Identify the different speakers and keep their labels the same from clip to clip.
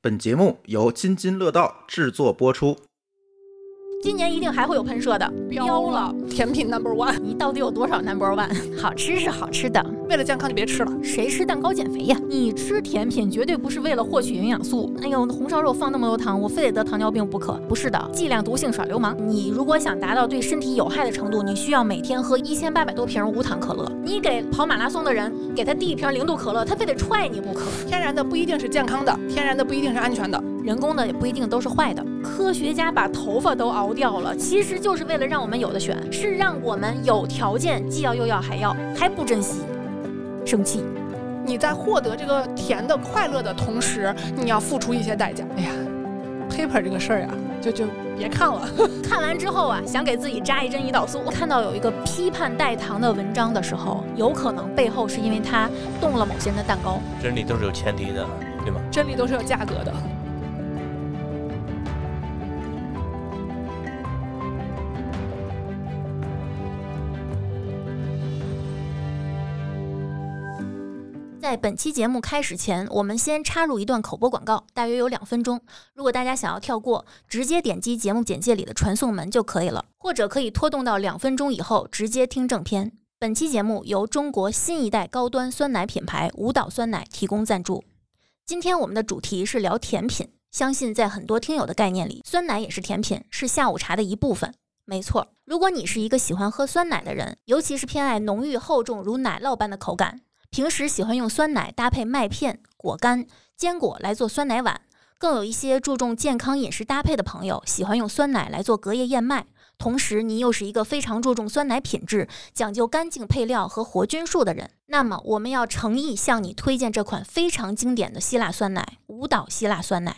Speaker 1: 本节目由津津乐道制作播出。
Speaker 2: 今年一定还会有喷射的，
Speaker 3: 标了，甜品 number one。
Speaker 2: 你到底有多少 number one？
Speaker 4: 好吃是好吃的，
Speaker 3: 为了健康就别吃了。
Speaker 4: 谁吃蛋糕减肥呀？你吃甜品绝对不是为了获取营养素。哎呦，红烧肉放那么多糖，我非得得糖尿病不可。不是的，剂量毒性耍流氓。你如果想达到对身体有害的程度，你需要每天喝一千八百多瓶无糖可乐。你给跑马拉松的人，给他递一瓶零度可乐，他非得踹你不可。
Speaker 3: 天然的不一定是健康的，天然的不一定是安全的。
Speaker 4: 人工的也不一定都是坏的。科学家把头发都熬掉了，其实就是为了让我们有的选，是让我们有条件既要又要还要，还不珍惜，生气。
Speaker 3: 你在获得这个甜的快乐的同时，你要付出一些代价。哎呀，paper 这个事儿呀、就就别看了。
Speaker 4: 看完之后啊，想给自己扎一针胰岛素。看到有一个批判代糖的文章的时候，有可能背后是因为他动了某些人的蛋糕。
Speaker 5: 真理都是有前提的，对吗？
Speaker 3: 真理都是有价格的。
Speaker 4: 在本期节目开始前，我们先插入一段口播广告，大约有两分钟。如果大家想要跳过，直接点击节目简介里的传送门就可以了，或者可以拖动到两分钟以后直接听正片。本期节目由中国新一代高端酸奶品牌舞蹈酸奶提供赞助。今天我们的主题是聊甜品，相信在很多听友的概念里，酸奶也是甜品，是下午茶的一部分。没错，如果你是一个喜欢喝酸奶的人，尤其是偏爱浓郁厚重如奶酪般的口感，平时喜欢用酸奶搭配麦片、果干、坚果来做酸奶碗，更有一些注重健康饮食搭配的朋友喜欢用酸奶来做隔夜燕麦。同时，你又是一个非常注重酸奶品质、讲究干净配料和活菌数的人，那么我们要诚意向你推荐这款非常经典的希腊酸奶——舞蹈希腊酸奶。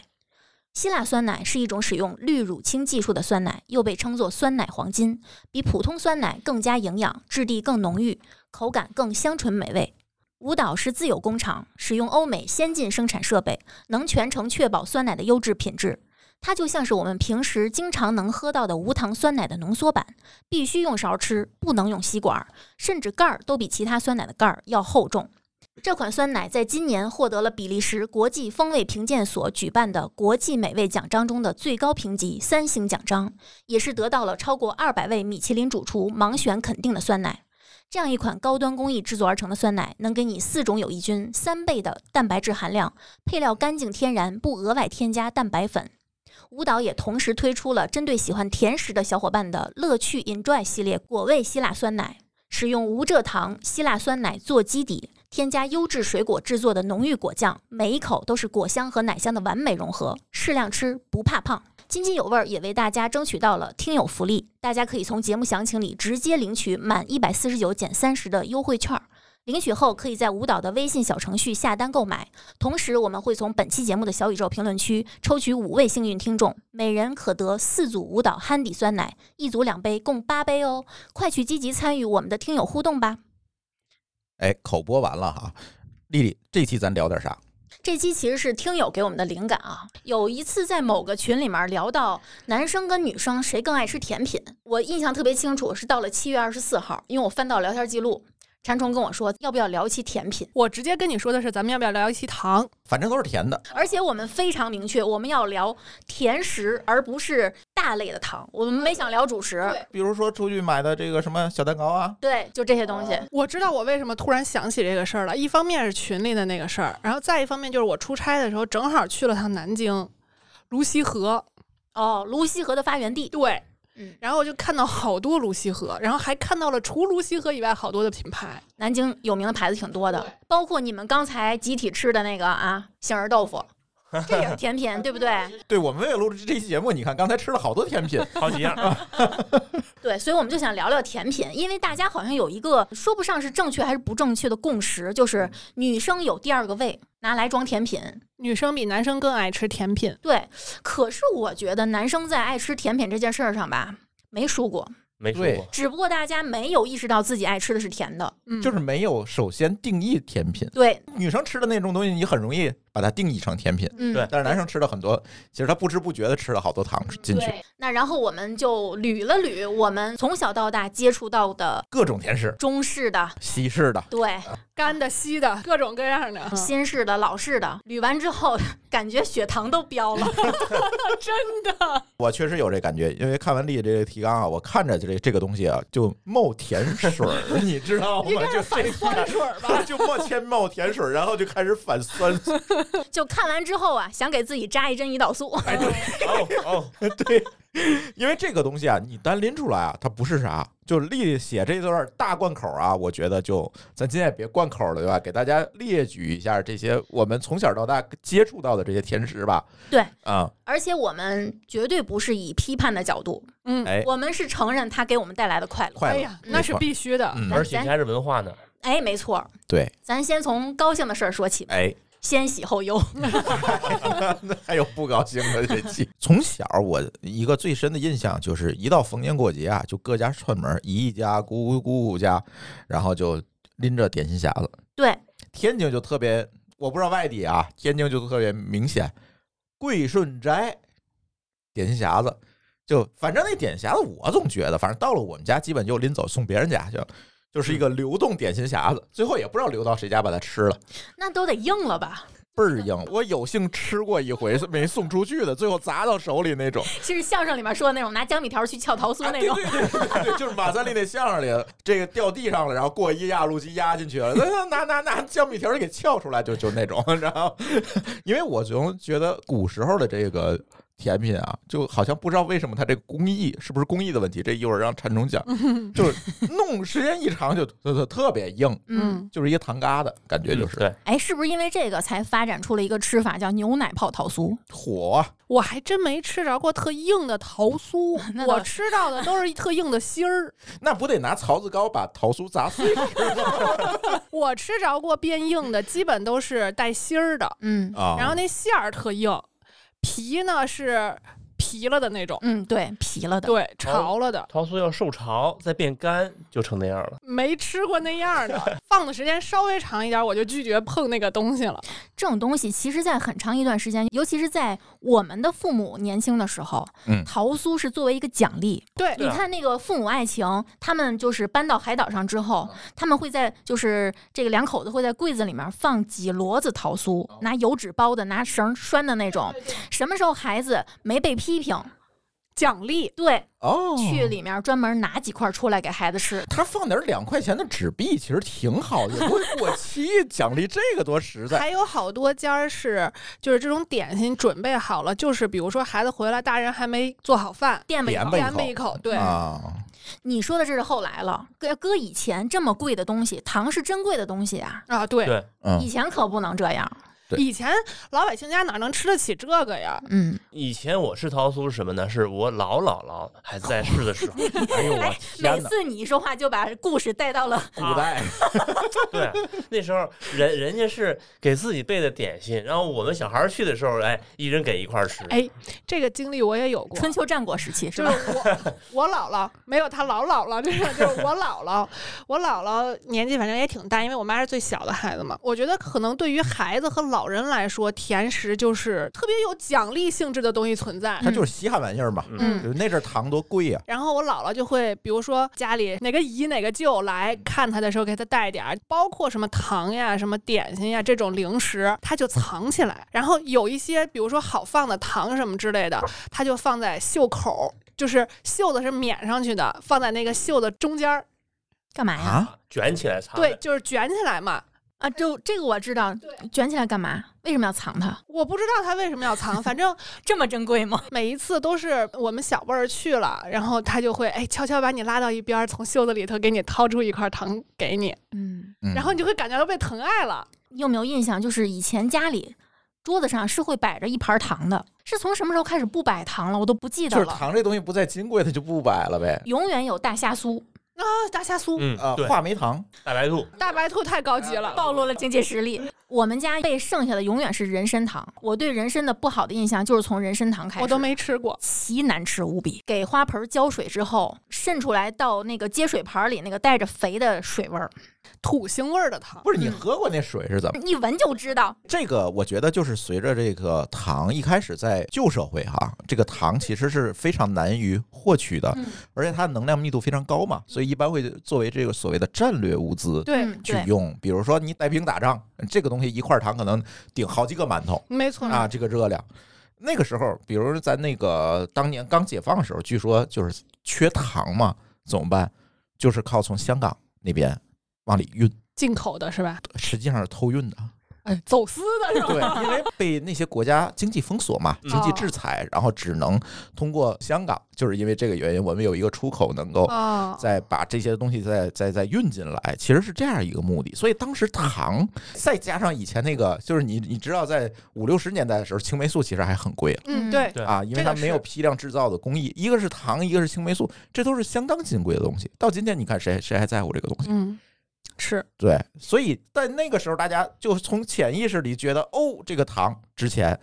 Speaker 4: 希腊酸奶是一种使用滤乳清技术的酸奶，又被称作酸奶黄金，比普通酸奶更加营养，质地更浓郁，口感更香醇美味。舞蹈是自有工厂，使用欧美先进生产设备，能全程确保酸奶的优质品质。它就像是我们平时经常能喝到的无糖酸奶的浓缩版，必须用勺吃，不能用吸管儿，甚至盖儿都比其他酸奶的盖儿要厚重。这款酸奶在今年获得了比利时国际风味评鉴所举办的国际美味奖章中的最高评级三星奖章，也是得到了超过二百位米其林主厨盲选肯定的酸奶。这样一款高端工艺制作而成的酸奶，能给你四种有益菌、三倍的蛋白质含量，配料干净天然，不额外添加蛋白粉。舞蹈也同时推出了针对喜欢甜食的小伙伴的乐趣 Enjoy 系列果味希腊酸奶，使用无蔗糖希腊酸奶做基底，添加优质水果制作的浓郁果酱，每一口都是果香和奶香的完美融合，适量吃不怕胖。津津有味儿也为大家争取到了听友福利，大家可以从节目详情里直接领取满一百四十九减三十的优惠券儿。领取后可以在舞蹈的微信小程序下单购买，同时我们会从本期节目的小宇宙评论区抽取五位幸运听众，每人可得四组舞蹈憨底酸奶，一组两杯，共八杯哦！快去积极参与我们的听友互动吧！
Speaker 1: 哎，口播完了哈，丽丽，这期咱聊点啥？
Speaker 4: 这期其实是听友给我们的灵感啊。有一次在某个群里面聊到男生跟女生谁更爱吃甜品，我印象特别清楚，是到了七月二十四号，因为我翻到聊天记录，馋虫跟我说要不要聊一期甜品，
Speaker 3: 我直接跟你说的是，咱们要不要聊一期糖？
Speaker 1: 反正都是甜的。
Speaker 4: 而且我们非常明确，我们要聊甜食，而不是大类的糖，我们没想聊主食。
Speaker 1: 比如说出去买的这个什么小蛋糕啊，
Speaker 4: 对，就这些东西。
Speaker 3: 我知道我为什么突然想起这个事儿了，一方面是群里的那个事儿，然后再一方面就是我出差的时候正好去了趟南京，泸溪河，
Speaker 4: 哦，泸溪河的发源地，
Speaker 3: 对，
Speaker 4: 嗯
Speaker 3: 然后我就看到好多泸溪河，然后还看到了除泸溪河以外好多的品牌，
Speaker 4: 南京有名的牌子挺多的，包括你们刚才集体吃的那个啊，杏仁豆腐，这也是甜品，对不对？
Speaker 1: 对我们为了录制这期节目，你看刚才吃了好多甜品，
Speaker 5: 好几样，
Speaker 4: 对，所以我们就想聊聊甜品，因为大家好像有一个说不上是正确还是不正确的共识，就是
Speaker 1: 嗯
Speaker 4: 女生有第二个胃拿来装甜品，
Speaker 3: 女生比男生更爱吃甜品。
Speaker 4: 对，可是我觉得男生在爱吃甜品这件事儿上吧，没输过，
Speaker 5: 没说
Speaker 1: 对
Speaker 5: 过。
Speaker 4: 只不过大家没有意识到自己爱吃的是甜的。
Speaker 3: 嗯，
Speaker 1: 就是没有首先定义甜品。
Speaker 4: 对
Speaker 1: 女生吃的那种东西，你很容易把它定义成甜品。
Speaker 4: 嗯，
Speaker 5: 对
Speaker 1: 但是男生吃了很多，其实他不知不觉的吃了好多糖进去，
Speaker 4: 对。那然后我们就捋了捋我们从小到大接触到的
Speaker 1: 各种甜食，
Speaker 4: 中式的，
Speaker 1: 西式的，
Speaker 4: 对，
Speaker 3: 干的、稀的， 嗯各种各样
Speaker 1: 嗯
Speaker 3: 的。
Speaker 4: 新式的、老式的，捋完之后 感觉血糖都飙了。
Speaker 1: 我确实有这感觉，因为看完丽这个提纲啊，我看着这这个东西啊，就冒甜水儿， 你知
Speaker 5: 哦
Speaker 1: 道吗？就反酸水吧，就冒先冒甜水儿，然后就开始反酸，
Speaker 4: 就看完之后啊，想给自己扎一针胰岛素。
Speaker 5: 哦哦，
Speaker 1: 对。因为这个东西啊，你单拎出来啊，它不是啥。就丽丽写这段大贯口啊，我觉得就咱今天也别贯口了，对吧？给大家列举一下这些我们从小到大接触到的这些甜食吧。
Speaker 4: 对
Speaker 1: 啊、
Speaker 4: 而且我们绝对不是以批判的角度，
Speaker 3: 嗯，
Speaker 1: 哎，
Speaker 4: 我们是承认它给我们带来的快乐。
Speaker 1: 快
Speaker 3: 哎
Speaker 1: 乐，
Speaker 3: 呀，那是必须的。
Speaker 1: 嗯，
Speaker 5: 而且还是文化呢，
Speaker 4: 哎，没错儿，
Speaker 1: 对，
Speaker 4: 咱先从高兴的事儿说起，
Speaker 1: 哎，
Speaker 4: 先喜后忧。
Speaker 1: 那还有不高兴的这期。从小我一个最深的印象就是，一到逢年过节啊，就各家串门，姨家、姑姑姑姑家，然后就拎着点心匣子。
Speaker 4: 对，
Speaker 1: 天津就特别，我不知道外地啊，天津就特别明显，桂顺斋点心匣子，就反正那点心匣子，我总觉得，反正到了我们家，基本就拎走送别人家去了。就是一个流动点心匣子，最后也不知道流到谁家把它吃了。
Speaker 4: 那都得硬了吧？
Speaker 1: 倍儿硬。我有幸吃过一回，是没送出去的，最后砸到手里那种。
Speaker 4: 就是相声里面说的那种拿江米条去撬桃酥那种。
Speaker 1: 啊对对对对对，就是马三立那相声里，这个掉地上了，然后过一压路机压进去了， 那拿拿拿橡皮条给撬出来，就就那种。然后，因为我总觉得古时候的这个。甜品啊，就好像不知道为什么它这个工艺是不是工艺的问题，这一会儿让禅 虫讲，就是弄时间一长就就就特别硬，
Speaker 4: 嗯，
Speaker 1: 就是一个糖疙瘩，感觉就是
Speaker 5: 嗯对，
Speaker 4: 哎，是不是因为这个才发展出了一个吃法叫牛奶泡桃酥？
Speaker 1: 火，啊
Speaker 3: 我还真没吃着过特硬的桃酥
Speaker 4: 那，倒
Speaker 3: 我吃到的都是一特硬的芯 儿。
Speaker 1: 那不得拿槽子糕把桃酥砸碎
Speaker 3: 我吃着过变硬的，基本都是带芯儿的，
Speaker 4: 嗯
Speaker 1: 啊
Speaker 3: 然后那馅儿特硬，皮呢是皮了的那种，
Speaker 4: 嗯，对，皮了的。
Speaker 3: 对，潮了的，
Speaker 5: 桃酥要受潮再变干就成那样了。
Speaker 3: 没吃过那样的。 放的时间稍微长一点，我就拒绝碰那个东西了。
Speaker 4: 这种东西其实，在很长一段时间，尤其是在我们的父母年轻的时候，
Speaker 1: 嗯
Speaker 4: 桃酥是作为一个奖励。
Speaker 3: 对
Speaker 5: 对
Speaker 4: 你
Speaker 5: 啊
Speaker 4: 看那个《父母爱情》，他们就是搬到海岛上之后，
Speaker 5: 嗯
Speaker 4: 他们会在就是这个两口子会在柜子里面放几摞子桃酥，
Speaker 5: 哦
Speaker 4: 拿油纸包的，拿绳拴的那种。什么时候孩子没被批评，
Speaker 3: 奖励，
Speaker 4: 对，
Speaker 1: 哦
Speaker 4: 去里面专门拿几块出来给孩子吃。
Speaker 1: 他放点两块钱的纸币其实挺好的，也不会过期，奖励这个多实在。
Speaker 3: 还有好多家儿是就是这种点心准备好了，就是比如说孩子回来，大人还没做好饭，
Speaker 4: 垫吧一
Speaker 1: 点
Speaker 4: 口
Speaker 1: 吧一
Speaker 3: 干
Speaker 1: 口
Speaker 3: 巴一口，对，
Speaker 1: 啊，
Speaker 4: 你说的这是后来了，搁搁以前这么贵的东西，糖是珍贵的东西啊，
Speaker 3: 啊，对。
Speaker 5: 对，
Speaker 1: 嗯
Speaker 4: 以前可不能这样。
Speaker 1: 对
Speaker 3: 以前老百姓家哪能吃得起这个呀？
Speaker 4: 嗯，
Speaker 5: 以前我吃桃酥是什么呢？是我姥姥姥还在世的时候， 哎呦我
Speaker 4: 每
Speaker 5: 天哪！
Speaker 4: 次你一说话就把故事带到了，
Speaker 1: 古代
Speaker 5: 对，那时候人人家是给自己备的点心，然后我们小孩儿去的时候，哎，一人给一块儿吃。
Speaker 3: 哎，这个经历我也有过。
Speaker 4: 春秋战国时期是
Speaker 3: 就
Speaker 4: 吧？
Speaker 3: 是我我姥姥没有她老姥姥，这个就是我姥姥， 我姥姥年纪反正也挺大，因为我妈是最小的孩子嘛。我觉得可能对于孩子和老人来说，甜食就是特别有奖励性质的东西存在。
Speaker 1: 它就是稀罕玩意儿嘛，
Speaker 3: 嗯
Speaker 1: 就是那阵儿糖多贵呀。
Speaker 3: 然后我姥姥就会，比如说家里哪个姨哪个舅来看她的时候，给她带点儿，包括什么糖呀、什么点心呀这种零食，她就藏起来。然后有一些，比如说好放的糖什么之类的，她就放在袖口，就是袖子是免上去的，放在那个袖子中间儿，
Speaker 4: 干嘛呀？
Speaker 1: 啊，
Speaker 5: 卷起来擦。
Speaker 3: 对，，就是卷起来嘛。
Speaker 4: 啊，就这个我知道，卷起来干嘛？为什么要藏它？
Speaker 3: 我不知道她为什么要藏，反正
Speaker 4: 这么珍贵吗？
Speaker 3: 每一次都是我们小辈儿去了，然后她就会哎悄悄把你拉到一边儿，从袖子里头给你掏出一块糖给你，
Speaker 4: 嗯，
Speaker 1: 嗯
Speaker 3: 然后你就会感觉到被疼爱了。
Speaker 4: 你有没有印象？就是以前家里桌子上是会摆着一盘糖的，是从什么时候开始不摆糖了？我都不记
Speaker 1: 就
Speaker 4: 得
Speaker 1: 是
Speaker 4: 了。
Speaker 1: 糖这东西不再金贵，它就不摆了呗。
Speaker 4: 永远有大虾酥，
Speaker 3: 啊，大虾酥，
Speaker 5: 嗯
Speaker 1: 啊，
Speaker 5: 对，
Speaker 1: 话梅糖
Speaker 5: 大白兔，
Speaker 3: 大白兔太高级了，
Speaker 4: 暴露了经济实力。我们家被剩下的永远是人参糖。我对人参的不好的印象就是从人参糖开始，
Speaker 3: 我都没吃过。
Speaker 4: 奇难吃无比。给花盆浇水之后，渗出来到那个接水盘里那个带着肥的水味儿，
Speaker 3: 土腥味儿的糖，
Speaker 1: 不是你喝过那水是怎么？
Speaker 4: 一闻就知道。
Speaker 1: 这个我觉得就是随着这个糖一开始在旧社会哈，这个糖其实是非常难于获取的，
Speaker 4: 嗯
Speaker 1: 而且它的能量密度非常高嘛，所以一般会作为这个所谓的战略物资
Speaker 3: 对，
Speaker 4: 嗯
Speaker 1: 去
Speaker 4: 对，
Speaker 1: 用。比如说你带兵打仗，这个东西一块糖可能顶好几个馒头
Speaker 3: 没错，
Speaker 1: 啊，这个热量。那个时候，比如说咱那个当年刚解放的时候，据说就是缺糖嘛，怎么办？就是靠从香港那边往里运，
Speaker 3: 进口的是吧？
Speaker 1: 实际上是偷运的。
Speaker 3: 哎，走私的是吧？
Speaker 1: 对，因为被那些国家经济封锁嘛，
Speaker 5: 嗯
Speaker 1: 经济制裁，然后只能通过香港，就是因为这个原因，我们有一个出口能够
Speaker 3: 啊，
Speaker 1: 再把这些东西再再再运进来，其实是这样一个目的。所以当时糖，再加上以前那个，就是你你知道，在五六十年代的时候，青霉素其实还很贵
Speaker 3: 嗯，对，
Speaker 5: 对
Speaker 1: 啊，因为
Speaker 3: 这个
Speaker 1: 它没有
Speaker 3: 是
Speaker 1: 批量制造的工艺，一个是糖，一个是青霉素，这都是相当金贵的东西。到今天，你看谁谁还在乎这个东西？
Speaker 3: 嗯，是
Speaker 1: 对，所以在那个时候，大家就从潜意识里觉得，哦，这个糖值钱。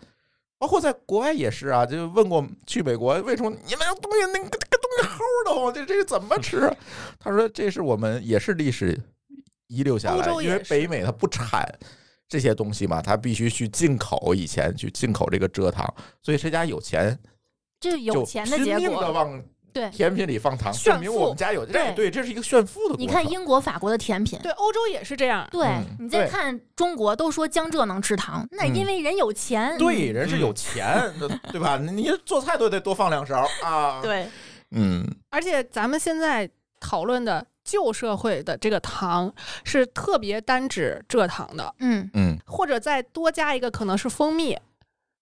Speaker 1: 包括在国外也是啊，就问过去美国，为什么你们这东西那个这个东西齁的慌，这这怎么吃？啊 他说这是我们也是历史遗留下
Speaker 3: 欧
Speaker 1: 来，
Speaker 3: 洲
Speaker 1: 因为
Speaker 3: 也是
Speaker 1: 北美它不产这些东西嘛，它必须去进口，以前去进口这个蔗糖，所以谁家有钱
Speaker 4: 这是有
Speaker 1: 就
Speaker 4: 钱的
Speaker 1: 拼
Speaker 4: 结
Speaker 1: 命的
Speaker 4: 果。
Speaker 1: 往
Speaker 4: 对，
Speaker 1: 甜品里放糖，
Speaker 3: 炫
Speaker 1: 证明我
Speaker 3: 富
Speaker 1: 们家有
Speaker 4: 对
Speaker 1: 对，这是一个炫富的过程。
Speaker 4: 你看英国、法国的甜品，
Speaker 3: 对，欧洲也是这样。
Speaker 4: 对
Speaker 1: 嗯
Speaker 4: 你再
Speaker 1: 对
Speaker 4: 看中国，都说江浙能吃糖，那
Speaker 1: 嗯
Speaker 4: 因为人有钱。嗯
Speaker 1: 对，人是有钱，对吧？你你做菜都得多放两勺啊。，
Speaker 4: 对，
Speaker 1: 嗯，
Speaker 3: 而且咱们现在讨论的旧社会的这个糖是特别单指蔗糖的，
Speaker 4: 嗯，
Speaker 1: 嗯，
Speaker 3: 或者再多加一个可能是蜂蜜。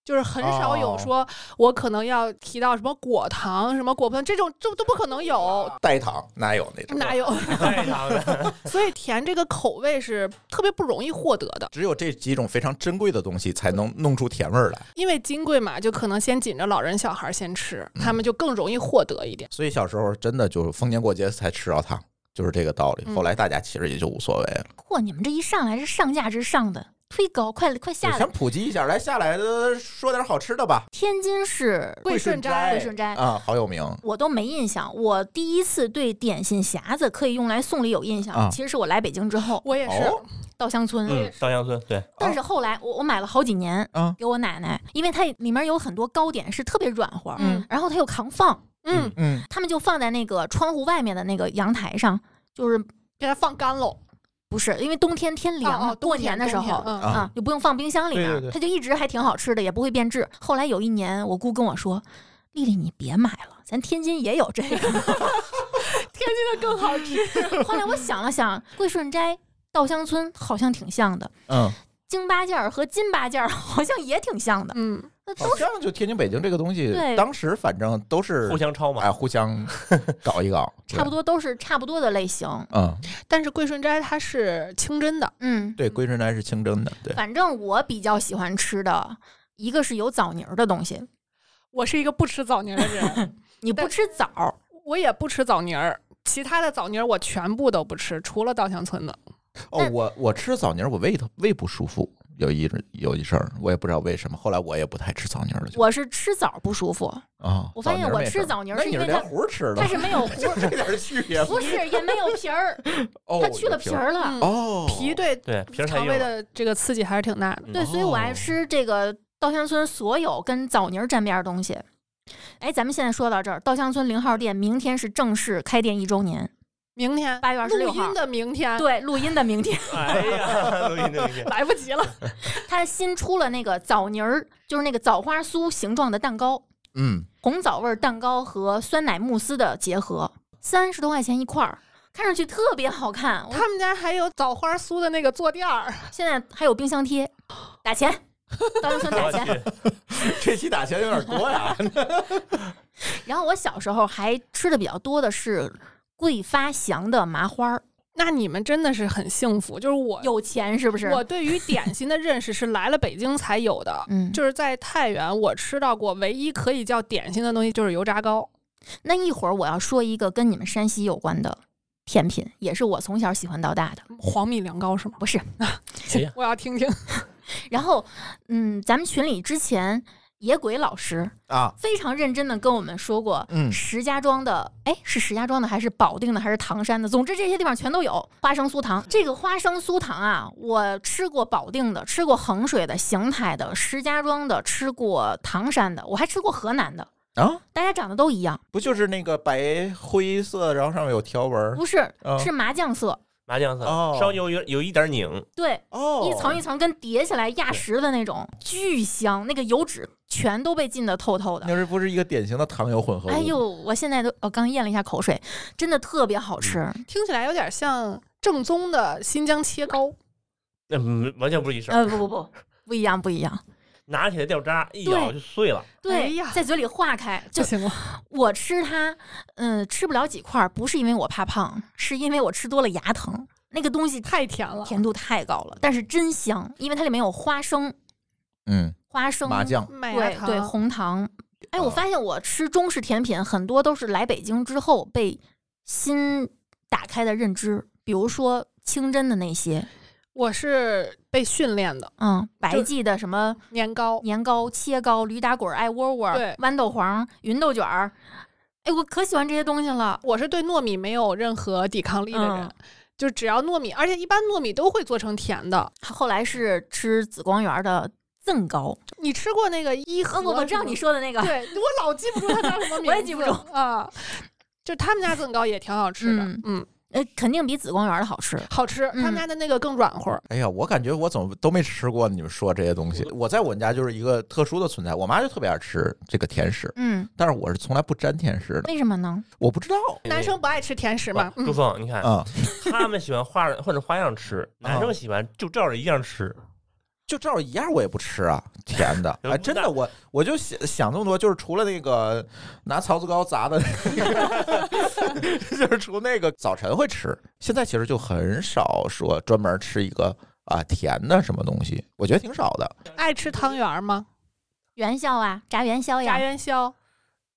Speaker 3: 就是很少有
Speaker 1: 哦
Speaker 3: 说，我可能要提到什么果糖、什么果葡萄这种，这都不可能有，
Speaker 1: 代糖哪有那种？
Speaker 3: 哪有？
Speaker 5: 太糖了，
Speaker 3: 所以甜这个口味是特别不容易获得的，
Speaker 1: 只有这几种非常珍贵的东西才能弄出甜味儿来。
Speaker 3: 因为金贵嘛，就可能先紧着老人小孩先吃，
Speaker 5: 嗯
Speaker 3: 他们就更容易获得一点。
Speaker 1: 所以小时候真的就是逢年过节才吃到糖，就是这个道理。
Speaker 3: 嗯
Speaker 1: 后来大家其实也就无所谓了。
Speaker 4: 嚯，你们这一上来是上价值上的，忒高，快快下来
Speaker 1: 想！普及一下，来下来呃说点好吃的吧。
Speaker 4: 天津市
Speaker 3: 桂顺斋
Speaker 4: 桂顺斋
Speaker 1: 啊，好有名。
Speaker 4: 我都没印象。我第一次对点心匣子可以用来送礼有印象，
Speaker 1: 啊
Speaker 4: 其实是我来北京之后
Speaker 3: 我也是，
Speaker 1: 哦
Speaker 4: 稻香村。
Speaker 5: 嗯，稻香村 对，
Speaker 4: 但是后来我我买了好几年，
Speaker 1: 啊
Speaker 4: 给我奶奶，因为它里面有很多糕点是特别软和，
Speaker 3: 嗯
Speaker 4: 然后它又扛放，
Speaker 3: 嗯，
Speaker 1: 嗯，
Speaker 4: 他们就放在那个窗户外面的那个阳台上，就是
Speaker 3: 给它放干喽。
Speaker 4: 不是因为冬天天凉嘛，
Speaker 3: 哦哦，冬
Speaker 4: 过
Speaker 3: 天
Speaker 4: 年的时
Speaker 3: 冬天
Speaker 4: 候。
Speaker 3: 嗯
Speaker 1: 啊
Speaker 4: 啊，就不用放冰箱里面，
Speaker 5: 对对对
Speaker 4: 它就一直还挺好吃的，也不会变质。后来有一年，我姑跟我说：“丽丽，你别买了，咱天津也有这个。”
Speaker 3: 天津的更好吃。
Speaker 4: 后来我想了想，桂顺斋、稻香村好像挺像的，
Speaker 1: 嗯，
Speaker 4: 京八件儿和金八件儿好像也挺像的。
Speaker 3: 嗯，
Speaker 4: 那
Speaker 1: 好
Speaker 5: 哦
Speaker 4: 都是
Speaker 1: 像就天津、北京这个东西，
Speaker 4: 对
Speaker 1: 当时反正都是
Speaker 5: 互相抄嘛
Speaker 1: 哎，，互相搞一搞，
Speaker 5: 啊
Speaker 1: 对
Speaker 4: 差不。多，都是差不多的类型。
Speaker 1: 嗯，
Speaker 3: 但是桂顺斋它是清真的，
Speaker 4: 嗯，
Speaker 1: 对，桂顺斋是清真的， 对。
Speaker 4: 反正我比较喜欢吃的一个是有枣泥儿的东西，
Speaker 3: 我是一个不吃枣泥儿的 人，
Speaker 4: 你不
Speaker 3: 但
Speaker 4: 吃枣儿，
Speaker 3: 我也不吃枣泥儿，其他的枣泥儿我全部都不吃，除了稻香村的。
Speaker 1: 哦
Speaker 4: 那，
Speaker 1: 我我吃枣泥儿，我胃疼，胃不舒服，有一有一阵儿，我也不知道为什么。后来我也不太吃枣泥儿了，就
Speaker 4: 我是吃枣儿不舒服，
Speaker 1: 啊，
Speaker 4: 我发现
Speaker 1: 枣泥儿
Speaker 4: 我
Speaker 1: 没事
Speaker 4: 吃
Speaker 1: 儿
Speaker 4: 枣泥儿
Speaker 1: 那
Speaker 4: 是
Speaker 1: 你
Speaker 4: 因为
Speaker 1: 连
Speaker 4: 它
Speaker 1: 核儿吃的
Speaker 4: 它， 是没有核
Speaker 1: 这点儿区别
Speaker 4: 儿，不是也没有皮儿，
Speaker 1: 哦
Speaker 4: 它去了皮儿了。
Speaker 1: 哦，
Speaker 3: 嗯皮对
Speaker 5: 对，皮儿太
Speaker 3: 肠
Speaker 5: 硬
Speaker 3: 胃
Speaker 5: 了，
Speaker 3: 的这个刺激还是挺大的。
Speaker 5: 嗯
Speaker 4: 对，所以我爱
Speaker 1: 哦
Speaker 4: 吃这个稻香村所有跟枣泥儿沾边儿的东西。哎，咱们现在说到这儿，稻香村零号店明天是正式开店一周年，
Speaker 3: 明天
Speaker 4: 8月26
Speaker 3: 录音
Speaker 4: 号
Speaker 3: 的明天，，
Speaker 4: 对，录音的明天，
Speaker 5: 哎 呀，录音的录音，
Speaker 3: 来不及 了。
Speaker 4: 它新出了那个枣泥儿，就是那个枣花酥形状的蛋糕，
Speaker 1: 嗯，
Speaker 4: 红枣味儿蛋糕和酸奶慕斯的结合，三十多块钱一块儿。看上去特别好看，我
Speaker 3: 他们家还有枣花酥的那个坐垫儿，
Speaker 4: 现在还有冰箱贴，打钱， 稻香村打
Speaker 5: 我
Speaker 4: 钱。
Speaker 5: 去，
Speaker 1: 这期打钱有点多呀，
Speaker 4: 然后我小时候还吃的比较多的是桂发祥的麻花儿，
Speaker 3: 那你们真的是很幸福。就是我，
Speaker 4: 有钱是不是？。
Speaker 3: 我对于点心的认识是来了北京才有的
Speaker 4: 嗯，
Speaker 3: 就是在太原，我吃到过唯一可以叫点心的东西就是油炸糕。
Speaker 4: 那一会儿我要说一个跟你们山西有关的，甜品，也是我从小喜欢到大的。
Speaker 3: 黄米凉糕是吗？
Speaker 4: 不 是，
Speaker 5: 哎呀，
Speaker 3: 我要听听。
Speaker 4: 然后，嗯，咱们群里之前野鬼老师
Speaker 1: 啊，
Speaker 4: 非常认真的跟我们说过，
Speaker 1: 嗯
Speaker 4: 石家庄的，哎，是石家庄的还是保定的还是唐山的？总之这些地方全都有花生酥糖。这个花生酥糖啊，我吃过保定的，吃过衡水的、邢台的、石家庄的，吃过唐山的，我还吃过河南的。
Speaker 1: 啊，
Speaker 4: 大家长得都一样，
Speaker 1: 不就是那个白灰色，然后上面有条纹儿
Speaker 4: 不是
Speaker 1: 嗯
Speaker 4: 是麻酱色，
Speaker 5: 麻酱色
Speaker 1: 哦
Speaker 5: 稍有有有一点拧，
Speaker 4: 对，
Speaker 1: 哦
Speaker 4: 一层一层跟叠起来压实的那种，巨香，那个油脂全都被浸得透透的。
Speaker 1: 那是不是一个典型的糖油混合物？
Speaker 4: 哎呦，我现在都我刚咽了一下口水，真的特别
Speaker 1: 嗯
Speaker 4: 好吃。
Speaker 3: 听起来有点像正宗的新疆切糕，
Speaker 5: 那嗯完全不是一事儿，
Speaker 4: 呃，不不不，不一样，不一样。
Speaker 5: 拿起来掉渣，一咬
Speaker 4: 对
Speaker 5: 就碎了。
Speaker 4: 对，
Speaker 3: 哎呀
Speaker 4: 在嘴里化开。就
Speaker 3: 不 行了。
Speaker 4: 我吃它，嗯、吃不了几块儿，不是因为我怕胖，是因为我吃多了牙疼。那个东西
Speaker 3: 太甜了，
Speaker 4: 甜度太高了，但是真香，因为它里面有花生，
Speaker 1: 嗯，
Speaker 4: 花生
Speaker 1: 麻酱
Speaker 3: 麦芽
Speaker 4: 对
Speaker 3: 糖
Speaker 4: 对，红糖。哎，
Speaker 1: 哦
Speaker 4: 我发现我吃中式甜品很多都是来北京之后被新打开的认知，比如说清真的那些，
Speaker 3: 我是被训练的
Speaker 4: 嗯，白
Speaker 3: 就
Speaker 4: 记的什么
Speaker 3: 年糕，
Speaker 4: 年糕、切糕、驴打滚、艾窝窝
Speaker 3: 对、
Speaker 4: 豌豆黄、云豆卷儿。哎，我可喜欢这些东西了。
Speaker 3: 我是对糯米没有任何抵抗力的人。
Speaker 4: 嗯
Speaker 3: 就只要糯米，而且一般糯米都会做成甜的。
Speaker 4: 后来是吃紫光园的赠糕，
Speaker 3: 你吃过那个伊和
Speaker 4: 哦，
Speaker 3: 什么？
Speaker 4: 我我知道你说的那个，
Speaker 3: 对我老记不住它叫什么名 字，
Speaker 4: 我也记不住
Speaker 3: 啊。就他们家增糕也挺好吃的，嗯
Speaker 4: 嗯呃，肯定比紫光园的好吃。
Speaker 3: 好吃。他们家的那个更软和儿，
Speaker 1: 哎呀，我感觉我怎么都没吃过你们说这些东西。我在我们家就是一个特殊的存在，我妈就特别爱吃这个甜食，
Speaker 4: 嗯，
Speaker 1: 但是我是从来不沾甜食的，
Speaker 4: 为什么呢？
Speaker 1: 我不知道
Speaker 3: 男生不爱吃甜食嘛
Speaker 5: 哎哇，
Speaker 3: 嗯
Speaker 5: 朱峰，你看
Speaker 1: 啊、
Speaker 5: 他们喜欢画换着花样吃，男
Speaker 1: 哦
Speaker 5: 生喜欢就照着一样吃。
Speaker 4: 啊
Speaker 1: 就照一样我也不吃啊，甜的，
Speaker 5: 有
Speaker 1: 哎，真的
Speaker 5: 那
Speaker 1: 我我就想想这么多，就是除了那个拿槽子糕砸的那个， 就是除那个早晨会吃，现在其实就很少说专门吃一个啊、甜的什么东西，我觉得挺少的。
Speaker 3: 爱吃汤圆儿吗？
Speaker 4: 元宵啊，炸元宵
Speaker 3: 炸
Speaker 4: 呀，
Speaker 3: 元宵，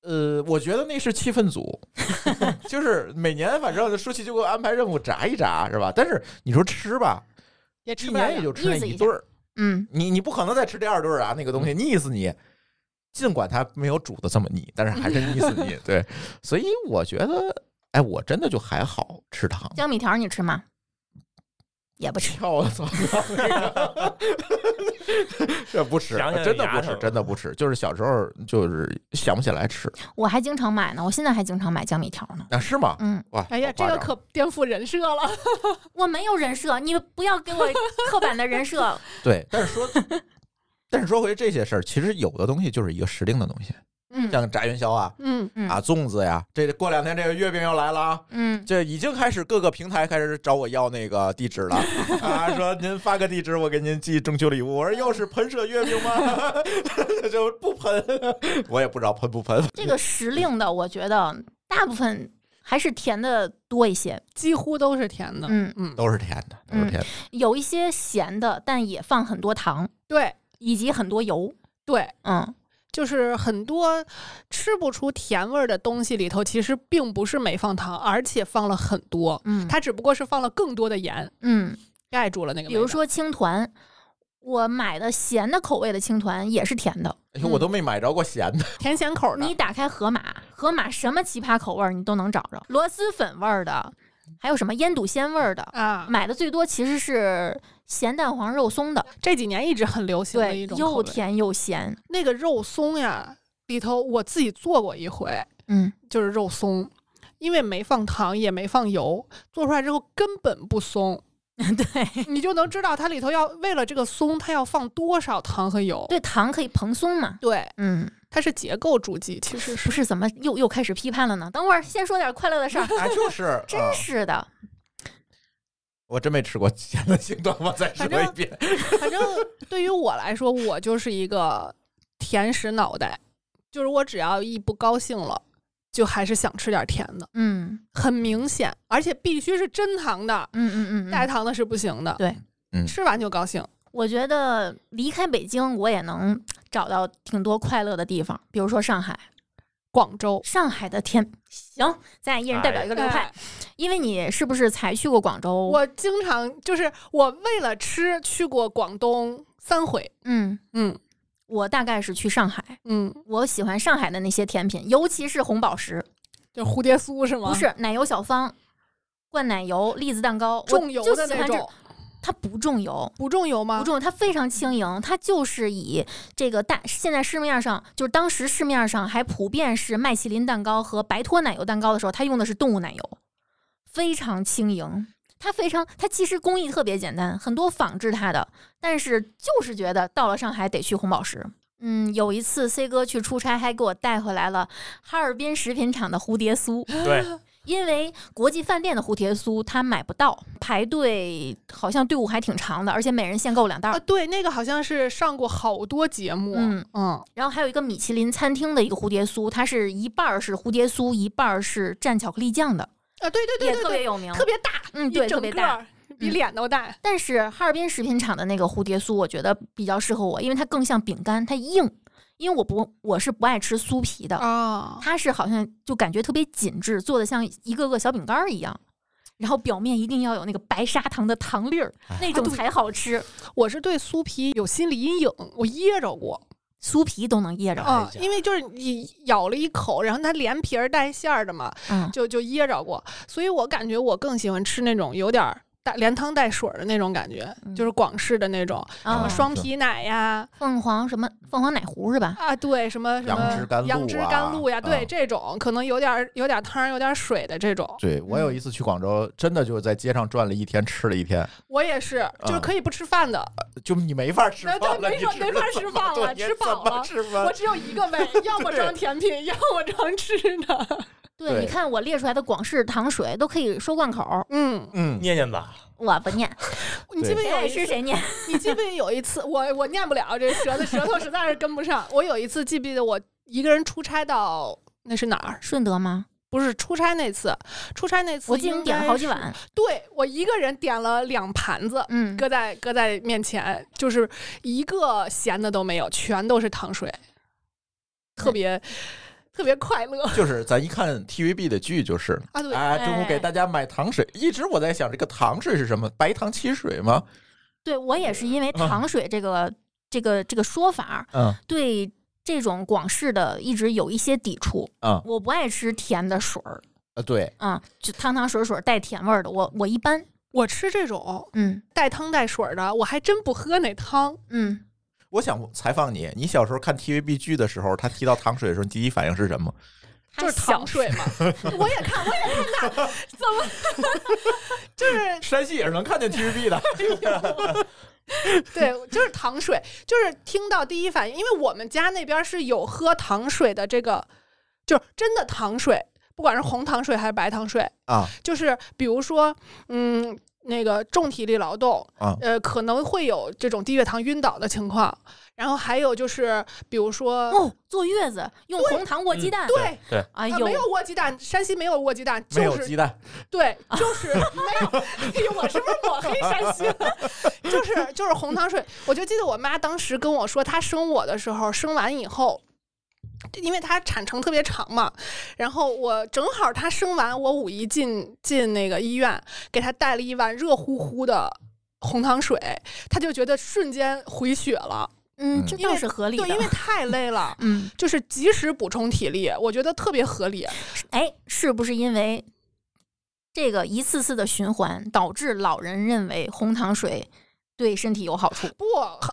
Speaker 1: 呃，我觉得那是气氛组， 就是每年反正舒淇就给我安排任务炸一炸，是吧？但是你说吃吧，
Speaker 3: 也
Speaker 1: 一
Speaker 3: 吃不了
Speaker 1: 年也
Speaker 3: 两
Speaker 1: 就吃那
Speaker 4: 意思一
Speaker 1: 一
Speaker 4: 下
Speaker 1: 顿儿，
Speaker 4: 嗯，
Speaker 1: 你你不可能再吃第二顿儿啊，那个东西
Speaker 5: 嗯
Speaker 1: 腻死你。尽管它没有煮的这么腻，但是还是腻死你。 对，所以我觉得，哎，我真的就还好吃糖。
Speaker 4: 江米条你吃吗？也不吃。
Speaker 1: 跳槽那个， 这不吃，
Speaker 5: 想想
Speaker 1: 真的
Speaker 5: 牙
Speaker 1: 不吃，
Speaker 5: 疼
Speaker 1: 真的不吃。就是小时候就是想不起来吃，
Speaker 4: 我还经常买呢，我现在还经常买江米条呢。
Speaker 1: 啊，是吗？
Speaker 4: 嗯，
Speaker 1: 哇，
Speaker 3: 哎呀
Speaker 1: 好，
Speaker 3: 这
Speaker 1: 夸
Speaker 3: 个
Speaker 1: 张
Speaker 3: 可颠覆人设了。
Speaker 4: 我没有人设，你不要给我刻板的人设。
Speaker 1: 对。但是说，但是说回这些事儿，其实有的东西就是一个时令的东西，
Speaker 4: 嗯
Speaker 1: 像炸元宵啊、
Speaker 3: 嗯，
Speaker 4: 嗯
Speaker 1: 啊粽子呀，这过两天这个月饼要来了啊，
Speaker 4: 嗯，
Speaker 1: 这已经开始各个平台开始找我要那个地址 了啊，说您发个地址，我给您寄中秋礼物。我说又是喷射月饼吗？ 就不喷，我也不知道喷不喷。
Speaker 4: 这个时令的，我觉得大部分还是甜的多一些。
Speaker 3: 几乎都是甜的。
Speaker 4: 嗯，
Speaker 3: 嗯，
Speaker 1: 都是甜的，都是甜的。
Speaker 4: 有一些咸的，但也放很多糖
Speaker 3: 对
Speaker 4: 以及很多油。
Speaker 3: 对，
Speaker 4: 嗯，
Speaker 3: 就是很多吃不出甜味儿的东西里头，其实并不是没放糖，而且放了很多，
Speaker 4: 嗯
Speaker 3: 它只不过是放了更多的盐
Speaker 4: 嗯，
Speaker 3: 盖住了那个味道。
Speaker 4: 比如说青团，我买的咸的口味的青团也是甜的。
Speaker 1: 哎呦，我都没买着过咸的。。
Speaker 3: 甜咸口的，
Speaker 4: 你打开盒马，盒马什么奇葩口味儿你都能找着，螺蛳粉味儿的，还有什么腌笃鲜味儿的。
Speaker 3: 啊，
Speaker 4: 买的最多其实是咸蛋黄肉松的，
Speaker 3: 这几年一直很流行的
Speaker 4: 对
Speaker 3: 一，种口
Speaker 4: 又
Speaker 3: 味
Speaker 4: 甜又咸。
Speaker 3: 那个肉松呀，里头我自己做过一回，
Speaker 4: 嗯，
Speaker 3: 就是肉松，因为没放糖也没放油，做出来之后根本不 松，
Speaker 4: 对
Speaker 3: 你就能知道它里头要为了这个松，它要放多少糖和油。
Speaker 4: 对，糖可以蓬松嘛。
Speaker 3: 对，
Speaker 4: 嗯，
Speaker 3: 它是结构主义，其实
Speaker 4: 不
Speaker 3: 是
Speaker 4: 是怎么又又开始批判了呢？等会儿先说点快乐的事儿
Speaker 1: 哎， 就是，
Speaker 4: 真
Speaker 1: 嗯
Speaker 4: 是的，
Speaker 1: 我真没吃过咸的青团，我再说
Speaker 3: 反正
Speaker 1: 一遍。
Speaker 3: 反正对于我来说，我就是一个甜食脑袋，就是我只要一不高兴了，就还是想吃点甜的，
Speaker 4: 嗯
Speaker 3: 很明显，而且必须是真糖的，
Speaker 4: 嗯嗯嗯
Speaker 3: 代
Speaker 4: 嗯，
Speaker 3: 糖的是不行的。
Speaker 4: 对
Speaker 1: 嗯
Speaker 3: 吃完就高兴。
Speaker 4: 我觉得离开北京，我也能找到挺多快乐的地方，比如说上海。
Speaker 3: 广州。
Speaker 4: 上海的天，行，咱俩一人代表一个流派，
Speaker 3: 哎
Speaker 4: 因为你是不是才去过广州？
Speaker 3: 我经常就是我为了吃去过广东三回，
Speaker 4: 嗯，
Speaker 3: 嗯
Speaker 4: 我大概是去上海，
Speaker 3: 嗯，
Speaker 4: 我喜欢上海的那些甜品，尤其是红宝石，
Speaker 3: 就蝴蝶酥是吗？
Speaker 4: 不，是奶油小方。灌奶油、栗子蛋糕，
Speaker 3: 重油
Speaker 4: 我就
Speaker 3: 的
Speaker 4: 喜
Speaker 3: 那
Speaker 4: 欢这
Speaker 3: 种，
Speaker 4: 它不重油，
Speaker 3: 不重油吗？
Speaker 4: 不重，它非常轻盈，它就是以这个大现在市面上就是当时市面上还普遍是麦淇淋蛋糕和白脱奶油蛋糕的时候，它用的是动物奶油，非常轻盈。它非常，它其实工艺特别简单，很多仿制它的，但是就是觉得到了上海得去红宝石。嗯，有一次 C 哥去出差，还给我带回来了哈尔滨食品厂的蝴蝶酥，
Speaker 5: 对，
Speaker 4: 因为国际饭店的蝴蝶酥它买不到，排队好像队伍还挺长的，而且每人限购两袋儿
Speaker 3: 啊，。对，那个好像是上过好多节目，
Speaker 4: 嗯
Speaker 3: 嗯，
Speaker 4: 然后还有一个米其林餐厅的一个蝴蝶酥，它是一半儿是蝴蝶酥，一半儿是蘸巧克力酱的，
Speaker 3: 啊，对对对
Speaker 4: 也
Speaker 3: 对
Speaker 4: 特别
Speaker 3: 对，
Speaker 4: 有名。
Speaker 3: 特别大，
Speaker 4: 嗯，
Speaker 3: 一
Speaker 4: 对，特
Speaker 3: 整
Speaker 4: 别
Speaker 3: 个
Speaker 4: 大。
Speaker 3: 儿比
Speaker 4: 嗯
Speaker 3: 脸都大，
Speaker 4: 但是哈尔滨食品厂的那个蝴蝶酥，我觉得比较适合我，因为它更像饼干，它硬。因为我不我是不爱吃酥皮的，
Speaker 3: 哦，
Speaker 4: 它是好像就感觉特别紧致，做的像一个个小饼干儿一样。然后表面一定要有那个白砂糖的糖粒儿，那种
Speaker 3: 啊对
Speaker 4: 才好吃。
Speaker 3: 我是对酥皮有心理阴影，我噎着过
Speaker 4: 酥皮都能噎着，
Speaker 3: 啊，
Speaker 5: 呀
Speaker 3: 因为就是你咬了一口，然后它连皮儿带馅儿的嘛，
Speaker 4: 嗯，
Speaker 3: 就就噎着过，所以我感觉我更喜欢吃那种有点儿带连汤带水儿的那种感觉，
Speaker 4: 嗯
Speaker 3: 就是广式的那种，
Speaker 4: 啊
Speaker 3: 什么
Speaker 1: 嗯
Speaker 3: 双皮奶呀，
Speaker 4: 凤凰什么凤凰奶糊是吧？
Speaker 3: 啊，对，什么什
Speaker 1: 杨
Speaker 3: 么
Speaker 1: 枝甘露
Speaker 3: 杨枝甘露呀，
Speaker 1: 啊
Speaker 3: 对，
Speaker 1: 嗯
Speaker 3: 这种可能有点儿有点儿汤儿，有点儿水的这种，
Speaker 1: 对我有一次去广州，真的就是在街上转了一天，吃了一天，
Speaker 3: 我也是，
Speaker 1: 嗯
Speaker 3: 就是可以不吃饭的，
Speaker 1: 就你没法吃
Speaker 3: 那
Speaker 1: 饭
Speaker 3: 对
Speaker 1: 了，
Speaker 3: 没
Speaker 1: 你
Speaker 3: 法
Speaker 1: 吃
Speaker 3: 没法吃饭了
Speaker 1: 对你
Speaker 3: 吃饱
Speaker 1: 怎么
Speaker 3: 了
Speaker 1: 吃
Speaker 3: 我
Speaker 1: 饭。
Speaker 3: 只有一个 胃，要么装甜品，要么装吃的。
Speaker 4: 对，
Speaker 1: 对
Speaker 4: 你看我列出来的广式糖水都可以说贯口儿，
Speaker 3: 嗯，
Speaker 1: 嗯，
Speaker 5: 念念吧，
Speaker 4: 我不 念，
Speaker 3: 你记不
Speaker 4: 谁
Speaker 3: 记得有
Speaker 4: 爱
Speaker 3: 一
Speaker 4: 吃
Speaker 3: 次？
Speaker 4: 谁 念。
Speaker 3: 你记不记得有一次？我我念不了这舌头，舌头实在是跟不上。我有一次记不记得我一个人出差到那是哪儿？
Speaker 4: 顺德吗？
Speaker 3: 不是出差那次，出差那次
Speaker 4: 我记得
Speaker 3: 应
Speaker 4: 你点了
Speaker 3: 该
Speaker 4: 好几
Speaker 3: 是。
Speaker 4: 碗，
Speaker 3: 对我一个人点了两盘子，
Speaker 4: 嗯，
Speaker 3: 搁在搁在面前，就是一个咸的都没有，全都是糖水，特别特别快乐
Speaker 1: 就是咱一看 TVB 的剧就是。
Speaker 3: 啊！对，
Speaker 1: 哎，中午给
Speaker 4: 哎
Speaker 1: 大家买糖水，一直我在想这个糖水是什么？白糖汽水吗？
Speaker 4: 对我也是因为糖水这个、这个这个说法儿，
Speaker 1: 嗯，
Speaker 4: 对这种广式的一直有一些抵触。
Speaker 1: 嗯
Speaker 4: 我不爱吃甜的水儿，
Speaker 1: 啊，对，
Speaker 4: 啊、就汤汤水水带甜味儿的，我我一般，
Speaker 3: 我吃这种
Speaker 4: 嗯
Speaker 3: 带汤带水的，我还真不喝那汤。
Speaker 4: 嗯，
Speaker 1: 我想采访你，你小时候看 TVB 剧的时候，他提到糖水的时候，你第一反应 是什么？
Speaker 3: 就是
Speaker 4: 它小
Speaker 3: 糖水嘛，我也看，我也看的，怎么就是
Speaker 1: 山西也是能看见 TVB 的，
Speaker 3: 对，就是糖水，就是听到第一反应，因为我们家那边是有喝糖水的这个，就是真的糖水，不管是红糖水还是白糖水，
Speaker 1: 啊，
Speaker 3: 就是比如说，嗯，那个重体力劳动，
Speaker 1: 啊
Speaker 3: 呃，可能会有这种低血糖晕倒的情况，然后还有就是，比如说，
Speaker 4: 哦，坐月子用红糖卧鸡蛋，
Speaker 3: 对。
Speaker 5: 对，
Speaker 4: 哎
Speaker 3: 啊，
Speaker 4: 呦
Speaker 3: 没，有卧鸡蛋，山西没有卧鸡蛋，
Speaker 1: 没有
Speaker 3: 就是
Speaker 1: 鸡蛋，
Speaker 3: 对，就 是没有。哎呦，我是不是抹黑山西了？ 就是就是红糖水，我就记得我妈当时跟我说，她生我的时候，生完以后。因为她产程特别长嘛，然后我正好她生完，我五一进进那个医院，给她带了一碗热乎乎的红糖水，她就觉得瞬间回血了，
Speaker 4: 嗯，
Speaker 1: 嗯
Speaker 4: 这
Speaker 3: 因
Speaker 4: 倒
Speaker 3: 为
Speaker 4: 是合理的，
Speaker 3: 对，因为太 累了，
Speaker 4: 嗯。
Speaker 3: 就是及时补充体力，我觉得特别合理。
Speaker 4: 哎，是不是因为这个一次次的循环，导致老人认为红糖水对身体有好处？
Speaker 3: 不，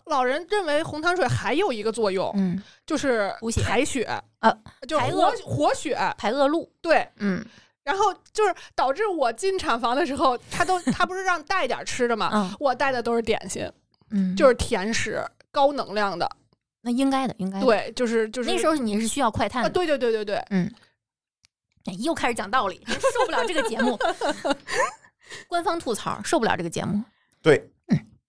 Speaker 3: 老人认为红糖水还有一个作用，
Speaker 4: 嗯，
Speaker 3: 就是
Speaker 4: 补血
Speaker 3: 排血
Speaker 4: 啊，
Speaker 3: 就
Speaker 4: 排
Speaker 3: 活
Speaker 4: 恶
Speaker 3: 活血
Speaker 4: 排恶露。
Speaker 3: 对。
Speaker 4: 嗯
Speaker 3: 然后就是导致我进产房的时候，他都他不是让带点吃的嘛，
Speaker 4: 嗯
Speaker 3: 我带的都是点心，
Speaker 4: 嗯，
Speaker 3: 就是甜食，高能量的。
Speaker 4: 那应该的，应该的。，
Speaker 3: 对，就是就是
Speaker 4: 哎那时候你是需要快碳
Speaker 3: 啊，
Speaker 4: 的。
Speaker 3: 对对对对对，
Speaker 4: 哎又开始讲道理，真受不了这个节 目。官方吐槽受不了这个节目，
Speaker 1: 对。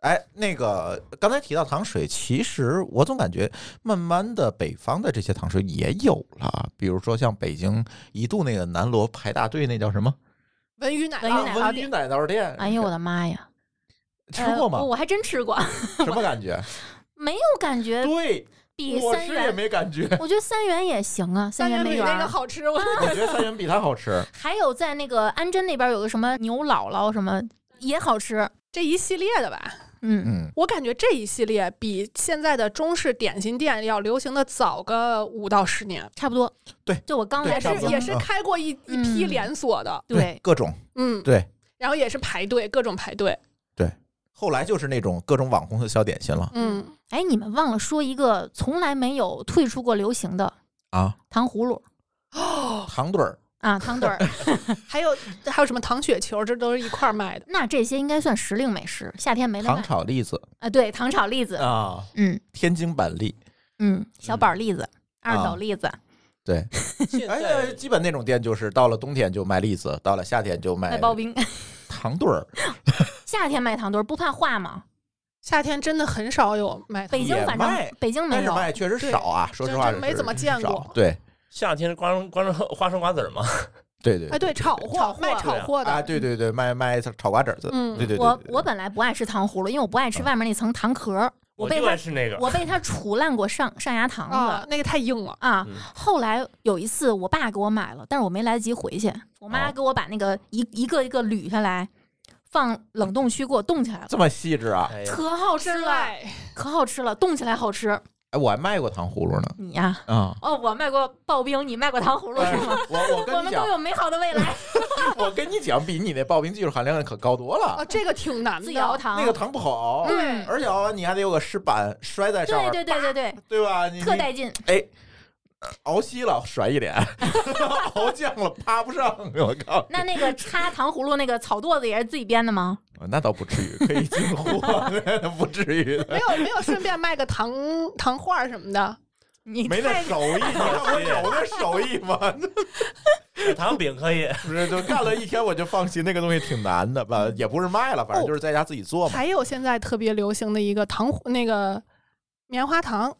Speaker 1: 哎，那个刚才提到糖水，其实我总感觉慢慢的北方的这些糖水也有了，比如说像北京一度那个南锣排大队，那叫什么？
Speaker 3: 文宇奶
Speaker 4: 文宇
Speaker 3: 酪
Speaker 4: 奶
Speaker 1: 文宇奶酪店。
Speaker 4: 哎呦我的妈 呀！呃
Speaker 1: 吃过吗
Speaker 4: 呃我？我还真吃过，
Speaker 1: 什么感觉？
Speaker 4: 没有感觉
Speaker 1: 对，
Speaker 4: 比
Speaker 1: 我
Speaker 4: 呃三
Speaker 1: 吃也
Speaker 4: 元，
Speaker 1: 没感觉，
Speaker 4: 我觉得三元也行啊，
Speaker 3: 三
Speaker 4: 元
Speaker 3: 元
Speaker 4: 梅
Speaker 3: 里
Speaker 4: 园
Speaker 3: 那个
Speaker 4: 儿。
Speaker 3: 好 吃，我
Speaker 1: 我觉得三元比它好吃。
Speaker 4: 还有在那个安贞那边有个什么牛姥姥什么也好吃，
Speaker 3: 这一系列的吧。
Speaker 4: 嗯，
Speaker 1: 嗯，
Speaker 3: 我感觉这一系列比现在的中式点心店要流行的早个五到十年，
Speaker 4: 差不多。
Speaker 1: 对，
Speaker 4: 就我刚
Speaker 1: 对
Speaker 4: 来
Speaker 3: 也
Speaker 1: 差
Speaker 3: 是
Speaker 1: 不多
Speaker 3: 也是开过一一批
Speaker 4: 嗯
Speaker 3: 连锁的，
Speaker 4: 对，
Speaker 1: 各种
Speaker 3: 嗯，
Speaker 1: 对。
Speaker 3: 然后也是排队，各种排队，
Speaker 1: 后来就是那种各种网红的小点心了
Speaker 3: 嗯，
Speaker 4: 哎，你们忘了说一个从来没有退出过流行的
Speaker 1: 啊，
Speaker 4: 糖葫芦
Speaker 1: 糖墩儿，
Speaker 4: 啊，糖 墩儿。
Speaker 3: 还有 还有什么糖雪球，这都是一块儿卖的。
Speaker 4: 那这些应该算时令美食，夏天没得
Speaker 1: 糖
Speaker 4: 卖
Speaker 1: 炒栗子
Speaker 4: 啊。对，糖炒栗子，
Speaker 1: 啊，
Speaker 4: 嗯
Speaker 1: 天津板栗，
Speaker 4: 嗯，小板栗子、二
Speaker 1: 啊
Speaker 4: 斗栗子，
Speaker 1: 对，
Speaker 5: 现
Speaker 1: 哎
Speaker 5: 在
Speaker 1: 呀，基本那种店就是到了冬天就卖栗子，到了夏天就卖
Speaker 4: 卖刨冰。
Speaker 1: 糖墩儿，
Speaker 4: 夏天卖糖墩儿不怕化吗？
Speaker 3: 夏天真的很少有卖
Speaker 4: 北京
Speaker 1: 也
Speaker 4: 反正
Speaker 1: 卖
Speaker 4: 北京没
Speaker 1: 但是
Speaker 4: 有，
Speaker 1: 卖确实少啊，说实话
Speaker 3: 真
Speaker 1: 是
Speaker 3: 没怎么见过
Speaker 1: 少对
Speaker 5: 夏天瓜生瓜生花生瓜子儿嘛，
Speaker 1: 对对
Speaker 3: 哎，对，炒
Speaker 4: 炒
Speaker 3: 货
Speaker 4: 货
Speaker 3: 卖炒货的，
Speaker 1: 啊，对对对，卖卖炒瓜子子，
Speaker 3: 嗯
Speaker 1: 对对对，
Speaker 4: 我
Speaker 1: 对
Speaker 4: 我本来不爱吃糖葫芦，因为我不爱吃
Speaker 1: 嗯
Speaker 4: 外面那层糖壳儿，我被
Speaker 5: 就
Speaker 4: 它
Speaker 5: 爱吃那个。
Speaker 4: 我被它 杵烂过上上牙膛
Speaker 3: 啊
Speaker 4: 子，。
Speaker 3: 那个太硬了，
Speaker 4: 啊
Speaker 5: 嗯，
Speaker 4: 后来有一次我爸给我买了，但是我没来得及回去，我妈
Speaker 1: 哦
Speaker 4: 给我把那个一一个一个捋下来，放冷冻区给我冻起来了，
Speaker 1: 这么细致啊，
Speaker 5: 哎呀，
Speaker 4: 可好吃
Speaker 3: 真
Speaker 4: 了，
Speaker 3: 爱。
Speaker 4: 可好吃了，冻起来好吃。
Speaker 1: 哎，我还卖过糖葫芦呢
Speaker 4: 你呀，
Speaker 1: 啊。
Speaker 4: 哦，我卖过刨冰，你卖过糖葫芦
Speaker 1: 哎
Speaker 4: 是吗？
Speaker 1: 我我
Speaker 4: 我
Speaker 1: 跟你
Speaker 4: 们
Speaker 1: 讲
Speaker 4: 都，有美好的未来。
Speaker 1: 我跟你讲，比你那刨冰技术含量可高多
Speaker 3: 啊，
Speaker 1: 了。
Speaker 3: 这个挺难
Speaker 4: 自摇
Speaker 3: 的，
Speaker 4: 糖
Speaker 1: 那个糖不好熬，
Speaker 4: 嗯
Speaker 1: 而且熬完你还得有个石板摔在上
Speaker 4: 对
Speaker 1: 面，
Speaker 4: 对对对对，
Speaker 1: 对吧？你
Speaker 4: 特
Speaker 1: 你
Speaker 4: 带劲。
Speaker 1: 哎，呃熬稀了甩一脸， 熬酱了趴不上，我靠！
Speaker 4: 那那个插糖葫芦那个草垛子也是自己编的吗？
Speaker 1: 那倒不至于，可以进货， 不至于的，
Speaker 3: 没有没有顺便卖个糖糖画儿什么的，
Speaker 4: 你
Speaker 1: 没那
Speaker 4: 太
Speaker 1: 手艺，你看我有那手艺吗？
Speaker 5: 糖饼 可以，
Speaker 1: 不是，就干了一天我就放弃，那个东西挺难的吧？也不是卖了，反正就是在家自己做嘛。
Speaker 3: 还有现在特别流行的一个糖那个棉花糖，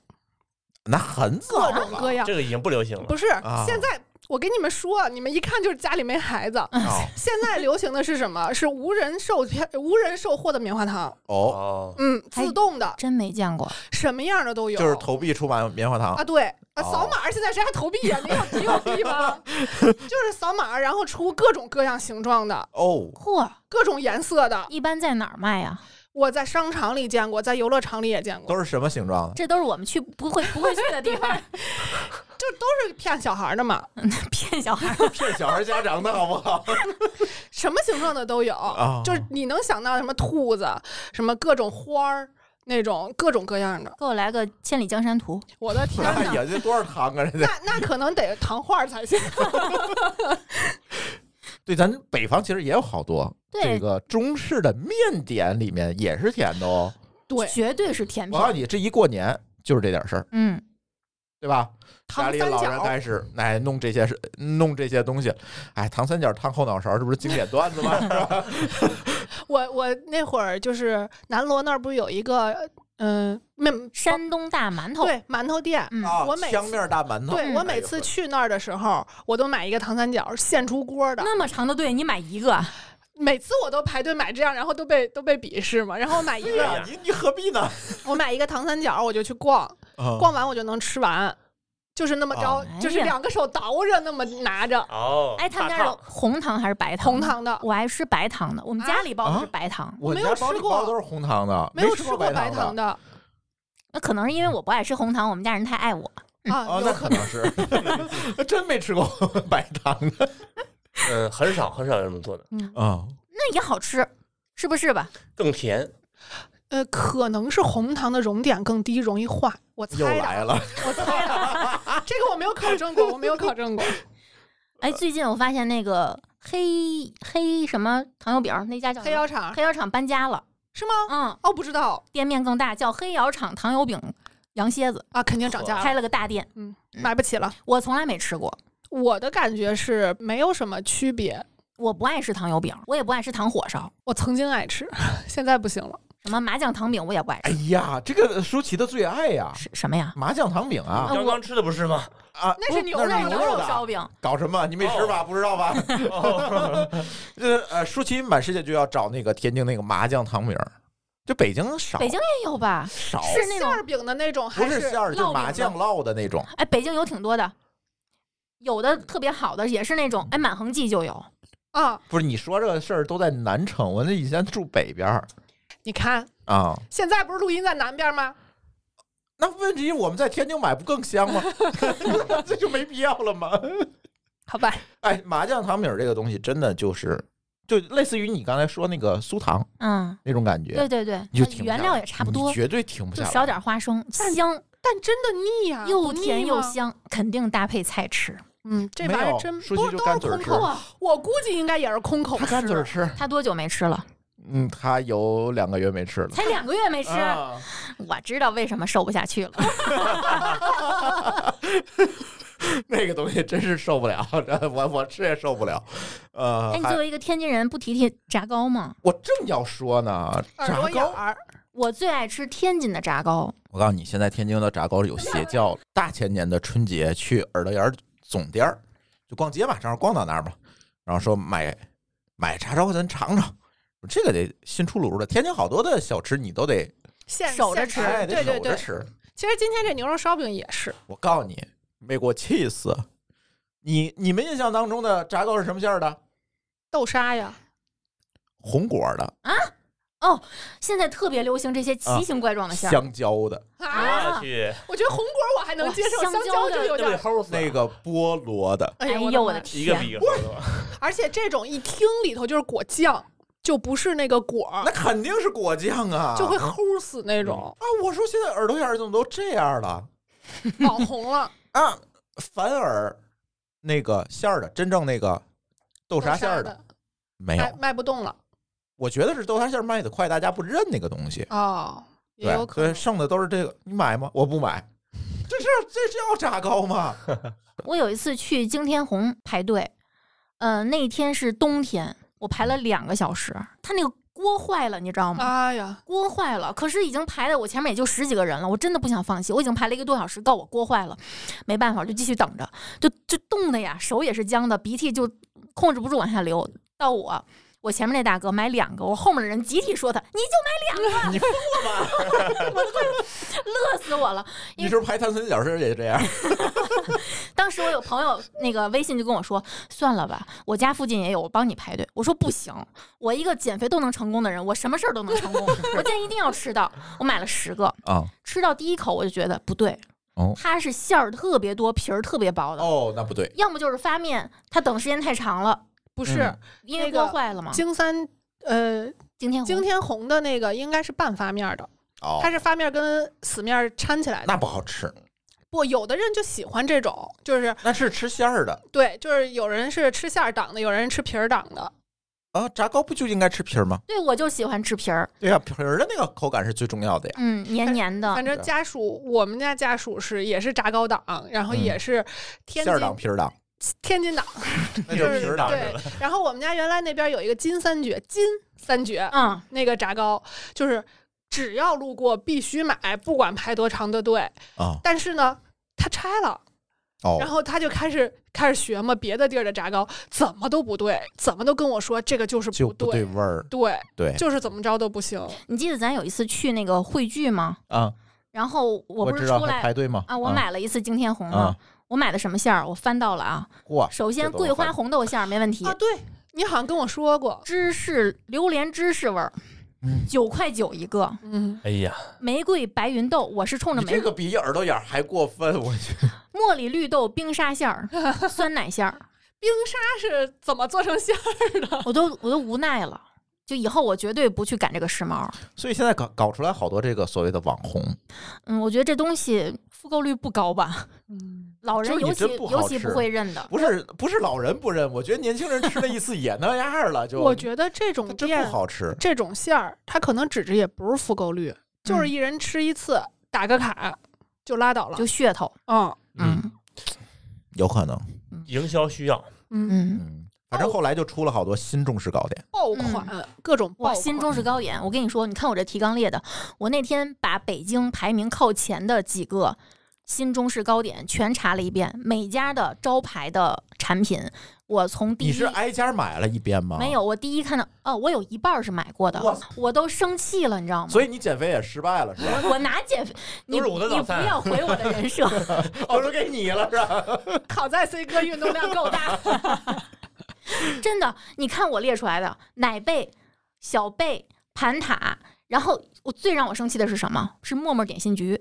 Speaker 1: 那很
Speaker 3: 各
Speaker 1: 早
Speaker 3: 种
Speaker 1: 了
Speaker 3: 各样。
Speaker 5: 这个已经不流行了。
Speaker 3: 不是
Speaker 1: 啊，
Speaker 3: 现在我跟你们说，你们一看就是家里没孩子。
Speaker 1: 哦
Speaker 3: 现在流行的是什么？是无人售票、无人售货的棉花糖，
Speaker 1: 哦，
Speaker 5: 哦，
Speaker 3: 嗯，自动的，
Speaker 4: 真没见过，
Speaker 3: 什么样的都有。
Speaker 1: 就是投币出版棉花糖
Speaker 3: 啊，对
Speaker 1: 哦
Speaker 3: 啊，扫码现在谁还投币呀、你有你有币吗？ 就是扫码，然后出各种各样形状的、
Speaker 1: 哦，
Speaker 4: 嚯！
Speaker 3: 各种颜色的。
Speaker 4: 一般在哪儿卖啊呀？
Speaker 3: 我在商场里见过，在游乐场里也见过，
Speaker 1: 都是什么形状啊的？
Speaker 4: 这都是我们去不会不会去的地 方，
Speaker 3: 就都是骗小孩的嘛，
Speaker 1: 嗯
Speaker 4: 骗小孩儿。
Speaker 1: 骗小孩家长的好不好？
Speaker 3: 什么形状的都有，
Speaker 1: 啊
Speaker 3: 就是你能想到什么兔子，什么各种花儿。那种各种各样的，
Speaker 4: 给我来个《千里江山图》，
Speaker 3: 我的天
Speaker 1: 哎
Speaker 3: 哪！
Speaker 1: 呀，这多少糖啊！这
Speaker 3: 那那可能得糖画儿才 行。
Speaker 1: 对，咱北方其实也有好多
Speaker 4: 对
Speaker 1: 这个中式的面点，里面也是甜的哦。
Speaker 3: 对，
Speaker 4: 绝对是甜
Speaker 1: 我
Speaker 4: 品
Speaker 1: 告。诉你，这一过年就是这点事儿，
Speaker 4: 嗯，
Speaker 1: 对吧？
Speaker 3: 糖
Speaker 1: 家里
Speaker 3: 三
Speaker 1: 老人
Speaker 3: 角
Speaker 1: 开始哎弄这些事，弄这些东西，哎，糖三角、烫后脑勺，这不是经典段子 吗？是吧？
Speaker 3: 我我那会儿就是南锣那儿不是有一个嗯面
Speaker 4: 山东大馒头。
Speaker 3: 对馒头店，
Speaker 4: 嗯，
Speaker 1: 啊
Speaker 3: 我每次
Speaker 1: 香面大馒头，
Speaker 3: 对我
Speaker 1: 哎
Speaker 3: 每
Speaker 1: 呦
Speaker 3: 次
Speaker 1: 呵
Speaker 3: 去那儿的时候，我都买一个糖三角，现出锅的。
Speaker 4: 那么长的队，你买一个，
Speaker 3: 每次我都排队买这样，然后都被都被鄙视嘛。然后我买一
Speaker 1: 对
Speaker 5: 哎
Speaker 3: 个，
Speaker 1: 呀，你你何必呢？
Speaker 3: 我买一个糖三角，我就去逛，
Speaker 1: 逛
Speaker 3: 逛完我就能吃完，就是那么
Speaker 1: 嗯哦嗯
Speaker 3: 着，就
Speaker 4: 哎
Speaker 3: 是
Speaker 4: 呀
Speaker 3: 两个手倒着那么拿着
Speaker 5: 哦，
Speaker 4: 哎，他们
Speaker 5: 大
Speaker 4: 家有
Speaker 5: 烫
Speaker 4: 红糖还是白糖？
Speaker 3: 红。糖的。啊
Speaker 4: 我爱吃白糖的，我们家里包
Speaker 1: 啊
Speaker 4: 的是白糖。
Speaker 1: 我
Speaker 3: 没
Speaker 1: 家
Speaker 3: 有
Speaker 1: 包
Speaker 3: 吃
Speaker 1: 里包
Speaker 3: 过
Speaker 1: 都是红糖的，
Speaker 3: 有
Speaker 1: 吃
Speaker 3: 吃过
Speaker 1: 白
Speaker 3: 白糖
Speaker 1: 的
Speaker 3: 的
Speaker 4: 那可能是因为我不爱吃红糖，我们家人太爱我。
Speaker 3: 啊，
Speaker 1: 哦，
Speaker 3: 有
Speaker 1: 那可能 是真没吃过白糖的
Speaker 5: 嗯，很少很少有这么做的，
Speaker 1: 啊。
Speaker 4: 那也好吃，是不是吧？
Speaker 5: 更甜。
Speaker 3: 呃，可能是红糖的熔点更低，容易化。我
Speaker 1: 又
Speaker 3: 猜的，
Speaker 1: 来了，
Speaker 3: 我猜 的，这个我没有考证过，我没有考 证过。
Speaker 1: 呃
Speaker 4: 哎，最近我发现那个黑黑什么糖油饼儿那家叫什
Speaker 3: 黑
Speaker 4: 么
Speaker 3: 窑厂
Speaker 4: 黑窑厂搬家了，
Speaker 3: 是吗？
Speaker 4: 嗯，
Speaker 3: 哦，不知道
Speaker 4: 店面更大，叫黑窑厂糖油饼羊蝎子，
Speaker 3: 啊，肯定涨价了，
Speaker 4: 开了个大店，
Speaker 3: 买不起了。
Speaker 4: 我从来没吃过。
Speaker 3: 我的感觉是没有什么区别。
Speaker 4: 我不爱吃糖油饼，我也不爱吃糖火烧，
Speaker 3: 我曾经爱吃， 现在不行了。
Speaker 4: 什么麻酱糖饼我也不爱
Speaker 1: 哎
Speaker 4: 吃。
Speaker 1: 呀，这个舒淇的最爱呀，
Speaker 4: 是什么呀？
Speaker 1: 麻酱糖饼啊
Speaker 4: 啊
Speaker 5: 刚刚吃的不是吗？
Speaker 1: 啊！
Speaker 3: 嗯那是
Speaker 1: 不
Speaker 3: 牛肉的
Speaker 1: 牛肉的，
Speaker 4: 烧饼，
Speaker 1: 搞什么？你没吃吧？不知 道吧？ 呃
Speaker 5: 哦，
Speaker 1: 这呃，舒淇满世界就要找那个天津那个麻酱糖饼儿，就北京少，
Speaker 4: 北京也有吧？
Speaker 1: 少，
Speaker 4: 是那
Speaker 3: 馅
Speaker 4: 种
Speaker 3: 儿饼的那种，
Speaker 1: 哦不
Speaker 3: 还
Speaker 1: 馅儿，就是
Speaker 3: 烙
Speaker 1: 麻
Speaker 3: 饼的
Speaker 1: 酱烙的那种。
Speaker 4: 哎，北京有挺多的，有的特别好的也是那种，哎，满恒记就有。
Speaker 3: 啊！
Speaker 1: 不是你说这个事儿都在南城，我那以前住北边儿
Speaker 3: 你看，
Speaker 1: 啊。
Speaker 3: 现在不是录音在南边吗？
Speaker 1: 那问题我们在天津买不更香吗？ 这就没必要了吗？
Speaker 3: 好吧，
Speaker 1: 哎，麻酱糖米儿这个东西真的就是，就类似于你刚才说那个酥糖
Speaker 4: 嗯，
Speaker 1: 那种感觉，
Speaker 4: 对对对，
Speaker 1: 你就
Speaker 4: 它
Speaker 1: 停
Speaker 4: 呃
Speaker 1: 不
Speaker 4: 原
Speaker 1: 下
Speaker 4: 料
Speaker 1: 来
Speaker 4: 也差不
Speaker 1: 你
Speaker 4: 多，
Speaker 1: 绝对停不下
Speaker 4: 就
Speaker 1: 来。
Speaker 4: 少点花生，香
Speaker 3: 但真的腻呀、
Speaker 4: 又
Speaker 3: 不腻
Speaker 4: 甜又
Speaker 3: 吗。
Speaker 4: 香，肯定搭配菜吃。
Speaker 3: 嗯，这
Speaker 1: 没
Speaker 3: 玩意
Speaker 1: 有
Speaker 3: 儿真
Speaker 1: 说
Speaker 3: 不
Speaker 1: 句就
Speaker 3: 都
Speaker 1: 干
Speaker 3: 是
Speaker 1: 嘴儿
Speaker 3: 空
Speaker 1: 吃
Speaker 3: 口啊，我估计应该也是空口
Speaker 1: 他干嘴儿
Speaker 3: 吃。
Speaker 1: 吃，
Speaker 4: 他多久没吃了？
Speaker 1: 嗯，他有两个月没吃了。
Speaker 4: 才两个月没吃，
Speaker 1: 啊
Speaker 4: 我知道为什么瘦不下去了。
Speaker 1: 嗯 那个东西真是受不了，这我我吃也受不了。呃
Speaker 4: 哎，，你
Speaker 1: 还
Speaker 4: 作为一个天津人，不提提炸糕吗？
Speaker 1: 我正要说呢，
Speaker 3: 耳
Speaker 1: 炸
Speaker 3: 朵眼
Speaker 1: 糕。
Speaker 3: 儿，
Speaker 4: 我最爱吃天津的炸糕，
Speaker 1: 我告诉你，现在天津的炸糕有邪教了。大前年的春节去耳朵眼儿总店儿，就逛街嘛，正好逛到那儿嘛，然后说买买炸糕，咱尝尝。这个得新出炉的，天津好多的小吃你都得
Speaker 3: 现
Speaker 4: 守着
Speaker 3: 现
Speaker 4: 吃
Speaker 1: 哎，
Speaker 3: 对
Speaker 1: 得
Speaker 3: 对
Speaker 1: 守着
Speaker 3: 对。
Speaker 1: 吃。
Speaker 3: 其实今天这牛肉烧饼也是，
Speaker 1: 我告诉你，没给我气死！你你们印象当中的炸糕是什么馅儿的？
Speaker 3: 豆沙呀，
Speaker 1: 红果儿的，
Speaker 4: 现在特别流行这些
Speaker 5: 啊
Speaker 4: 奇形怪状的馅儿。
Speaker 1: 香蕉的，
Speaker 3: 啊，
Speaker 5: 我去，
Speaker 3: 我觉得红果我还能接受，
Speaker 4: 哇香
Speaker 3: 香
Speaker 4: 蕉
Speaker 3: 蕉
Speaker 4: 的
Speaker 3: 就有
Speaker 5: 那
Speaker 3: 点
Speaker 5: 被
Speaker 3: 儿，
Speaker 5: 齁死了
Speaker 1: 那个菠萝的，
Speaker 3: 哎
Speaker 4: 哎
Speaker 3: 呦
Speaker 4: 呦我的
Speaker 3: 妈！
Speaker 5: 一个比
Speaker 4: 天！
Speaker 5: 一个齁死。
Speaker 3: 而且这种一听里头就是果酱，就不是那个果儿
Speaker 1: 那，肯定是果酱
Speaker 3: 啊
Speaker 1: 啊！
Speaker 3: 就会齁死那种，
Speaker 1: 啊！我说现在耳朵眼儿怎么都这样了？
Speaker 3: 网红了。
Speaker 1: 啊，反而那个馅儿的，真正那个豆
Speaker 3: 豆
Speaker 1: 沙馅儿的哎
Speaker 3: 的哎
Speaker 1: 没
Speaker 3: 卖
Speaker 1: 有。
Speaker 3: 卖不动了
Speaker 1: 我觉得是豆沙馅儿卖的快，大家不认那个东西，
Speaker 3: 哦，也有
Speaker 1: 对，
Speaker 3: 可
Speaker 1: 所以
Speaker 3: 能。
Speaker 1: 剩的都是这个。你买吗？我不买。这是这是要炸糕吗？
Speaker 4: 我有一次去惊天红排队，呃，那一天是冬天，我排
Speaker 5: 嗯
Speaker 4: 了两个小时，他那个锅坏了，你知道吗？
Speaker 3: 哎呀，
Speaker 4: 锅坏了，可是已经排在我前面也就十几个人了，我真的不想放弃，我已经排了一个多小时，告我锅坏了，没办法就继续等着，就就冻的呀，手也是僵的，鼻涕就控制不住往下流。到我，我前面那大哥买两个，我后面的人集体说他，你就
Speaker 1: 你
Speaker 4: 乐死我了。因为
Speaker 1: 你是不是排唐僧小吃也这样？
Speaker 4: 当时我有朋友那个微信就跟我说，算了吧，我家附近也有，我帮你排队。我说不行，我一个减肥都能成功的人，我什么事儿都能成功， 我今天一定要吃到。我买了十个，
Speaker 1: 啊，
Speaker 4: 吃到第一口我就觉得不对，
Speaker 1: 哦
Speaker 4: 它是馅儿特别多，皮儿特别薄的，
Speaker 1: 哦，那不对，
Speaker 4: 要么就是发面，它等时间太长了，
Speaker 3: 不是
Speaker 1: 嗯
Speaker 4: 因为
Speaker 3: 那个
Speaker 4: 锅坏了嘛。
Speaker 3: 京三呃
Speaker 4: 今天
Speaker 3: 京天红的那个应该是半发面的，
Speaker 1: 哦
Speaker 3: 它，是发面跟死面掺起来的。
Speaker 1: 那不好吃，
Speaker 3: 不，有的人就喜欢这种，就是
Speaker 1: 那是吃馅儿的
Speaker 3: 对，就是有人是吃馅儿挡的，有人吃皮儿挡的。
Speaker 1: 啊。炸糕不就应该吃皮儿吗？
Speaker 4: 对我就喜欢吃皮儿，
Speaker 1: 对呀、皮儿的那个口感是最重要的呀。
Speaker 4: 嗯，黏黏的
Speaker 1: 啊
Speaker 3: 反，正家属，我们家家属是也是炸糕党，然后
Speaker 1: 嗯
Speaker 3: 也是天
Speaker 1: 馅儿党
Speaker 3: 津
Speaker 1: 皮儿党，
Speaker 3: 天津党，
Speaker 1: 那
Speaker 5: 就
Speaker 1: 就是是
Speaker 5: 皮
Speaker 1: 皮
Speaker 5: 儿
Speaker 1: 儿
Speaker 5: 党
Speaker 1: 党。
Speaker 3: 对。然后我们家原来那边有一个金三绝，金三
Speaker 1: 啊
Speaker 3: 绝
Speaker 4: 嗯，
Speaker 3: 那个炸糕，就是只要路过必须买，不管排多长的队。
Speaker 1: 啊，
Speaker 3: 但是呢，他拆了，
Speaker 1: 哦
Speaker 3: 然，后他就开始开始学嘛，别的地儿的炸糕怎么都不对，怎么都跟我说这个就是
Speaker 1: 就
Speaker 3: 对，
Speaker 1: 不对哎味儿，
Speaker 3: 对，
Speaker 1: 对
Speaker 3: 就是怎么着都不行。
Speaker 4: 你记得咱有一次去那个汇聚吗？
Speaker 1: 啊，
Speaker 4: 然后我
Speaker 1: 我
Speaker 4: 不是
Speaker 1: 知道
Speaker 4: 出
Speaker 1: 还
Speaker 4: 来
Speaker 1: 排队吗？
Speaker 4: 啊，我买了一次惊天红的
Speaker 1: 啊，
Speaker 4: 我买的什么馅儿？我翻到了啊，
Speaker 1: 哇，
Speaker 4: 首先
Speaker 1: 这都
Speaker 4: 桂花
Speaker 1: 翻
Speaker 4: 红豆馅儿没问题
Speaker 3: 啊，，对你好像跟我说过，
Speaker 4: 芝士榴莲芝士味儿
Speaker 1: 嗯，
Speaker 4: 九块九一个，
Speaker 3: 嗯，
Speaker 5: 哎呀，
Speaker 4: 玫瑰白云豆，我是冲着
Speaker 1: 你
Speaker 4: 玫
Speaker 1: 这
Speaker 4: 瑰
Speaker 1: 个比耳朵眼儿还过分，我去！
Speaker 4: 茉莉绿豆冰沙馅儿、酸奶馅儿，
Speaker 3: 冰沙是怎么做成馅儿的？
Speaker 4: 我都我都无奈了。就以后我绝对不去赶这个时髦，
Speaker 1: 所以现在搞搞出来好多这个所谓的网红，
Speaker 4: 嗯，我觉得这东西复购率不高吧，
Speaker 3: 嗯，
Speaker 4: 老人
Speaker 1: 就是你
Speaker 4: 尤其
Speaker 1: 真不好
Speaker 4: 尤其
Speaker 1: 吃
Speaker 4: 不会认的。
Speaker 1: 不是不是老人不认，我觉得年轻人吃了一次也那样了，就
Speaker 3: 我觉得这
Speaker 1: 它
Speaker 3: 种
Speaker 1: 真
Speaker 3: 店
Speaker 1: 不好吃。
Speaker 3: 这种馅儿，它可能指着也不是复购率，就是一人吃一次，打个卡嗯就拉倒了
Speaker 4: 就。噱头，
Speaker 3: 嗯
Speaker 4: 嗯
Speaker 1: 有可能，
Speaker 5: 营销需要，
Speaker 3: 嗯，
Speaker 4: 嗯，
Speaker 1: 嗯，反正后来就出了好多新中式糕点，
Speaker 3: 爆款，各种爆
Speaker 4: 哇，
Speaker 3: 款。
Speaker 4: 新呃中式糕点，我跟你说，你看我这提纲列的，我那天把北京排名靠前的几个新中式糕点全查了一遍，每家的招牌的产品，我从第
Speaker 1: 你
Speaker 4: 一
Speaker 1: 是挨家买了一遍吗？
Speaker 4: 没。有，我第一看到哦，我有一半儿是买过的
Speaker 1: 哇塞，
Speaker 4: 我都生气了，你知 道吗？
Speaker 1: 所以你减肥也失败了是 吧？
Speaker 4: 我我拿减肥，你
Speaker 5: 都是我的
Speaker 4: 你
Speaker 5: 早
Speaker 4: 不
Speaker 5: 餐
Speaker 4: 要毁我的人 设，
Speaker 1: 哦，都给你了是吧？
Speaker 3: 好在 C 哥运动量够大，
Speaker 4: 真的，你看我列出来的奶贝、小贝、盘塔，然后我最让我生气的是什么？是陌陌点心局。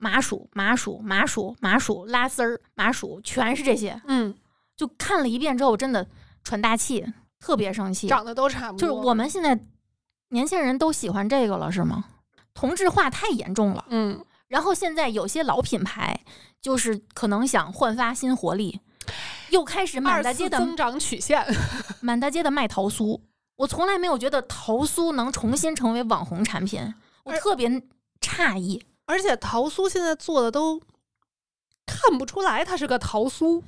Speaker 4: 麻薯、麻薯、麻薯、麻薯、拉丝儿、麻薯，全是这些。
Speaker 3: 嗯，
Speaker 4: 就看了一遍之后，我真的喘大气，特别生气。
Speaker 3: 长得都差不
Speaker 4: 就
Speaker 3: 多。
Speaker 4: 是我，们现在年轻人都喜欢这个了，是吗？同质化太严重了。
Speaker 3: 嗯，
Speaker 4: 然后现在有些老品牌，就是可能想焕发新活力，又开始满
Speaker 3: 二
Speaker 4: 大
Speaker 3: 次
Speaker 4: 街的
Speaker 3: 增长曲线，
Speaker 4: 满大街的卖桃酥。我从来没有觉得桃酥能重新成为网红产品，我
Speaker 3: 而
Speaker 4: 特别诧异。
Speaker 3: 而且桃酥现在做的都看不出来它是个桃酥，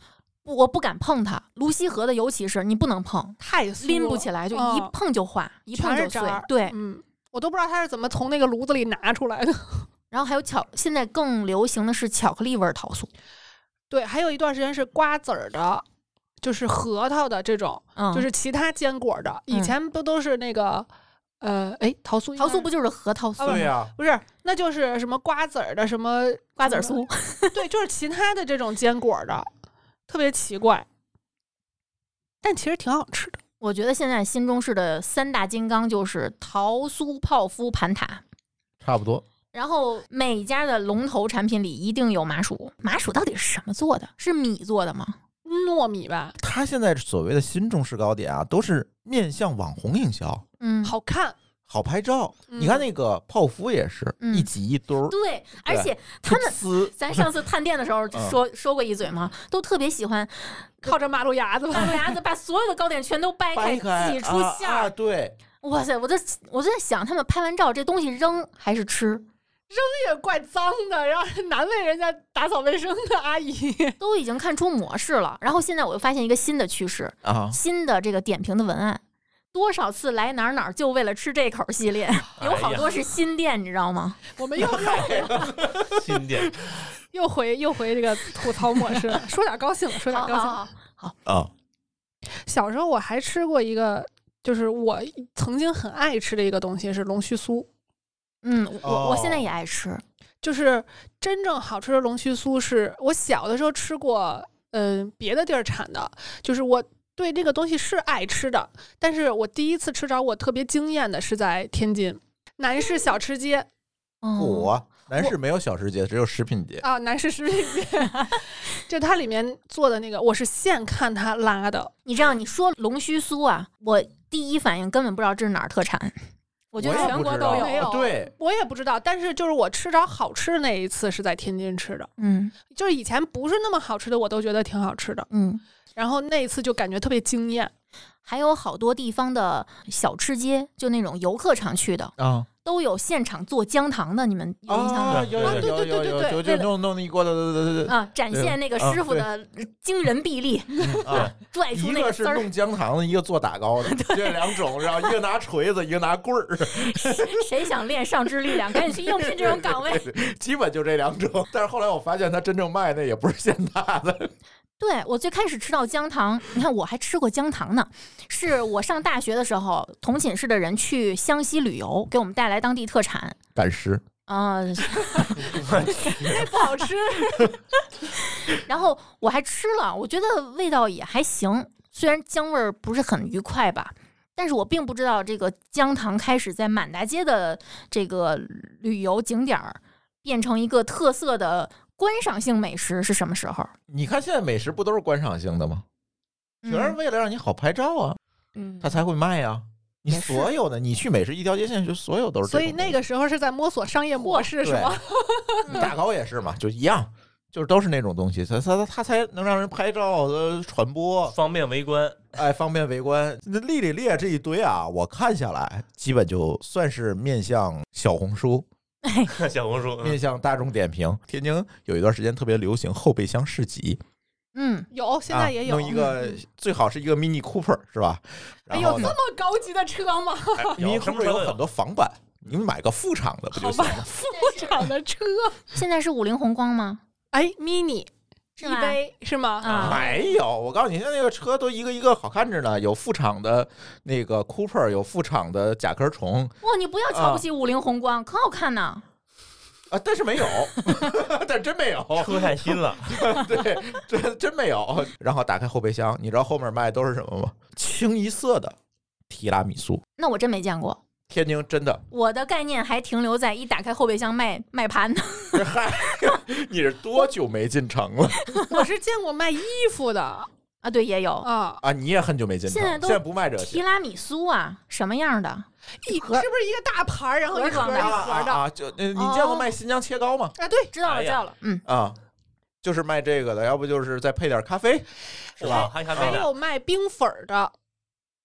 Speaker 4: 不我不敢碰它，卢溪河的尤其是你不能碰，
Speaker 3: 太酥了
Speaker 4: 拎不起来，就一
Speaker 3: 嗯
Speaker 4: 碰就化，一
Speaker 3: 全
Speaker 4: 碰
Speaker 3: 是
Speaker 4: 就
Speaker 3: 渣
Speaker 4: 碎
Speaker 3: 儿。
Speaker 4: 对，
Speaker 3: 嗯，我都不知道它是怎么从那个炉子里拿出来的。
Speaker 4: 然后还有巧，现在更流行的是巧克力味儿桃酥。
Speaker 3: 对，还有一段时间是瓜子儿的，就是核桃的这种，
Speaker 4: 嗯，
Speaker 3: 就是其他坚果的。以
Speaker 4: 嗯
Speaker 3: 前不都是那个，呃，哎，桃酥应
Speaker 4: 桃
Speaker 3: 该
Speaker 4: 酥不就是核桃酥、
Speaker 1: 对哎呀，
Speaker 3: 啊不是，那就是什么瓜子儿的，什么
Speaker 4: 瓜子儿酥？
Speaker 3: 对，就是其他的这种坚果的，特别奇怪，但其实挺好吃的。
Speaker 4: 我觉得现在新中式的三大金刚就是桃酥、泡芙、盘塔。
Speaker 1: 差不多。
Speaker 4: 然后每家的龙头产品里一定有麻薯，麻薯到底是什么做的？是米做的吗？
Speaker 3: 糯米吧，
Speaker 1: 他现在所谓的新中式糕点啊，都是面向网红营销，
Speaker 4: 嗯，
Speaker 3: 好看，
Speaker 1: 好拍照。
Speaker 3: 嗯
Speaker 1: 你看那个泡芙也是
Speaker 4: 嗯
Speaker 1: 一挤一堆儿，
Speaker 4: 对，而且他 们，
Speaker 1: 撕
Speaker 4: 咱上次探店的时候
Speaker 1: 嗯
Speaker 4: 说说过一嘴嘛，都特别喜欢
Speaker 3: 靠着马路牙子吧。
Speaker 4: 大家子把所有的糕点全都掰
Speaker 1: 掰开
Speaker 4: 挤出馅
Speaker 1: 啊啊，
Speaker 4: 儿。
Speaker 1: 对，
Speaker 4: 哇塞，我在我在想，他们拍完照这东西扔还是吃，
Speaker 3: 也怪脏的，然后难为人家打扫卫生的阿姨。
Speaker 4: 都已经看出模式了。然后现在我又发现一个新的趋势，
Speaker 1: 啊，
Speaker 4: 新的这个点评的文案。多少次来哪儿哪儿就为了吃这口系 列，
Speaker 1: 哎
Speaker 4: 有
Speaker 5: 哎
Speaker 4: 好多是新店，你知道吗？
Speaker 3: 我们又又
Speaker 5: 新店，
Speaker 3: 又回又回这个吐槽模式 了，说点高兴的，说点
Speaker 4: 好
Speaker 3: 高兴
Speaker 4: 好
Speaker 3: 的。
Speaker 4: 好，
Speaker 1: 啊，
Speaker 3: 小时候我还吃过一个，就是我曾经很爱吃的一个东西是龙须酥，
Speaker 4: 嗯，我我我现在
Speaker 1: 哦
Speaker 4: 也爱吃，
Speaker 3: 就是真正好吃的龙须酥是我小的时候吃过，嗯、别的地儿产的，就是我。对这个东西是爱吃的，但是我第一次吃着我特别惊艳的是在天津南市小吃街
Speaker 4: 嗯，
Speaker 1: 我南市没有小吃节，只有食品节。
Speaker 3: 啊，南市食品街， 就它里面做的那个，我是现看它拉的，
Speaker 4: 你知道，你说龙须酥啊，我第一反应根本不知道这是哪儿特产。我
Speaker 1: 我
Speaker 4: 觉得
Speaker 1: 也
Speaker 4: 全
Speaker 1: 不
Speaker 4: 国
Speaker 1: 知
Speaker 4: 都
Speaker 1: 道哦
Speaker 4: 有。
Speaker 1: 对，
Speaker 3: 我也不知道，但是就是我吃着好吃的那一次是在天津吃的，
Speaker 4: 嗯
Speaker 3: 就是以前不是那么好吃的，我都觉得挺好吃的，
Speaker 4: 嗯，
Speaker 3: 然后那一次就感觉特别惊艳。
Speaker 4: 还有好多地方的小吃街，就那种游客常去的，
Speaker 1: 啊，
Speaker 4: 都有现场做姜糖的，你们有印象吗？
Speaker 1: 啊有有有有有有，就就弄弄一锅的，对对对对
Speaker 4: 啊，展现那个师傅的惊人臂力，
Speaker 1: 对啊，
Speaker 4: 拽出
Speaker 1: 嗯一
Speaker 4: 那
Speaker 1: 个
Speaker 4: 丝
Speaker 1: 是
Speaker 4: 儿，
Speaker 1: 弄姜糖的，一个做 打糕的，这两种，然后一个拿锤子，一个拿棍儿，
Speaker 4: 谁想练上肢力量，赶紧去应聘这种岗 位。
Speaker 1: 基本就这两种。但是后来我发现，他真正卖那也不是现打的，
Speaker 4: 对我最开始吃到姜糖，你看我还吃过姜糖呢，是我上大学的时候，同寝室的人去湘西旅游，给我们带来当地特产。
Speaker 1: 赶尸
Speaker 4: 啊、
Speaker 3: 那不好吃，
Speaker 4: 然后我还吃了，我觉得味道也还行，虽然姜味儿不是很愉快吧，但是我并不知道这个姜糖开始在满大街的这个旅游景点儿变成一个特色的观赏性美食是什么时候？
Speaker 1: 你看现在美食不都是观赏性的吗？全是
Speaker 4: 嗯
Speaker 1: 为了让你好拍照啊，
Speaker 4: 嗯
Speaker 1: 他，才会卖呀、你
Speaker 4: 也是
Speaker 1: 所有的，你去美食一条街，现在就所有都是这
Speaker 3: 所
Speaker 1: 种东西。
Speaker 3: 以那个时候是在摸索商业模式，是吗？
Speaker 1: 对
Speaker 3: 嗯
Speaker 1: 你打糕也是嘛，就一样，就是都是那种东西，它它它它才能让人拍照、呃传 播，
Speaker 5: 方便围观，
Speaker 1: 哎，方便围观。那历里列这一堆啊，我看下来，基本就算是面向小红书、
Speaker 5: 小红书，
Speaker 1: 面
Speaker 5: 嗯
Speaker 1: 向大众点评。天津有一段时间特别流行后备箱市集，
Speaker 4: 嗯，
Speaker 3: 有，现在也有。
Speaker 1: 啊、弄一
Speaker 5: 嗯
Speaker 1: 个最好是一个 Mini Cooper 是吧？
Speaker 3: 哎
Speaker 1: 然
Speaker 3: 呦，
Speaker 1: 后
Speaker 3: 这
Speaker 1: 呢
Speaker 3: 么高级的车 吗？
Speaker 1: ，Mini
Speaker 5: 有什么车
Speaker 1: Cooper 有
Speaker 5: 都有
Speaker 1: 很多仿版，你买个副厂的不就
Speaker 3: 好
Speaker 1: 行
Speaker 3: 吧
Speaker 1: 了吗？，
Speaker 3: 副厂的车，
Speaker 4: 现在是五菱宏光吗？
Speaker 3: 哎，mini
Speaker 4: 是
Speaker 3: 一
Speaker 4: 吧？
Speaker 3: 杯是吗？
Speaker 4: 啊
Speaker 1: 没有，我告诉你，现在那个车都一个一个好看着呢，有副厂的那个 Cooper，有副厂的甲壳虫
Speaker 4: 哇，你不要瞧不起五菱宏光，可好看呢。
Speaker 1: 啊，但是没有， 但真没有，
Speaker 5: 车太新了，
Speaker 1: 对，真真没有。然后打开后备箱，你知道后面卖的都是什么吗？清一色的提拉米苏，
Speaker 4: 那我真没见过，
Speaker 1: 天津真的，
Speaker 4: 我的概念还停留在一打开后备箱卖卖盘呢。
Speaker 1: 嗨，你是多久没进城了
Speaker 3: 我是见过卖衣服的
Speaker 4: 啊，对，也有
Speaker 3: 啊，
Speaker 1: 啊？你也很久没进城，
Speaker 4: 现在
Speaker 1: 现
Speaker 4: 都
Speaker 1: 在不卖这
Speaker 4: 提
Speaker 1: 些。
Speaker 4: 拉米苏啊，什么样的？
Speaker 3: 一是不是一个大盘儿，然后一
Speaker 4: 盒
Speaker 3: 盒
Speaker 4: 装
Speaker 3: 儿
Speaker 4: 的哦
Speaker 3: 一
Speaker 1: 啊
Speaker 3: 盒
Speaker 1: 啊
Speaker 3: 儿的？
Speaker 1: 啊！就呃你见过卖新疆切糕吗？
Speaker 3: 啊，对，
Speaker 4: 知道
Speaker 5: 哎
Speaker 4: 了，
Speaker 5: 呀
Speaker 4: 知道了。嗯，
Speaker 1: 啊，就是卖这个的，要不就是再配点咖啡，是
Speaker 5: 哇
Speaker 1: 吧？
Speaker 5: 还还没
Speaker 3: 还
Speaker 5: 呢。
Speaker 3: 有卖冰粉儿的，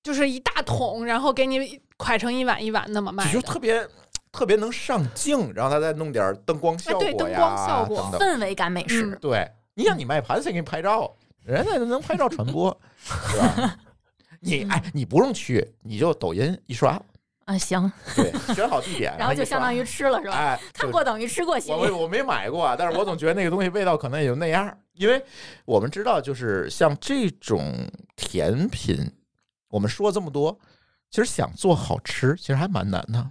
Speaker 3: 就是一大桶，然后给你蒯成一碗一碗那么卖
Speaker 1: 就
Speaker 3: 的。
Speaker 1: 特别特别能上镜，然后他再弄点灯光
Speaker 4: 哎
Speaker 1: 效
Speaker 3: 对
Speaker 1: 果
Speaker 3: 灯
Speaker 1: 呀，
Speaker 3: 光效果
Speaker 1: 等等。
Speaker 4: 氛围感美食。
Speaker 1: 对，你想你卖盘谁给你拍照？人家能拍照传播，是吧？你哎，你不用去，你就抖音一刷，
Speaker 4: 啊，行，
Speaker 1: 对，选好地 点，
Speaker 4: 然后就相当
Speaker 1: 于
Speaker 4: 于吃了是吧？
Speaker 1: 哎，
Speaker 4: 看
Speaker 1: 就
Speaker 4: 过等于吃过，心里
Speaker 1: 我我没买过，啊，但是我总觉得那个东西味道可能也就那样儿，因为我们知道，就是像这种甜品，我们说这么多，其实想做好吃，其实还蛮难的，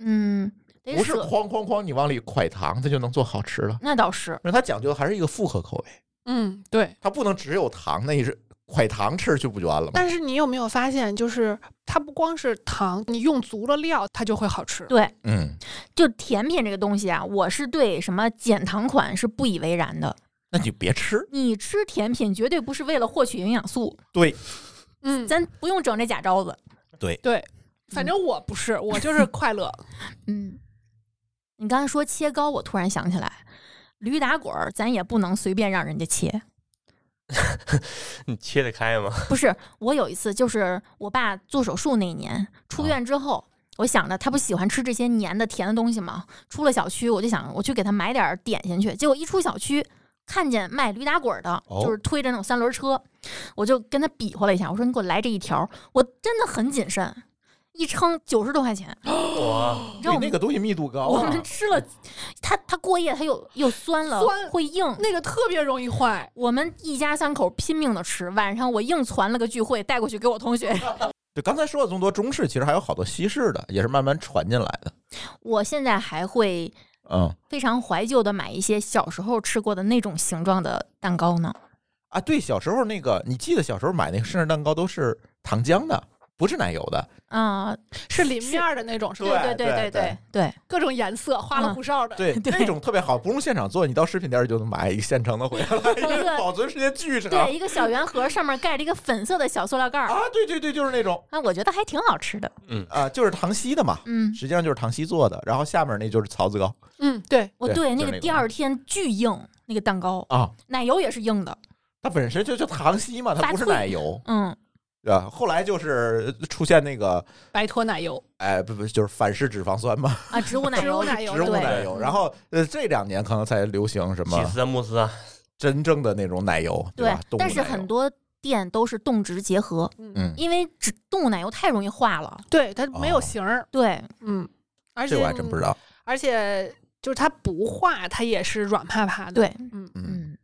Speaker 4: 嗯，得
Speaker 1: 不是
Speaker 4: 舍
Speaker 1: 哐哐哐你往里蒯糖，它就能做好吃了。
Speaker 4: 那倒是，
Speaker 1: 那它讲究的还是一个复合口味，
Speaker 3: 嗯，对。
Speaker 1: 它不能只有糖，那一是蒯糖吃就不就完了吗？
Speaker 3: 但是你有没有发现，就是它不光是糖，你用足了料，它就会好吃。
Speaker 4: 对，
Speaker 1: 嗯，
Speaker 4: 就甜品这个东西啊，我是对什么减糖款是不以为然的。
Speaker 1: 那你就别吃。
Speaker 4: 你吃甜品绝对不是为了获取营养素，
Speaker 1: 对，
Speaker 3: 嗯，
Speaker 4: 咱不用整这假招子。
Speaker 3: 对。反正我不是，我就是快 乐。
Speaker 4: 嗯，你刚才说切糕，我突然想起来，驴打滚儿咱也不能随便让人家切。
Speaker 5: 你切得开吗？
Speaker 4: 不是，我有一次就是我爸做手术那一年
Speaker 1: 哦
Speaker 4: 出院之后，我想着他不喜欢吃这些黏的甜的东西嘛，出了小区我就想我去给他买点儿点心去，结果一出小区。看见卖驴打滚儿的，
Speaker 1: 哦
Speaker 4: 就是推着那种三轮车，我就跟他比划了一下，我说你给我来这一条儿，我真的很谨慎，一称九十多块钱，
Speaker 5: 我
Speaker 4: 你知道我
Speaker 1: 对哦那
Speaker 4: 们、
Speaker 1: 个东西密度高、
Speaker 4: 我
Speaker 1: 啊
Speaker 4: 们，吃了，它它过夜它又又酸了，
Speaker 3: 酸
Speaker 4: 会硬，
Speaker 3: 那个特别容易坏，
Speaker 4: 我们一家三口拼命的吃，晚上我硬攒了个聚会带过去给我同学，
Speaker 1: 对，刚才说了这么多中式，其实还有好多西式的，也是慢慢传进来的。
Speaker 4: 我现在还会
Speaker 1: 嗯
Speaker 4: 非常怀旧的买一些小时候吃过的那种形状的蛋糕呢。
Speaker 1: 啊，对，小时候那个，你记得小时候买那个生日蛋糕都是糖浆的，不是奶油的。
Speaker 4: 啊、
Speaker 3: 是淋面儿的那种，是
Speaker 1: 对
Speaker 3: 吧？嗯
Speaker 4: 对对
Speaker 1: 对
Speaker 4: 对对，
Speaker 3: 各种颜色，花里胡哨的。
Speaker 1: 对， 那种特别好，不用现场做，你到食品店就能买一现成的回来，因为 保存时间巨长。
Speaker 4: 对一个小圆盒，上面盖着一个粉色的小塑料盖儿，
Speaker 1: 啊，对对对，就是那种
Speaker 4: 啊，我觉得还挺好吃的。
Speaker 1: 啊，就是糖稀的嘛，
Speaker 4: 嗯，
Speaker 1: 实际上就是糖稀做的，然后下面那就是槽子糕
Speaker 3: 嗯，对，
Speaker 4: 我
Speaker 1: 对
Speaker 4: 对
Speaker 1: 就是
Speaker 4: 那
Speaker 1: 那
Speaker 4: 个
Speaker 1: 个
Speaker 4: 第二天巨硬，那个蛋糕
Speaker 1: 啊，
Speaker 4: 奶油也是硬的。
Speaker 1: 它本身就就糖稀嘛，它
Speaker 4: 发
Speaker 1: 不是
Speaker 4: 脆
Speaker 1: 奶油，
Speaker 4: 嗯，
Speaker 1: 对吧？后来就是出现那个，
Speaker 3: 白脱奶油。
Speaker 1: 哎，不不，就是反式脂肪酸嘛，
Speaker 4: 啊，植物奶
Speaker 3: 植
Speaker 4: 油
Speaker 3: 物
Speaker 4: 是，
Speaker 3: 奶油
Speaker 1: 植物
Speaker 4: 对嗯
Speaker 1: 奶油。然后呃，这两年可能才流行什么
Speaker 5: 起司啊，慕斯啊，
Speaker 1: 真正的那种奶油，
Speaker 4: 对
Speaker 1: 吧？动物
Speaker 4: 但是
Speaker 1: 奶油
Speaker 4: 很多店都是动植结合，
Speaker 1: 嗯，
Speaker 4: 因为植动物奶油太容易化了。
Speaker 3: 对，它没有形儿。
Speaker 4: 对，
Speaker 3: 嗯，而且
Speaker 1: 哦这我还真不知道。
Speaker 3: 而且就是它不化，它也是软趴趴的。
Speaker 4: 对，
Speaker 3: 嗯，
Speaker 1: 嗯，
Speaker 4: 嗯，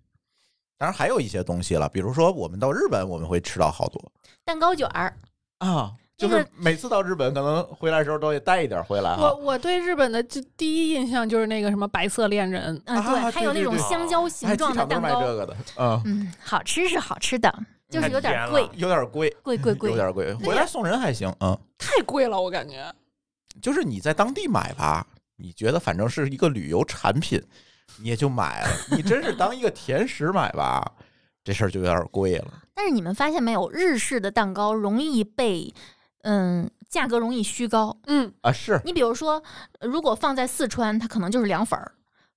Speaker 1: 当然还有一些东西了，比如说我们到日本，我们会吃到好多
Speaker 4: 蛋糕卷儿，
Speaker 1: 啊，
Speaker 4: 那
Speaker 1: 就
Speaker 4: 个
Speaker 1: 是每次到日本，可能回来的时候都得带一点回来
Speaker 3: 我
Speaker 1: 哈。
Speaker 3: 我对日本的就第一印象就是那个什么白色恋人，
Speaker 4: 嗯，
Speaker 1: 啊
Speaker 4: 对，还有那
Speaker 1: 对对
Speaker 4: 种
Speaker 1: 对
Speaker 4: 香蕉
Speaker 1: 哎
Speaker 4: 形
Speaker 1: 机
Speaker 4: 状的
Speaker 1: 场都
Speaker 4: 蛋
Speaker 1: 卖
Speaker 4: 糕
Speaker 1: 这，个的，嗯，
Speaker 4: 嗯，好吃是好吃的，就是有点
Speaker 5: 太
Speaker 4: 贵
Speaker 5: 甜，
Speaker 1: 有点贵，
Speaker 4: 贵贵
Speaker 1: 有
Speaker 4: 贵。
Speaker 1: 点贵，回来送人还行，嗯，
Speaker 3: 太贵了，我感觉。
Speaker 1: 就是你在当地买吧，你觉得反正是一个旅游产品，你也就买了。你真是当一个甜食买吧，这事儿就有点贵了。
Speaker 4: 但是你们发现没有，日式的蛋糕容易被，嗯，价格容易虚高。
Speaker 3: 嗯，
Speaker 1: 啊，是
Speaker 4: 你比如说，呃如果放在四川，它可能就是凉粉儿。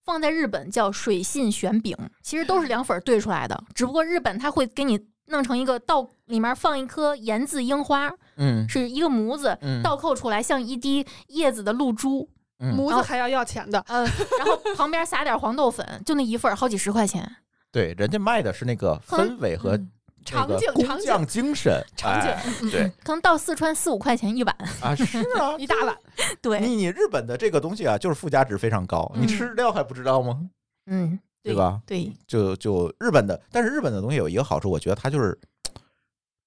Speaker 4: 放在日本叫水信玄饼，其实都是凉粉儿兑出来的，只不过日本它会给你弄成一个倒，里面放一颗盐渍樱花，
Speaker 1: 嗯
Speaker 4: 是一个模子
Speaker 1: 嗯
Speaker 4: 倒扣出来，像一滴叶子的露珠，
Speaker 1: 嗯
Speaker 3: 模
Speaker 4: 然
Speaker 3: 子
Speaker 4: 后
Speaker 3: 还要要钱的。
Speaker 4: 呃，然后旁边撒点黄豆粉，就那一份儿好几十块钱。
Speaker 1: 对，人家卖的是那个氛围和
Speaker 4: 嗯
Speaker 1: 那个
Speaker 3: 场景
Speaker 1: 工
Speaker 3: 场景
Speaker 1: 匠精神，
Speaker 3: 场景
Speaker 1: 哎，
Speaker 3: 嗯
Speaker 1: 对
Speaker 4: 可能到四川四五块钱一碗。
Speaker 1: 啊，是啊
Speaker 3: 嗯，一大碗，
Speaker 4: 对，
Speaker 1: 你你日本的这个东西啊，就是附加值非常高，
Speaker 4: 嗯
Speaker 1: 你吃料还不知道吗？
Speaker 4: 嗯，
Speaker 1: 对吧？
Speaker 4: 对，
Speaker 1: 就就日本的，但是日本的东西有一个好处，我觉得它就是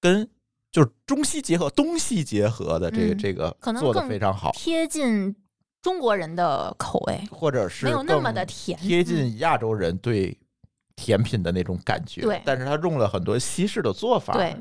Speaker 1: 跟就是中西结合、东西结合的这个、
Speaker 4: 嗯
Speaker 1: 这个
Speaker 4: 可能
Speaker 1: 做的
Speaker 4: 更
Speaker 1: 非常好，
Speaker 4: 贴近中国人的口味，
Speaker 1: 或者是
Speaker 4: 没有那么的
Speaker 1: 更
Speaker 4: 甜。嗯
Speaker 1: 贴近亚洲人对甜品的那种感觉。
Speaker 4: 对
Speaker 1: 但是它用了很多西式的做法，
Speaker 4: 对，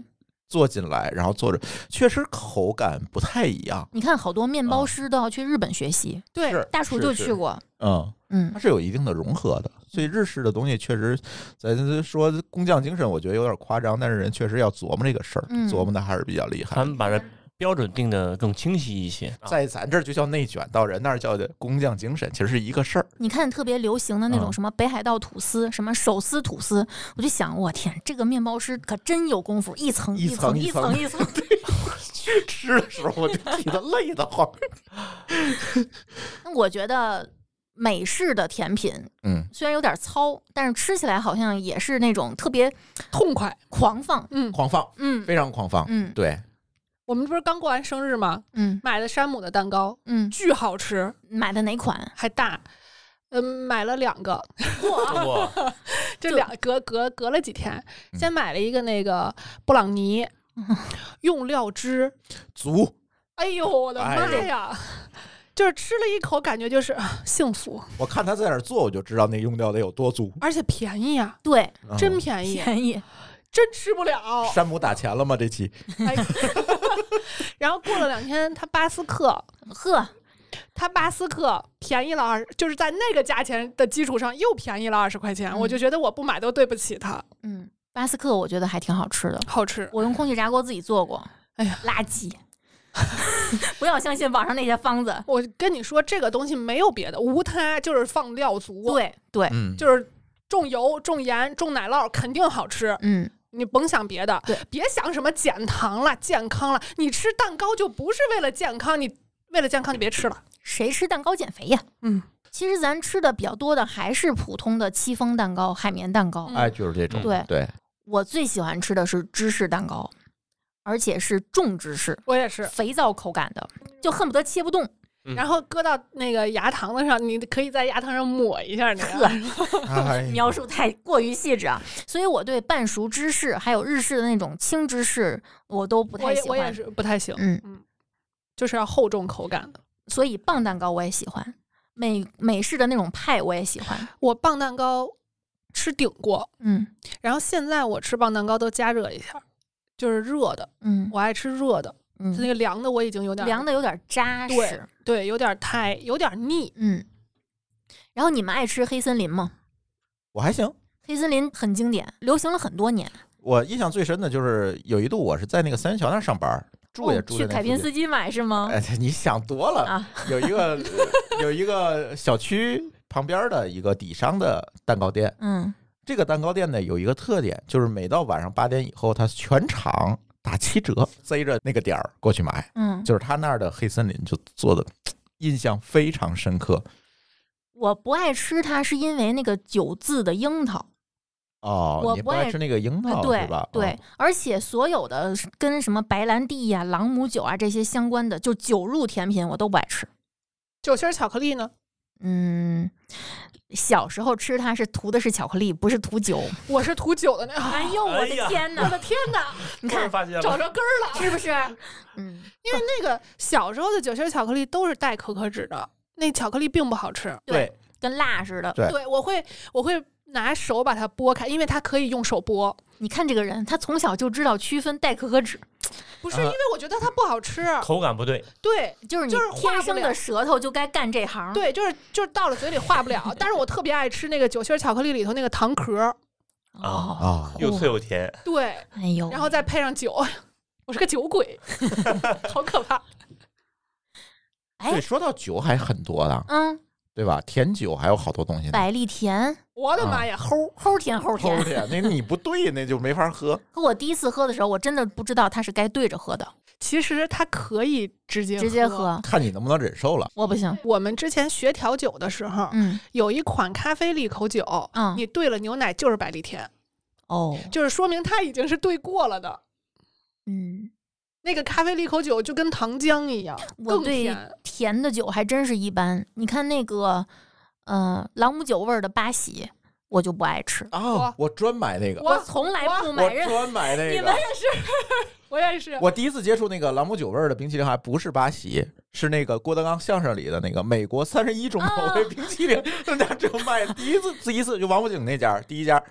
Speaker 1: 做进来，然后做着，确实口感不太一样。
Speaker 4: 你看好多面包
Speaker 1: 啊
Speaker 4: 师都要去日本学习，
Speaker 3: 对，
Speaker 1: 是
Speaker 4: 大厨
Speaker 1: 是
Speaker 4: 就是去过。
Speaker 1: 嗯，
Speaker 4: 嗯
Speaker 1: 它，是有一定的融合的，所以日式的东西确实，咱说工匠精神，我觉得有点夸张，但是人确实要琢磨这个事儿，
Speaker 4: 嗯
Speaker 1: 琢磨的还是比较厉害的。
Speaker 5: 他们把这标准定的更清晰一些。啊
Speaker 1: 在咱这儿就叫内卷，到人那儿叫的工匠精神，其实是一个事儿。
Speaker 4: 你看特别流行的那
Speaker 1: 啊
Speaker 4: 种什么北海道吐司、什么手撕吐司，我就想，我天，这个面包师可真有功夫，一层
Speaker 1: 一层
Speaker 4: 层一
Speaker 1: 一层
Speaker 4: 一层。
Speaker 1: 吃的时候我就替他累得慌。
Speaker 4: 那我觉得美式的甜品
Speaker 1: 嗯，
Speaker 4: 虽然有点糙，但是吃起来好像也是那种特别
Speaker 3: 痛快。
Speaker 4: 狂放。
Speaker 3: 嗯，
Speaker 1: 狂放，
Speaker 4: 嗯
Speaker 1: 非常狂放。
Speaker 4: 嗯
Speaker 1: 对，
Speaker 3: 我们不是刚过完生日吗？
Speaker 4: 嗯
Speaker 3: 买的山姆的蛋糕，
Speaker 4: 嗯，
Speaker 3: 巨好吃，
Speaker 4: 买的哪款？
Speaker 3: 还大。嗯，买了两个，
Speaker 5: 哇，
Speaker 3: 这
Speaker 4: 就
Speaker 3: 两隔隔隔了几天，
Speaker 1: 嗯
Speaker 3: 先买了一个那个布朗尼，用料汁，
Speaker 1: 足。
Speaker 3: 哎呦我的妈
Speaker 1: 哎
Speaker 3: 呀！就是吃了一口，感觉就是啊幸福，
Speaker 1: 我看他在哪儿做，我就知道那用料得有多足。
Speaker 3: 而且便宜啊，
Speaker 4: 对，
Speaker 1: 嗯
Speaker 3: 真便宜，
Speaker 4: 便宜。
Speaker 3: 真吃不
Speaker 4: 哦
Speaker 3: 了。
Speaker 1: 山姆打钱了吗？这期
Speaker 3: 哎， 然后过了两天，他巴斯克，
Speaker 4: 呵，
Speaker 3: 他巴斯克便宜了二，就是在那个价钱的基础上又便宜了二十块钱，
Speaker 4: 嗯
Speaker 3: 我就觉得我不买都对不起他。
Speaker 4: 嗯，巴斯克我觉得还挺好吃的，
Speaker 3: 好吃，
Speaker 4: 我用空气炸锅自己做过。
Speaker 3: 哎呀，
Speaker 4: 垃圾！ 不要相信网上那些方子。
Speaker 3: 我跟你说，这个东西没有别的，无它就是放料足，，
Speaker 4: 对对，
Speaker 1: 嗯，
Speaker 3: 就是重油、重盐、重奶酪，肯定好吃。
Speaker 4: 嗯，
Speaker 3: 你甭想别的
Speaker 4: 对，
Speaker 3: 别想什么减糖了、健康了，你吃蛋糕就不是为了健康，你为了健康就别吃了。
Speaker 4: 谁吃蛋糕减肥呀？
Speaker 3: 嗯，
Speaker 4: 其实咱吃的比较多的还是普通的戚风蛋糕、海绵蛋糕。
Speaker 3: 嗯
Speaker 1: 哎，就是这种。
Speaker 4: 对
Speaker 1: 对，
Speaker 4: 我最喜欢吃的是芝士蛋糕，而且是重芝士，
Speaker 3: 我也是。
Speaker 4: 肥皂口感的，就恨不得切不动。
Speaker 5: 嗯
Speaker 3: 然后搁到那个牙膛子上，你可以在牙膛上抹一下那 个。
Speaker 1: 哎呀
Speaker 4: 描述太过于细致啊，所以我对半熟芝士还有日式的那种轻芝士，我都不
Speaker 3: 我
Speaker 4: 太
Speaker 3: 也
Speaker 4: 喜
Speaker 3: 我也
Speaker 4: 欢。
Speaker 3: 是不太行，
Speaker 4: 嗯，
Speaker 3: 就是要厚重口感的。
Speaker 4: 所以棒蛋糕我也喜欢，美美式的那种派我也喜欢。
Speaker 3: 我棒蛋糕吃顶过，
Speaker 4: 嗯
Speaker 3: 然后现在我吃棒蛋糕都加热一下，就是热的，
Speaker 4: 嗯
Speaker 3: 我爱吃热的。它那
Speaker 4: 嗯，
Speaker 3: 个凉的我已经有点
Speaker 4: 凉，的有点扎
Speaker 3: 对
Speaker 4: 实。
Speaker 3: 对，有点太有点腻。
Speaker 4: 嗯，然后你们爱吃黑森林吗？
Speaker 1: 我还行。
Speaker 4: 黑森林很经典，流行了很多年。
Speaker 1: 我印象最深的就是有一度我是在那个三元桥那儿上班儿，住也
Speaker 4: 哦
Speaker 1: 住在
Speaker 4: 去
Speaker 1: 那
Speaker 4: 凯
Speaker 1: 附
Speaker 4: 宾
Speaker 1: 近
Speaker 4: 斯基买是吗？
Speaker 1: 哎，你想多了
Speaker 4: 啊，
Speaker 1: 有一个有一个小区旁边的一个底商的蛋糕店，
Speaker 4: 嗯，
Speaker 1: 这个蛋糕店呢有一个特点，就是每到晚上八点以后，它全场打七折，贼着那个点儿过去买，
Speaker 4: 嗯，
Speaker 1: 就是他那儿的黑森林就做的。印象非常深刻
Speaker 4: 我不爱吃它是因为那个九字的樱桃，
Speaker 1: 哦，
Speaker 4: 我
Speaker 1: 你
Speaker 4: 不爱
Speaker 1: 爱吃那个樱
Speaker 4: 啊
Speaker 1: 桃
Speaker 4: 对
Speaker 1: 是哦吧？嗯
Speaker 4: 对，而且所有的跟什么白兰地呀、朗姆酒啊这些相关的，就酒入甜品我都不爱吃。
Speaker 3: 酒心儿巧克力呢？
Speaker 4: 嗯，小时候吃它是涂的是巧克力，不是涂酒。
Speaker 3: 我是涂酒的那，
Speaker 4: 哎
Speaker 3: 哎，
Speaker 4: 呦，我
Speaker 5: 哎呀
Speaker 4: 的天哪！我的天哪！ 你
Speaker 5: 突然
Speaker 4: 看
Speaker 5: 发现
Speaker 3: 找
Speaker 5: 了，
Speaker 3: 着根儿了。
Speaker 4: 是不是？嗯，
Speaker 3: 因为那个小时候的酒心儿巧克力都是带可可脂的，那巧克力并不好吃。
Speaker 1: 对
Speaker 4: 跟蜡似的。
Speaker 1: 对
Speaker 3: 对，我会我会拿手把它剥开，因为它可以用手剥。
Speaker 4: 你看这个人，他从小就知道区分代可可脂，
Speaker 3: 不是
Speaker 1: 啊
Speaker 3: 因为我觉得它不好吃，
Speaker 5: 口感不对，
Speaker 3: 对
Speaker 4: 就是你
Speaker 3: 就是化
Speaker 4: 天
Speaker 3: 不
Speaker 4: 生
Speaker 3: 了
Speaker 4: 的舌头就该干这行。，
Speaker 3: 对，就是就是到了嘴里化不 了。但是我特别爱吃那个酒心儿巧克力里头那个糖壳 儿，
Speaker 4: 哦，
Speaker 1: 啊，
Speaker 5: 又脆又甜。
Speaker 3: 对，
Speaker 4: 哎呦，
Speaker 3: 然后再配上酒，我是个酒 鬼，好可 怕。
Speaker 4: 哎
Speaker 1: 对，说到酒还很多的，
Speaker 4: 嗯，
Speaker 1: 对吧？甜酒还有好多东西呢。
Speaker 4: 百利甜，
Speaker 3: 我的妈呀，齁！
Speaker 4: 齁甜齁
Speaker 1: 齁
Speaker 4: 甜。
Speaker 1: 甜，那你不对，那就没法喝。
Speaker 4: 可我第一次喝的时候，我真的不知道它是该对着喝的，
Speaker 3: 其实它可以直接
Speaker 4: 直接。喝
Speaker 1: 看你能不能忍受了。
Speaker 4: 我不行。
Speaker 3: 我们之前学调酒的时候，
Speaker 4: 嗯，
Speaker 3: 有一款咖啡利口酒，
Speaker 4: 嗯
Speaker 3: 你兑了牛奶就是百利甜，
Speaker 4: 哦，
Speaker 3: 就是说明它已经是兑过了的。
Speaker 4: 嗯，
Speaker 3: 那个咖啡利口酒就跟糖浆一样，
Speaker 4: 我
Speaker 3: 更
Speaker 4: 对
Speaker 3: 甜。
Speaker 4: 甜的酒还真是一般。你看那个，呃，朗姆酒味儿的八喜，我就不爱吃。
Speaker 1: 啊
Speaker 3: 哇！
Speaker 1: 我专买那个，
Speaker 3: 哇
Speaker 4: 我从来不买
Speaker 1: 我
Speaker 4: 任
Speaker 1: 专买那
Speaker 4: 你们
Speaker 1: 个。
Speaker 4: 也是
Speaker 3: 我也是。
Speaker 1: 我第一次接触那个朗姆酒味儿的冰淇淋，还不是巴西，是那个郭德纲相声里的那个美国三十一种口
Speaker 4: 哦
Speaker 1: 味冰淇淋，那家只有卖。第一次，第一次就王府井那家第一家，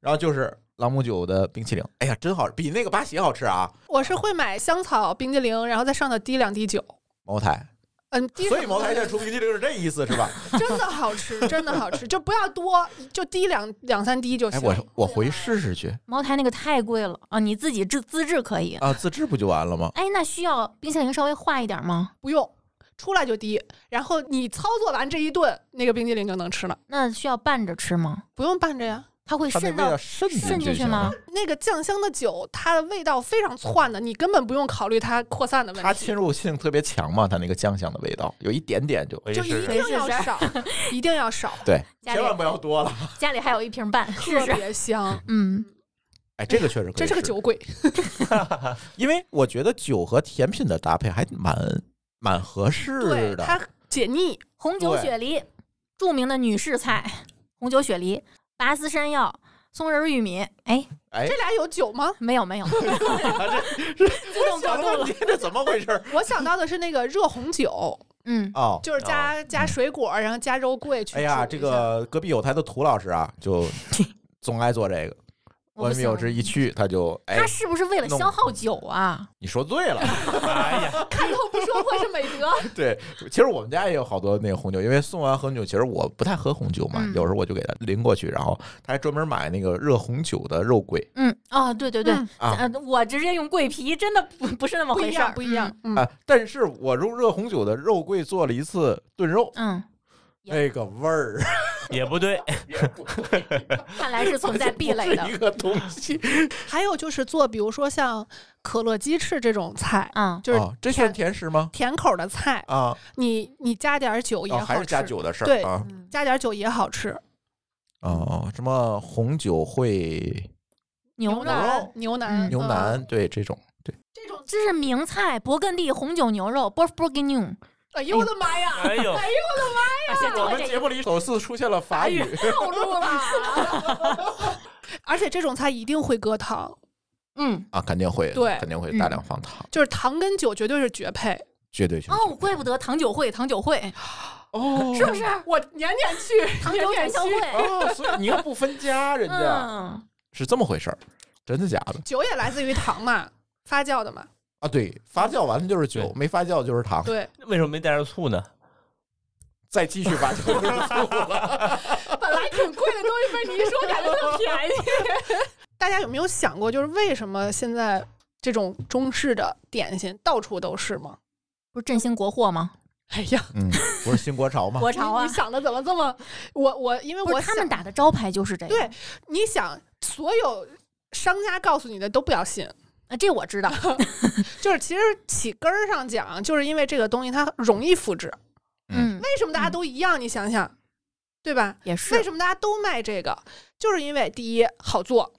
Speaker 1: 然后就是朗姆酒的冰淇淋，哎呀，真好，比那个巴西好吃啊！
Speaker 3: 我是会买香草冰激凌，然后在上头滴两滴酒。
Speaker 1: 茅台，
Speaker 3: 嗯，滴
Speaker 1: 所
Speaker 3: 什
Speaker 1: 以
Speaker 3: 么
Speaker 1: 茅台现
Speaker 3: 呢
Speaker 1: 在出冰淇淋是这意思是吧？
Speaker 3: 真的好吃，真的好吃，就不要多，就滴两两三滴就
Speaker 1: 哎，
Speaker 3: 行。
Speaker 1: 我我回试试去
Speaker 4: 茅台那个太贵了啊！你自己自自制可以。
Speaker 1: 啊，自制不就完了吗？
Speaker 4: 哎，那需要冰淇淋稍微化一点吗？
Speaker 3: 不用出来就滴，然后你操作完这一顿，那个冰激凌就能吃了，
Speaker 4: 那需要拌着吃吗？
Speaker 3: 不用拌着呀。
Speaker 4: 它会
Speaker 1: 它那
Speaker 4: 渗
Speaker 1: 味
Speaker 4: 到
Speaker 1: 道渗
Speaker 4: 渗进
Speaker 1: 进
Speaker 4: 去
Speaker 1: 去
Speaker 4: 吗？？
Speaker 3: 那个酱香的酒，它的味道非常窜的，你根本不用考虑它扩散的问
Speaker 1: 它
Speaker 3: 题。
Speaker 1: 侵入性特别强嘛，它那个酱香的味道有一点点就，
Speaker 5: 回去
Speaker 3: 就一
Speaker 5: 试试。
Speaker 3: 定要
Speaker 4: 没事
Speaker 3: 少，一定要 少，
Speaker 4: 家里
Speaker 1: 不要多了。
Speaker 4: 家里还有一瓶拌，试
Speaker 3: 特
Speaker 4: 试。
Speaker 3: 别香，
Speaker 4: 嗯，
Speaker 1: 哎，这个确实可以
Speaker 3: 真是个
Speaker 1: 试
Speaker 3: 酒鬼。
Speaker 1: 因为我觉得酒和甜品的搭配还蛮蛮合适
Speaker 3: 对，
Speaker 1: 的。
Speaker 3: 它解腻，
Speaker 4: 红酒
Speaker 1: 对
Speaker 4: 雪梨，著名的女士菜，红酒雪梨，拔丝山药，松仁玉米。哎，
Speaker 1: 哎
Speaker 3: 这，俩有酒吗？
Speaker 4: 没有没有，
Speaker 1: 自动
Speaker 4: 过渡了，
Speaker 1: 这怎么回事儿？
Speaker 3: 我想到的是那个热红酒，
Speaker 4: 嗯，
Speaker 1: 哦，
Speaker 3: 就是加加水果，然后加肉桂去。
Speaker 1: 哎呀，这，个隔壁有台的涂老师啊，就总爱做这个。
Speaker 4: 我不
Speaker 1: 我们
Speaker 4: 行
Speaker 1: 有之一去，他就哎
Speaker 4: 他，是不是为了
Speaker 1: 弄
Speaker 4: 消耗酒啊？
Speaker 1: 你说对了。
Speaker 5: 哎呀，
Speaker 4: 开头不说会是美德，
Speaker 1: 对，其实我们家也有好多那个红酒，因为送完红酒，其实我不太喝红酒嘛，
Speaker 4: 嗯
Speaker 1: 有时候我就给他拎过去，然后他还专门买那个热红酒的肉桂
Speaker 4: 嗯，哦，对对对，
Speaker 3: 嗯
Speaker 1: 啊。
Speaker 4: 呃，我直接用桂皮，真的不不是那么
Speaker 3: 不
Speaker 4: 回
Speaker 3: 一
Speaker 4: 事儿，
Speaker 3: 样，不一样。嗯，
Speaker 1: 啊！但是我用热红酒的肉桂做了一次炖肉，
Speaker 4: 嗯。
Speaker 1: 那个味儿
Speaker 5: 也不对，
Speaker 4: 嗯，看来是存在壁垒 的
Speaker 1: 是。一个东西。
Speaker 3: 还有就是做，比如说像可乐鸡翅这种菜，
Speaker 4: 嗯，
Speaker 3: 就是
Speaker 1: 啊、这算甜食吗？
Speaker 3: 甜口的菜，
Speaker 1: 啊，
Speaker 3: 你你加点儿酒也
Speaker 1: 哦，
Speaker 3: 好吃，
Speaker 1: 还是加酒的事
Speaker 3: 对
Speaker 1: 儿啊？
Speaker 3: 加点儿酒也好吃。
Speaker 1: 哦，什么红酒会
Speaker 4: 牛
Speaker 3: 腩
Speaker 4: 腩，，
Speaker 3: 牛腩，
Speaker 4: 嗯
Speaker 1: 牛
Speaker 3: 嗯，
Speaker 1: 腩，对这种，对
Speaker 3: 这种，
Speaker 4: 这是名菜，勃艮第红酒牛肉 b o r b o r g i g n e
Speaker 3: 哎呦我的妈呀！
Speaker 5: 哎呦，
Speaker 4: 哎
Speaker 1: 我们节目里首次出现了法语，
Speaker 4: 套路了。
Speaker 3: 而且这种菜一定会搁糖，
Speaker 4: 嗯，
Speaker 1: 啊，肯定会，
Speaker 3: 对
Speaker 1: 肯定会
Speaker 4: 嗯
Speaker 1: 大量放糖，
Speaker 3: 就是糖跟酒绝对是绝配。
Speaker 1: 绝对绝对
Speaker 4: 哦，怪不得糖酒会，糖酒会，
Speaker 1: 哦
Speaker 4: 是不是？
Speaker 3: 我年年去，
Speaker 4: 糖
Speaker 3: 年
Speaker 4: 酒
Speaker 3: 年
Speaker 4: 元宵
Speaker 3: 去，
Speaker 4: 会，
Speaker 1: 哦，所以你又不分家，人家、
Speaker 4: 哎嗯，
Speaker 1: 是这么回事儿，真的假的
Speaker 3: 酒也来自于糖嘛，发酵的嘛。
Speaker 1: 啊？对，发酵完了就是酒，
Speaker 5: 对
Speaker 1: 没发酵就是糖，
Speaker 3: 对，
Speaker 5: 为什么没带上醋呢？
Speaker 1: 再继续发酵就是醋了。
Speaker 4: 本来挺贵的东西被你一说，感觉特便宜。
Speaker 3: 大家有没有想过，就是为什么现在这种中式的点心到处都是吗？
Speaker 4: 不是振兴国货吗？
Speaker 3: 哎呀，
Speaker 1: 嗯，不是新国潮吗？
Speaker 4: 国潮
Speaker 3: 你
Speaker 4: 啊
Speaker 3: 你，想的怎么这么……我我因为
Speaker 4: 不
Speaker 3: 我
Speaker 4: 是他们
Speaker 3: 想
Speaker 4: 打的招牌就是这个。
Speaker 3: 对，你想所有商家告诉你的都不要信，
Speaker 4: 啊，这我知道。
Speaker 3: 就是其实起根儿上讲，就是因为这个东西它容易复制。
Speaker 1: 嗯
Speaker 4: 嗯，
Speaker 3: 为什么大家都一样？你想想，对吧？
Speaker 4: 也
Speaker 3: 为
Speaker 4: 是。
Speaker 3: 什么大家都卖这个？就是因为第一好做，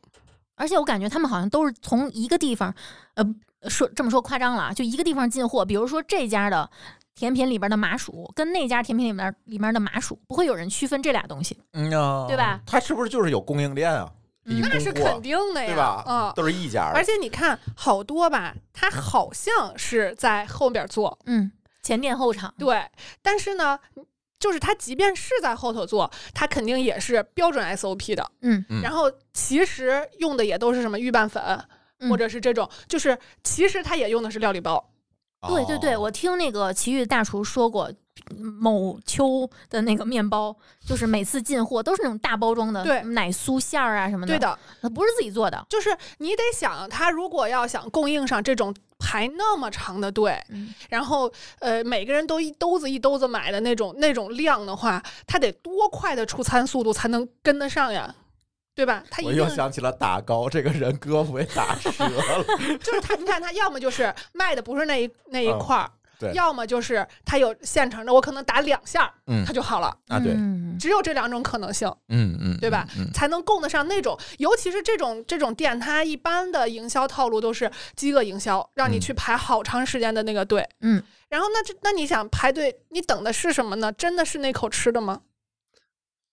Speaker 4: 而且我感觉他们好像都是从一个地方，呃，说这么说夸张了啊，就一个地方进货。比如说这家的甜品里边的麻薯，跟那家甜品里面里面的麻薯，不会有人区分这俩东西。
Speaker 1: 嗯啊
Speaker 4: 对吧？
Speaker 1: 它是不是就是有供应链啊？
Speaker 4: 嗯
Speaker 1: 一供
Speaker 3: 那是
Speaker 1: 货
Speaker 3: 肯定的呀，
Speaker 1: 对吧？
Speaker 3: 嗯。
Speaker 1: 都是一家的
Speaker 3: 而且你看，好多吧，它好像是在后边做，
Speaker 4: 嗯，前店后厂。
Speaker 3: 对，但是呢，就是它即便是在后头做，它肯定也是标准 SOP 的。
Speaker 4: 嗯
Speaker 1: 嗯
Speaker 3: 然后其实用的也都是什么预拌粉，
Speaker 4: 嗯
Speaker 3: 或者是这种，就是其实它也用的是料理包。
Speaker 1: 哦
Speaker 4: 对对对，我听那个奇遇大厨说过，某秋的那个面包，就是每次进货都是那种大包装的，
Speaker 3: 对
Speaker 4: 奶酥馅儿啊什么的，
Speaker 3: 对，的，
Speaker 4: 它不是自己做的，
Speaker 3: 就是你得想，他如果要想供应上这种排那么长的队，
Speaker 4: 嗯
Speaker 3: 然后呃每个人都一兜子一兜子买的那种那种量的话，他得多快的出餐速度才能跟得上呀？对吧？他一
Speaker 1: 我
Speaker 3: 定
Speaker 1: 又想起了打高，这个人胳膊也打折 了。
Speaker 3: 就是他，你看他要么就是卖的不是那一那一
Speaker 1: 嗯
Speaker 3: 块儿，
Speaker 1: 对
Speaker 3: 要么就是他有现成的，我可能打两下儿，
Speaker 1: 嗯
Speaker 3: 他就好了，
Speaker 1: 啊，对，
Speaker 4: 嗯
Speaker 3: 只有这两种可能性。
Speaker 1: 嗯嗯，
Speaker 3: 对吧
Speaker 1: 嗯？
Speaker 3: 才能供得上那种，尤其是这种这种店，它一般的营销套路都是饥饿营销，让你
Speaker 1: 嗯
Speaker 3: 去排好长时间的那个队。
Speaker 4: 嗯，
Speaker 3: 然后那这那你想排队，你等的是什么呢？真的是那口吃的吗？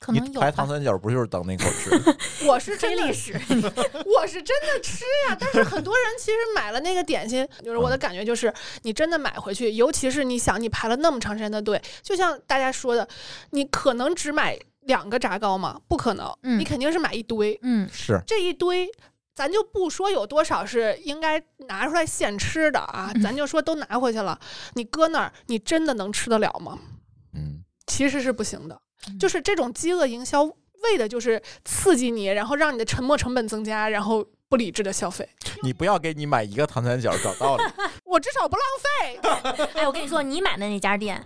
Speaker 4: 可
Speaker 1: 你
Speaker 4: 能有
Speaker 1: 排
Speaker 4: 吧。
Speaker 1: 糖三角不就是等那口 吃？
Speaker 3: 我是真
Speaker 4: 黑
Speaker 3: 的
Speaker 4: 历史，
Speaker 3: 我是真的吃呀，但是很多人其实买了那个点心，就是我的感觉就是，你真的买回去，尤其是你想你排了那么长时间的队，就像大家说的，你可能只买两个炸糕吗？不可能，
Speaker 4: 嗯
Speaker 3: 你肯定是买一堆，
Speaker 4: 嗯，
Speaker 1: 是
Speaker 3: 这一堆。咱就不说有多少是应该拿出来现吃的啊，
Speaker 4: 嗯
Speaker 3: 咱就说都拿回去了，你搁那儿，你真的能吃得了吗？
Speaker 1: 嗯，
Speaker 3: 其实是不行的。
Speaker 4: 嗯
Speaker 3: 就是这种饥饿营销，为的就是刺激你，然后让你的沉没成本增加，然后不理智的消费。
Speaker 1: 你不要给你买一个糖三角找道理。
Speaker 3: 我至少不浪费。
Speaker 4: 哎，我跟你说，你买的那家店，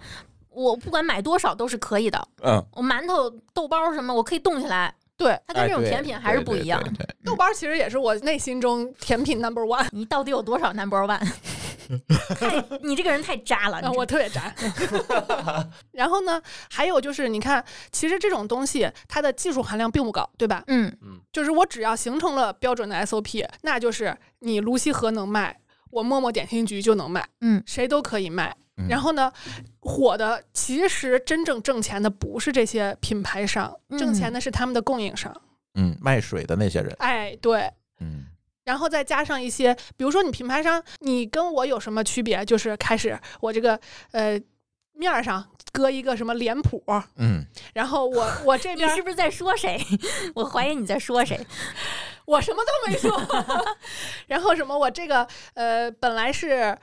Speaker 4: 我不管买多少都是可以的。
Speaker 1: 嗯，
Speaker 4: 我馒头、豆包什么，我可以冻起来。
Speaker 3: 对，
Speaker 4: 它跟
Speaker 1: 哎
Speaker 4: 这种
Speaker 1: 对
Speaker 4: 甜品还是不一样。
Speaker 1: 对对对对
Speaker 3: 豆包其实也是我内心中甜品 number one，
Speaker 4: 你到底有多少 number one？太，你这个人太渣了。你
Speaker 3: 啊我特别炸。然后呢，还有就是，你看，其实这种东西它的技术含量并不高，对吧？
Speaker 4: 嗯，
Speaker 3: 就是我只要形成了标准的 SOP，那就是你卢溪河能卖，我陌陌点心局就能卖，
Speaker 4: 嗯，
Speaker 3: 谁都可以卖。
Speaker 1: 嗯
Speaker 3: 然后呢，火的其实真正挣钱的不是这些品牌商，
Speaker 4: 嗯
Speaker 3: 挣钱的是他们的供应商。
Speaker 1: 嗯，卖水的那些人，
Speaker 3: 哎，对。
Speaker 1: 嗯，
Speaker 3: 然后再加上一些，比如说你品牌商，你跟我有什么区别？就是开始我这个呃面儿上搁一个什么脸谱，
Speaker 1: 嗯，
Speaker 3: 然后我我这
Speaker 4: 你
Speaker 3: 边
Speaker 4: 是不是在说谁？ 我怀疑你在说谁。
Speaker 3: 我什么都没 说。 然后什么，我这个呃本来是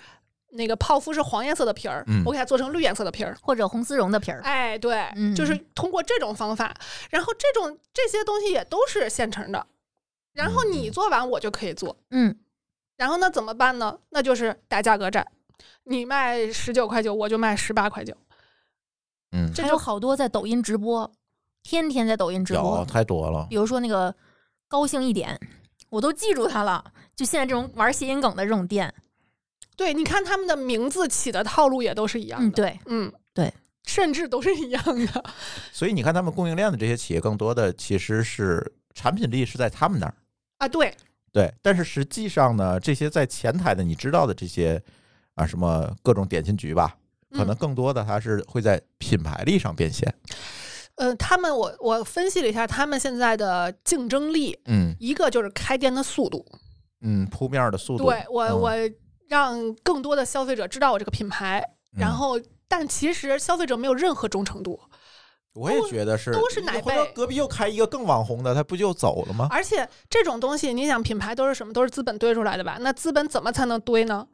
Speaker 3: 那个泡芙是黄颜色的皮儿，
Speaker 1: 嗯
Speaker 3: 我给它做成绿颜色的皮儿。
Speaker 4: 或者红丝绒的皮儿。
Speaker 3: 哎，对，
Speaker 4: 嗯
Speaker 3: 就是通过这种方法，然后这种这些东西也都是现成的，然后你做完我就可以做。
Speaker 4: 嗯，
Speaker 3: 然后那怎么办呢？那就是打价格战，你卖十九块九，我就卖十八块九。
Speaker 1: 嗯，
Speaker 3: 这
Speaker 4: 还
Speaker 3: 就
Speaker 4: 有好多在抖音直播，天天在抖音直
Speaker 1: 有
Speaker 4: 播。
Speaker 1: 太多了
Speaker 4: 比。如说那个高兴一点，我都记住它了。就现在这种玩谐音梗的这种店，
Speaker 3: 对，你看他们的名字起的套路也都是一样
Speaker 4: 嗯，
Speaker 3: 的，
Speaker 4: 对，
Speaker 3: 嗯，
Speaker 4: 对，
Speaker 3: 甚至都是一样的。
Speaker 1: 所以你看，他们供应链的这些企业，更多的其实是产品力是在他们那儿。
Speaker 3: 啊，对，
Speaker 1: 对，但是实际上呢，这些在前台的你知道的这些啊，什么各种点心局吧，
Speaker 4: 嗯
Speaker 1: 可能更多的它是会在品牌力上变现。
Speaker 3: 呃，他们我我分析了一下他们现在的竞争力，
Speaker 1: 嗯
Speaker 3: 一个就是开店的速度，
Speaker 1: 嗯，铺面的速度。
Speaker 3: 对我、
Speaker 1: 嗯
Speaker 3: 我让更多的消费者知道我这个品牌，然
Speaker 1: 嗯啊
Speaker 3: 后但其实消费者没有任何忠诚度，
Speaker 1: 我也觉得是，
Speaker 3: 都是奶
Speaker 1: 你回头
Speaker 3: 贝
Speaker 1: 隔壁又开一个更网红的，他不就走了吗？
Speaker 3: 而且这种东西，你想品牌都是什么？都是资本堆出来的吧？那资本怎么才能堆呢？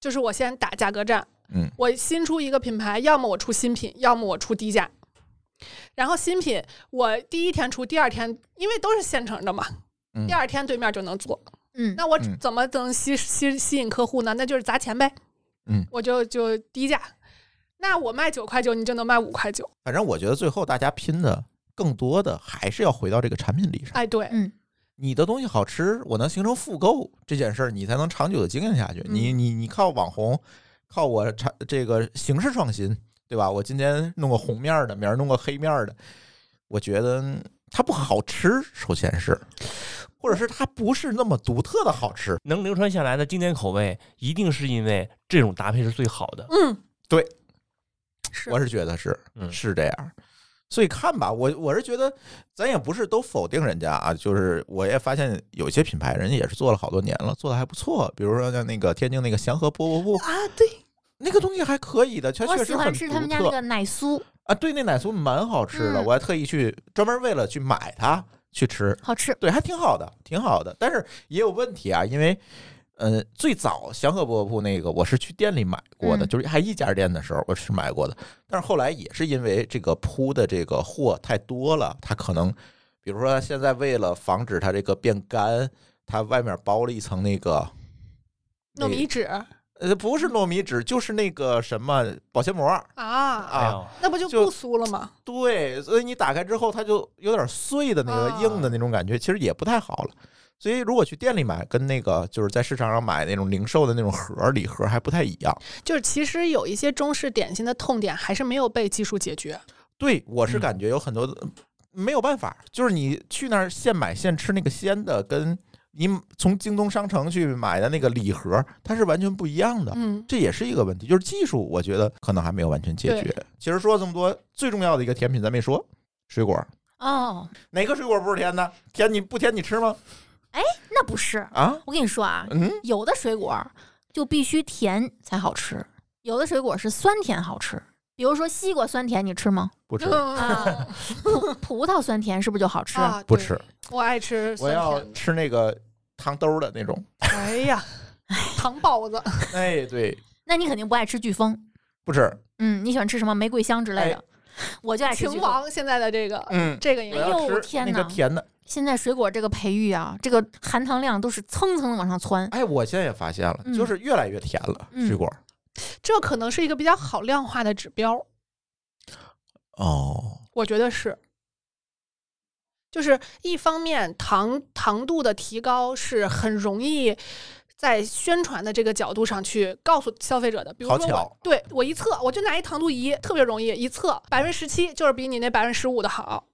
Speaker 3: 就是我先打价格战，
Speaker 1: 嗯，
Speaker 3: 我新出一个品牌，要么我出新品，要么我出低价。然后新品我第一天出，第二天因为都是现成的嘛，
Speaker 1: 嗯
Speaker 3: 第二天对面就能做。
Speaker 4: 嗯，
Speaker 3: 那我
Speaker 1: 嗯
Speaker 3: 怎么能吸吸吸引客户呢？那就是砸钱呗。
Speaker 1: 嗯，
Speaker 3: 我就就低价。那我卖九块九，你就能卖五块九。
Speaker 1: 反正我觉得最后大家拼的更多的还是要回到这个产品力上。
Speaker 3: 哎，对，
Speaker 4: 嗯
Speaker 1: 你的东西好吃，我能形成复购这件事儿，你才能长久的经营下去。
Speaker 3: 嗯
Speaker 1: 你你你靠网红，靠我产这个形式创新，对吧？我今天弄个红面儿的，明儿弄个黑面儿的，我觉得嗯它不好吃，首先是，或者是它不是那么独特的好吃。
Speaker 5: 能流传下来的经典口味，一定是因为这种搭配是最好的。
Speaker 3: 嗯，
Speaker 4: 是
Speaker 1: 我是觉得是
Speaker 5: 嗯
Speaker 1: 是这样。所以看吧，我我是觉得，咱也不是都否定人家啊，就是我也发现有些品牌人家也是做了好多年了，做的还不错。比如说像那个天津那个祥和饽饽铺，
Speaker 3: 啊，对，
Speaker 1: 那个东西还可以的，它
Speaker 4: 我
Speaker 1: 确
Speaker 4: 喜
Speaker 1: 实很
Speaker 4: 欢
Speaker 1: 独
Speaker 4: 吃
Speaker 1: 特
Speaker 4: 他们家那个奶酥，
Speaker 1: 啊，对，那奶酥蛮好吃的，
Speaker 4: 嗯
Speaker 1: 我还特意去专门为了去买它去吃，
Speaker 4: 好吃。
Speaker 1: 对，还挺好的，挺好的。但是也有问题啊，因为。呃，最早祥和饽饽铺那个，我是去店里买过的，
Speaker 4: 嗯
Speaker 1: 就是还一家店的时候，我是买过的。但是后来也是因为这个铺的这个货太多了，它可能，比如说它现在为了防止它这个变干，它外面包了一层那个
Speaker 3: 糯米纸啊
Speaker 1: 呃，不是糯米纸，就是那个什么保鲜膜儿
Speaker 3: 啊，
Speaker 1: 啊，
Speaker 5: 哎
Speaker 3: 那不就
Speaker 1: 就
Speaker 3: 不酥了吗？
Speaker 1: 对，所以你打开之后，它就有点碎的那
Speaker 3: 啊
Speaker 1: 个硬的那种感觉，其实也不太好了。所以如果去店里买，跟那个就是在市场上买那种零售的那种盒儿礼盒还不太一样。
Speaker 3: 就是其实有一些中式点心的痛点还是没有被技术解
Speaker 1: 啊
Speaker 3: 决。
Speaker 1: 对我是
Speaker 5: 嗯
Speaker 1: 感觉有很多的、没有办法，就是你去那儿现买现吃那个鲜的，跟你从京东商城去买的那个礼盒，它是完全不一样的。
Speaker 3: 嗯，
Speaker 1: 这也是一个问题，就是技术，我觉得可能还没有完全解决。其实说了这么多，最重要的一个甜品咱没说，水果儿。
Speaker 4: 哦，
Speaker 1: 哪个水果不是甜的？甜你不甜你吃吗？
Speaker 4: 那不是，
Speaker 1: 啊，
Speaker 4: 我跟你说啊，
Speaker 1: 嗯，
Speaker 4: 有的水果就必须甜才好吃，有的水果是酸甜好吃。比如说西瓜酸甜，你吃吗？
Speaker 1: 不吃， 哦
Speaker 4: 啊，葡葡萄酸甜是不是就好吃？
Speaker 3: 嗯啊，
Speaker 1: 不
Speaker 3: 对，
Speaker 1: 吃，
Speaker 3: 我爱吃
Speaker 1: 我
Speaker 3: 酸
Speaker 1: 要
Speaker 3: 甜的。
Speaker 1: 吃那个糖兜儿的 那种。
Speaker 3: 哎呀，糖包子，
Speaker 1: 哎，对，
Speaker 4: 那你肯定不爱吃飓风。
Speaker 1: 不吃，
Speaker 4: 嗯，你喜欢吃什么玫瑰香之类的？
Speaker 1: 哎
Speaker 4: 我就爱吃飓
Speaker 3: 晴
Speaker 4: 风。
Speaker 3: 王现在的这个
Speaker 1: 嗯，
Speaker 3: 这个应
Speaker 1: 我
Speaker 3: 该
Speaker 4: 哎呦
Speaker 1: 要吃
Speaker 4: 天
Speaker 1: 那
Speaker 4: 哪
Speaker 1: 个甜的。
Speaker 4: 现在水果这个培育啊，这个含糖量都是蹭蹭的往上窜。
Speaker 1: 哎，我现在也发现了，
Speaker 4: 嗯
Speaker 1: 就是越来越甜了，
Speaker 4: 嗯
Speaker 1: 水果。
Speaker 3: 这可能是一个比较好量化的指标，
Speaker 1: 哦，
Speaker 3: 我觉得是。就是一方面糖糖度的提高是很容易在宣传的这个角度上去告诉消费者的，比如
Speaker 1: 好
Speaker 3: 说
Speaker 1: 巧
Speaker 3: 我对我一测，我就拿一糖度仪，特别容易一测，百分之十七就是比你那百分之十五的 好，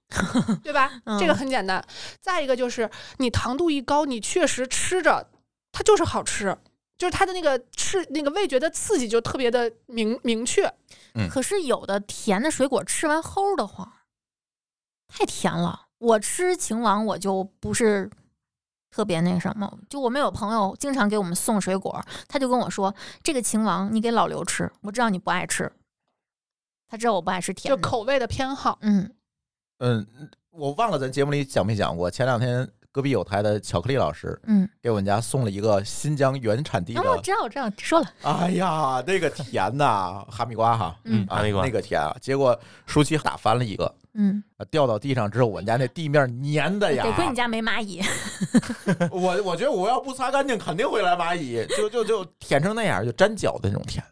Speaker 3: 对吧？
Speaker 4: 嗯
Speaker 3: 这个很简单。再一个就是你糖度一高，你确实吃着它就是好吃，就是它的那个吃那个味觉的刺激就特别的明明确。
Speaker 1: 嗯
Speaker 4: 可是有的甜的水果吃完齁的慌，太甜了。我吃晴王我就不是特别那什么，就我们有朋友经常给我们送水果，他就跟我说这个晴王你给老刘吃，我知道你不爱吃，他知道我不爱吃甜
Speaker 3: 就
Speaker 4: 的，
Speaker 3: 口味的偏好。
Speaker 4: 嗯
Speaker 1: 嗯，我忘了咱节目里讲没讲过，前两天隔壁有台的巧克力老师
Speaker 4: 嗯，
Speaker 1: 给我们家送了一个新疆原产地
Speaker 4: 然后我
Speaker 1: 的，
Speaker 4: 知道我知道说了，
Speaker 1: 哎呀，那个甜呐，哈密瓜哈，
Speaker 4: 嗯
Speaker 1: 啊
Speaker 5: 哈密瓜
Speaker 1: 那个甜啊，结果舒淇打翻了一个。
Speaker 4: 嗯，
Speaker 1: 啊掉到地上之后，我们家那地面粘哎的呀！
Speaker 4: 得亏你家没蚂蚁，
Speaker 1: 我我觉得我要不擦干净，肯定会来蚂蚁，就就就舔成那样，就粘脚的那种舔。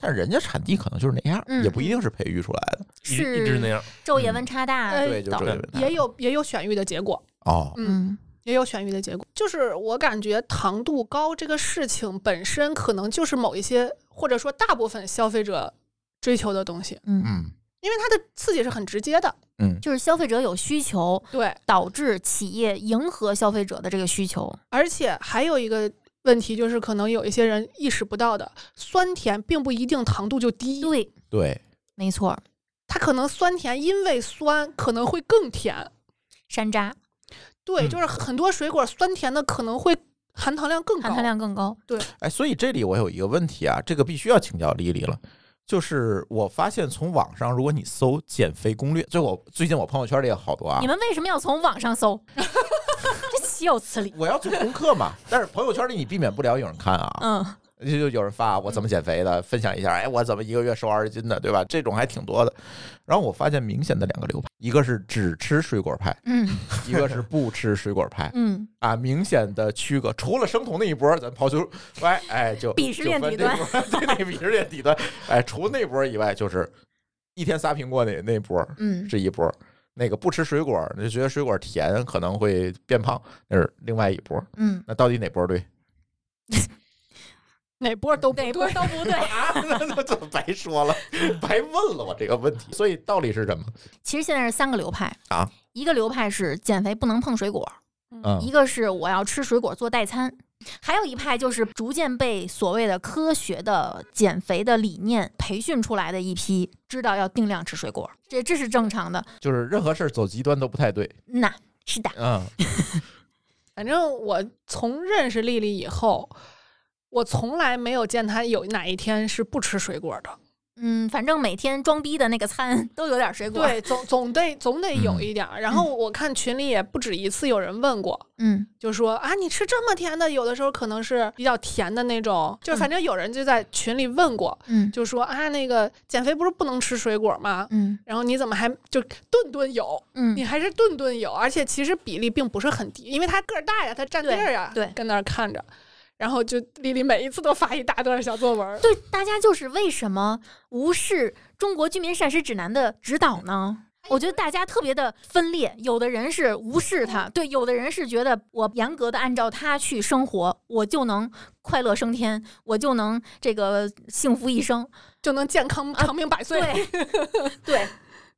Speaker 1: 但是人家产地可能就是那样，
Speaker 4: 嗯
Speaker 1: 也不一定是培育出来的。
Speaker 5: 一一直
Speaker 4: 是
Speaker 5: 那样。
Speaker 4: 昼夜温差大
Speaker 3: 嗯
Speaker 1: 对，就
Speaker 4: 等
Speaker 1: 这个哎
Speaker 3: 也有也有选育的结果，
Speaker 1: 哦，
Speaker 3: 嗯，
Speaker 4: 嗯
Speaker 3: 也有选育的结果。就是我感觉糖度高这个事情本身，可能就是某一些或者说大部分消费者追求的东西，
Speaker 4: 嗯，
Speaker 1: 嗯
Speaker 3: 因为它的刺激是很直接的。
Speaker 1: 嗯，
Speaker 4: 就是消费者有需求，
Speaker 3: 对，
Speaker 4: 导致企业迎合消费者的这个需求，
Speaker 3: 而且还有一个问题就是，可能有一些人意识不到的，酸甜并不一定糖度就低，
Speaker 4: 对，
Speaker 1: 对，
Speaker 4: 没错，
Speaker 3: 它可能酸甜因为酸可能会更甜。
Speaker 4: 山楂
Speaker 3: 对，
Speaker 1: 嗯
Speaker 3: 就是很多水果酸甜的可能会含糖量更高，
Speaker 4: 含糖量更高，
Speaker 1: 哎，所以这里我有一个问题啊，这个必须要请教丽丽了。就是我发现从网上，如果你搜减肥攻略，就我最近我朋友圈里有好多啊
Speaker 4: 你，们为什么要从网上搜？ 这岂有此理！
Speaker 1: 我要做功课嘛。但是朋友圈里你避免不了有人看啊，
Speaker 4: 嗯，
Speaker 1: 就就有人发我怎么减肥的，分享一下，哎，我怎么一个月瘦二十斤的，对吧？这种还挺多的。然后我发现明显的两个流派，一个是只吃水 果派，
Speaker 4: 嗯
Speaker 1: 一个是不吃水果派
Speaker 4: 嗯，
Speaker 1: 啊，明显的区隔。除了生酮那一波，咱刨出，哎哎，就
Speaker 4: 鄙视链底端，
Speaker 1: 就分这波 对，那鄙视链底端，哎，除那波以外，就是一天仨苹果那那波
Speaker 4: 嗯，
Speaker 1: 是一波。那个不吃水果，就觉得水果甜可能会变胖，那是另外一波。
Speaker 4: 嗯，
Speaker 1: 那到底哪波对？
Speaker 3: 哪波都不
Speaker 4: 哪
Speaker 3: 对。
Speaker 4: 波都不 对。
Speaker 1: 啊，那 那就白说了， 白问了我这个问题。所以道理是什么？
Speaker 4: 其实现在是三个流派
Speaker 1: 啊，
Speaker 4: 一个流派是减肥不能碰水果，一
Speaker 1: 嗯
Speaker 4: 个是我要吃水果做代餐，还有一派就是逐渐被所谓的科学的减肥的理念培训出来的一批，知道要定量吃水果，这这是正常的。
Speaker 1: 就是任何事儿走极端都不太对。
Speaker 4: 那是的，
Speaker 1: 嗯，
Speaker 3: 反正我从认识丽丽以后，我从来没有见她有哪一天是不吃水果的。
Speaker 4: 嗯，反正每天装逼的那个餐 都有点水果。，
Speaker 3: 对，总总得总得有一点儿。然后我看群里也不止一次有人问过，
Speaker 4: 嗯，
Speaker 3: 就说啊，你吃这么甜的，有的时候可能是比较甜的那种。就反正有人就在群里问过，
Speaker 4: 嗯
Speaker 3: 就说啊，那个减肥不是不能吃水果吗？
Speaker 4: 嗯
Speaker 3: 然后你怎么还就顿顿有？你
Speaker 4: 嗯，
Speaker 3: 还是顿顿有，而且其实比例并不是很低，因为他个儿大呀，他占地儿呀，
Speaker 4: 对对
Speaker 3: 跟那儿看着，然后就丽丽每一次都发一大段小作文儿，
Speaker 4: 对，大家就是为什么无视中国居民膳食指南的指导呢？我觉得大家特别的分裂，有的人是无视它，对，有的人是觉得我严格的按照它去生活，我就能快乐升天，我就能这个幸福一生。
Speaker 3: 就能健康长命百岁。
Speaker 4: 对， 对，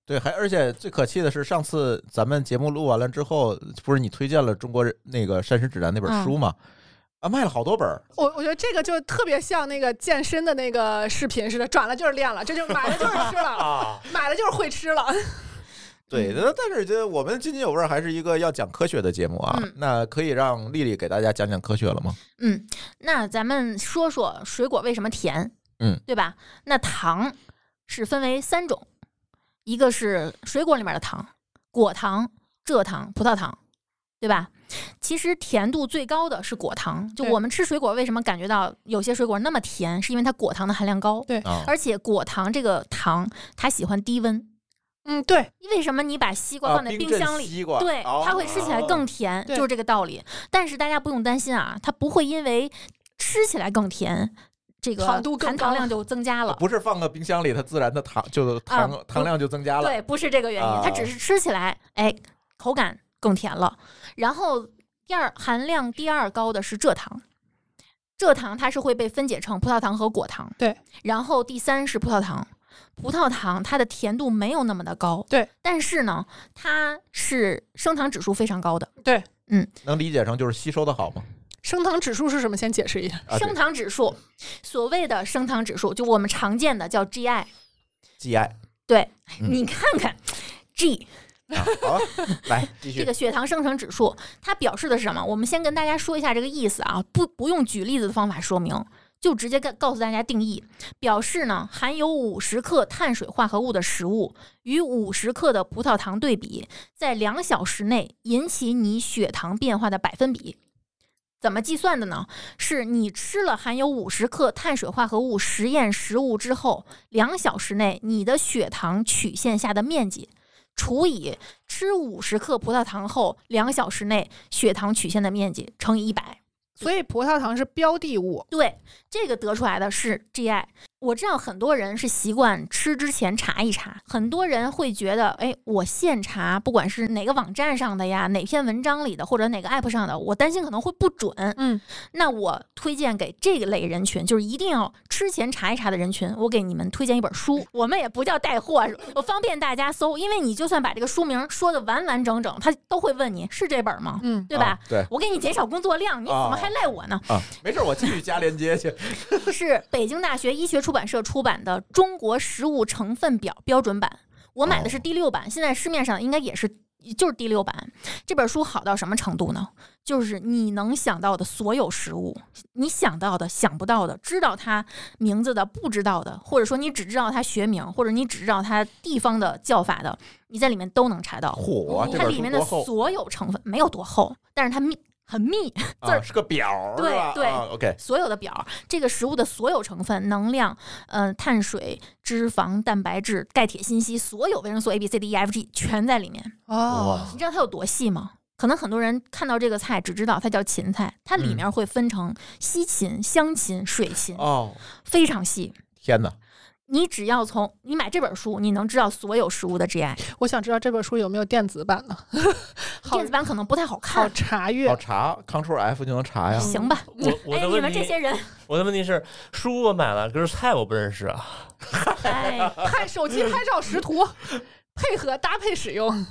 Speaker 1: 对，还而且最可气的是，上次咱们节目录完了之后，不是你推荐了中国那个膳食指南那
Speaker 4: 嗯
Speaker 1: 本书吗？啊，卖了好多本儿，
Speaker 3: 我我觉得这个就特别像那个健身的那个视频似的，转了就是练了，这就买了就是吃了，
Speaker 5: 啊，
Speaker 3: 买了就是会吃了。
Speaker 4: 嗯
Speaker 1: 对，那但是这我们津津有味儿还是一个要讲科学的节目啊。
Speaker 4: 嗯
Speaker 1: 那可以让丽丽给大家讲讲科学了吗？
Speaker 4: 嗯，那咱们说说水果为什么甜，
Speaker 1: 嗯，
Speaker 4: 对吧？那糖是分为三种，一个是水果里面的糖，果糖、蔗糖、葡萄糖，对吧？其实甜度最高的是果糖，就
Speaker 3: 对
Speaker 4: 我们吃水果为什么感觉到有些水果那么甜，是因为它果糖的含量高，
Speaker 1: 啊，
Speaker 4: 而且果糖这个糖它喜欢低温。
Speaker 3: 嗯，对，
Speaker 4: 为什么你把西瓜
Speaker 1: 啊
Speaker 4: 放在
Speaker 1: 冰
Speaker 4: 冰
Speaker 1: 镇
Speaker 4: 箱里，
Speaker 1: 西瓜
Speaker 4: 对，
Speaker 1: 哦
Speaker 4: 它会吃起来更甜，
Speaker 3: 对
Speaker 4: 就是这个道理。但是大家不用担心啊，它不会因为吃起来更甜，这个
Speaker 3: 糖度更
Speaker 4: 含
Speaker 3: 高
Speaker 4: 糖量就增 加了。
Speaker 1: 不是放个冰箱里，它自然的糖就糖、
Speaker 4: 啊
Speaker 1: 糖量就增加了。
Speaker 4: 对，不是这个原因，
Speaker 1: 啊
Speaker 4: 它只是吃起来，哎，口感更甜了。然后第二含量第二高的是蔗糖，蔗糖它是会被分解成葡萄糖和果糖。
Speaker 3: 对，
Speaker 4: 然后第三是葡萄糖。葡萄糖它的甜度没有那么的高，
Speaker 3: 对，
Speaker 4: 但是呢，它是升糖指数非常高的，
Speaker 1: 能理解成就是吸收的好吗？
Speaker 3: 升糖指数是什么？先解释一下。
Speaker 1: 啊，
Speaker 4: 升糖指数，所谓的升糖指数，就我们常见的叫 GI。
Speaker 1: GI 啊，
Speaker 4: 对、
Speaker 1: 嗯
Speaker 4: 你看看 G
Speaker 1: 好吧，来继
Speaker 4: 这
Speaker 1: 续
Speaker 4: 个血糖生成指数，它表示的是什么？我们先跟大家说一下这个意思啊，不不用举例子的方法说明，就直接告告诉大家定义，表示呢含有五十克碳水化合物的食物与五十克的葡萄糖对比，在两小时内引起你血糖变化的百分比。怎么计算的呢？是你吃了含有五十克碳水化合物实验食物之后，两小时内你的血糖曲线下的面积除以吃五十克葡萄糖后两小时内血糖曲线的面积乘以一百。
Speaker 3: 所以葡萄糖是标的物，
Speaker 4: 对，这个得出来的是 GI。我知道很多人是习惯吃之前查一查，很多人会觉得，哎，我现查，不管是哪个网站上的呀，哪篇文章里的，或者哪个 app 上的，我担心可能会不准。
Speaker 3: 嗯，
Speaker 4: 那我推荐给这一类人群，就是一定要吃前查一查的人群，我给你们推荐一本书。我们也不叫带货，我方便大家搜，因为你就算把这个书名说的完完整整，他都会问你是这本吗？
Speaker 3: 嗯，
Speaker 4: 对吧？
Speaker 1: 啊对，
Speaker 4: 我给你减少工作量，你怎么还赖我呢？
Speaker 1: 没事儿，我继续加链接去。
Speaker 4: 是北京大学医学出版社出版的《中国食物成分表》标准版，我买的是第六版，现在市面上应该也是就是第六版。这本书好到什么程度呢？就是你能想到的所有食物，你想到的、想不到的，知道它名字的、不知道的，或者说你只知道它学名，或者你只知道它地方的叫法的，你在里面都能查到。
Speaker 1: 嚯，啊这
Speaker 4: 它
Speaker 1: 本
Speaker 4: 里
Speaker 1: 书
Speaker 4: 面的
Speaker 1: 多厚
Speaker 4: 所有成分没有多厚，但是它密很密，字
Speaker 1: 啊？
Speaker 4: 儿
Speaker 1: 是个表儿
Speaker 4: 对
Speaker 1: 是吧？
Speaker 4: 对
Speaker 1: 啊，OK，
Speaker 4: 所有的表，这个食物的所有成分、能量、呃、碳水、脂肪、蛋白质、钙、铁、锌、硒，所有维生素 A、B、C、D、E、F、G 全在里面。
Speaker 3: 哦，
Speaker 4: 你知道它有多细吗？可能很多人看到这个菜只知道它叫芹菜，它里面会分成西芹、香芹、水芹，
Speaker 1: 哦，
Speaker 4: 非常细。
Speaker 1: 天哪，
Speaker 4: 你只要从你买这本书，你能知道所有食物的 GI。
Speaker 3: 我想知道这本书有没有电子版呢？好
Speaker 4: 电子版可能不太好
Speaker 3: 好
Speaker 4: 看，
Speaker 3: 查阅
Speaker 1: 好，查，Ctrl F 就能查呀。
Speaker 4: 行吧？
Speaker 5: 我我
Speaker 4: 哎，
Speaker 5: 的
Speaker 4: 你
Speaker 5: 问
Speaker 4: 们这
Speaker 5: 题
Speaker 4: 些，人，
Speaker 5: 我的问题是，书我买了，可是菜我不认识啊。
Speaker 4: 哎，
Speaker 3: 看手机拍照识图，配合搭配使用。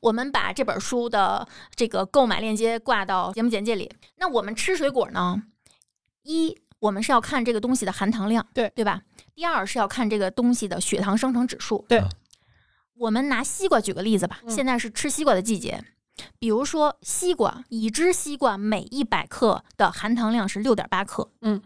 Speaker 4: 我们把这本书的这个购买链接挂到节目简介里。那我们吃水果呢？一，我们是要看这个东西的含糖量，
Speaker 3: 对
Speaker 4: 对吧？第二是要看这个东西的血糖生成指数。
Speaker 3: 对
Speaker 1: 啊
Speaker 4: 我们拿西瓜举个例子吧，
Speaker 3: 嗯
Speaker 4: 现在是吃西瓜的季节。比如说西瓜，已知西瓜每一百克的含糖量是六点八克。
Speaker 3: 嗯，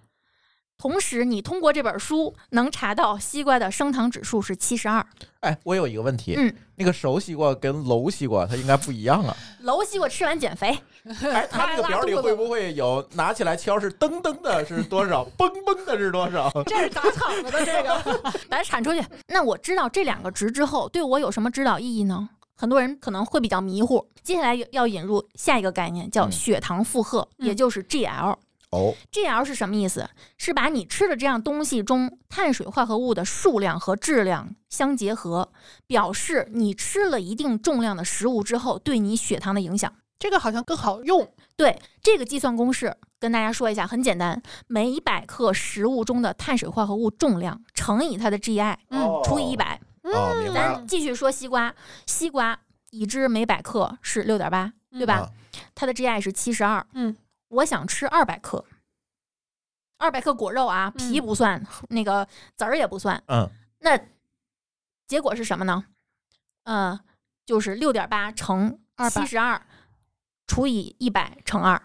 Speaker 4: 同时你通过这本书能查到西瓜的升糖指数是七十二。
Speaker 1: 哎，我有一个问题，
Speaker 4: 嗯，
Speaker 1: 那个熟西瓜跟楼西瓜它应该不一样 啊。
Speaker 4: 楼西瓜吃完减肥，
Speaker 1: 哎，它这个表里会不会有拿起来敲是噔噔的是多少， 嘣嘣的是多少？
Speaker 3: 这是打场子的这个，
Speaker 4: 把它铲出去。那我知道这两个值之后，对我有什么指导意义呢？很多人可能会比较迷糊。接下来要引入下一个概念，叫
Speaker 1: 嗯
Speaker 4: 血糖负荷，
Speaker 3: 嗯
Speaker 4: 也就是 GL。
Speaker 1: 哦，
Speaker 4: GL 是什么意思？是把你吃的这样东西中碳水化合物的数量和质量相结合，表示你吃了一定重量的食物之后对你血糖的影响。
Speaker 3: 这个好像更好用。
Speaker 4: 对这个计算公式，跟大家说一下，很简单，每一百克食物中的碳水化合物重量乘以它的 GI，
Speaker 1: 哦
Speaker 4: 除以一百，
Speaker 1: 哦，明白了
Speaker 4: 嗯咱，继续说西瓜，西瓜已知每百克是六点八，对吧？
Speaker 1: 啊
Speaker 4: 它的 GI 是七十二。
Speaker 3: 嗯，
Speaker 4: 我想吃二百克，二百克果肉啊，皮
Speaker 3: 嗯
Speaker 4: 不算，那个籽儿也不算。
Speaker 1: 嗯，
Speaker 4: 那结果是什么呢？呃，就是六点八乘
Speaker 3: 200
Speaker 4: 七十二除以一百乘二，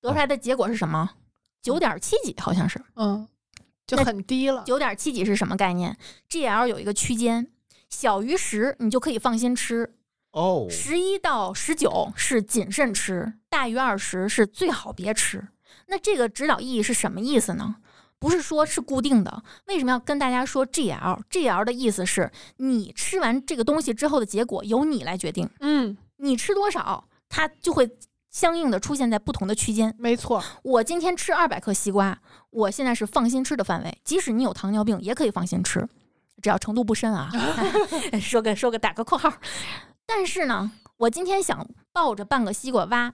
Speaker 4: 得出来的结果是什么？九点七几好像是。
Speaker 3: 嗯，就
Speaker 4: 那
Speaker 3: 很低了。
Speaker 4: 九点七几是什么概念？GL 有一个区间，小于十你就可以放心吃，
Speaker 1: 哦
Speaker 4: 十一到十九是谨慎吃，大于二十是最好别吃。那这个指导意义是什么意思呢？不是说是固定的，为什么要跟大家说 GL？GL 的意思是你吃完这个东西之后的结果由你来决定，
Speaker 3: 嗯，
Speaker 4: 你吃多少，它就会相应的出现在不同的区间。
Speaker 3: 没错，
Speaker 4: 我今天吃二百克西瓜，我现在是放心吃的范围，即使你有糖尿病也可以放心吃，只要程度不深 啊。 哎说个说个打个括号，但是呢，我今天想抱着半个西瓜挖，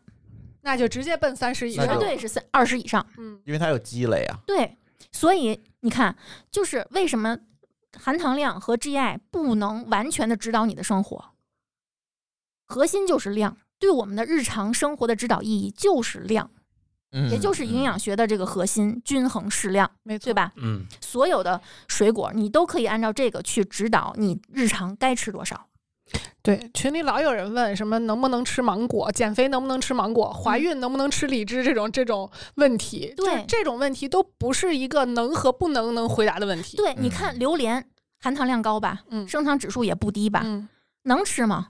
Speaker 3: 那就直接奔三十以
Speaker 1: 那
Speaker 3: 上
Speaker 4: 绝
Speaker 1: 就。
Speaker 4: 对是三二十以上。
Speaker 3: 嗯，
Speaker 1: 因为它有积累啊。
Speaker 4: 对，所以你看，就是为什么含糖量和 GI 不能完全的指导你的生活，核心就是量。对我们的日常生活的指导意义就是量，
Speaker 1: 嗯
Speaker 4: 也就是营养学的这个核心——均衡适量，
Speaker 3: 没错，
Speaker 4: 对？吧？
Speaker 5: 嗯，
Speaker 4: 所有的水果，你都可以按照这个去指导你日常该吃多少。
Speaker 3: 对，群里老有人问什么能不能吃芒果，减肥能不能吃芒果，怀孕能不能吃荔枝这种这种问题，
Speaker 4: 对
Speaker 3: 就是这种问题都不是一个能和不能能回答的问题。
Speaker 4: 对，你看榴莲含糖量高吧，
Speaker 3: 嗯
Speaker 4: 升糖指数也不低吧，
Speaker 3: 嗯，
Speaker 4: 能吃吗？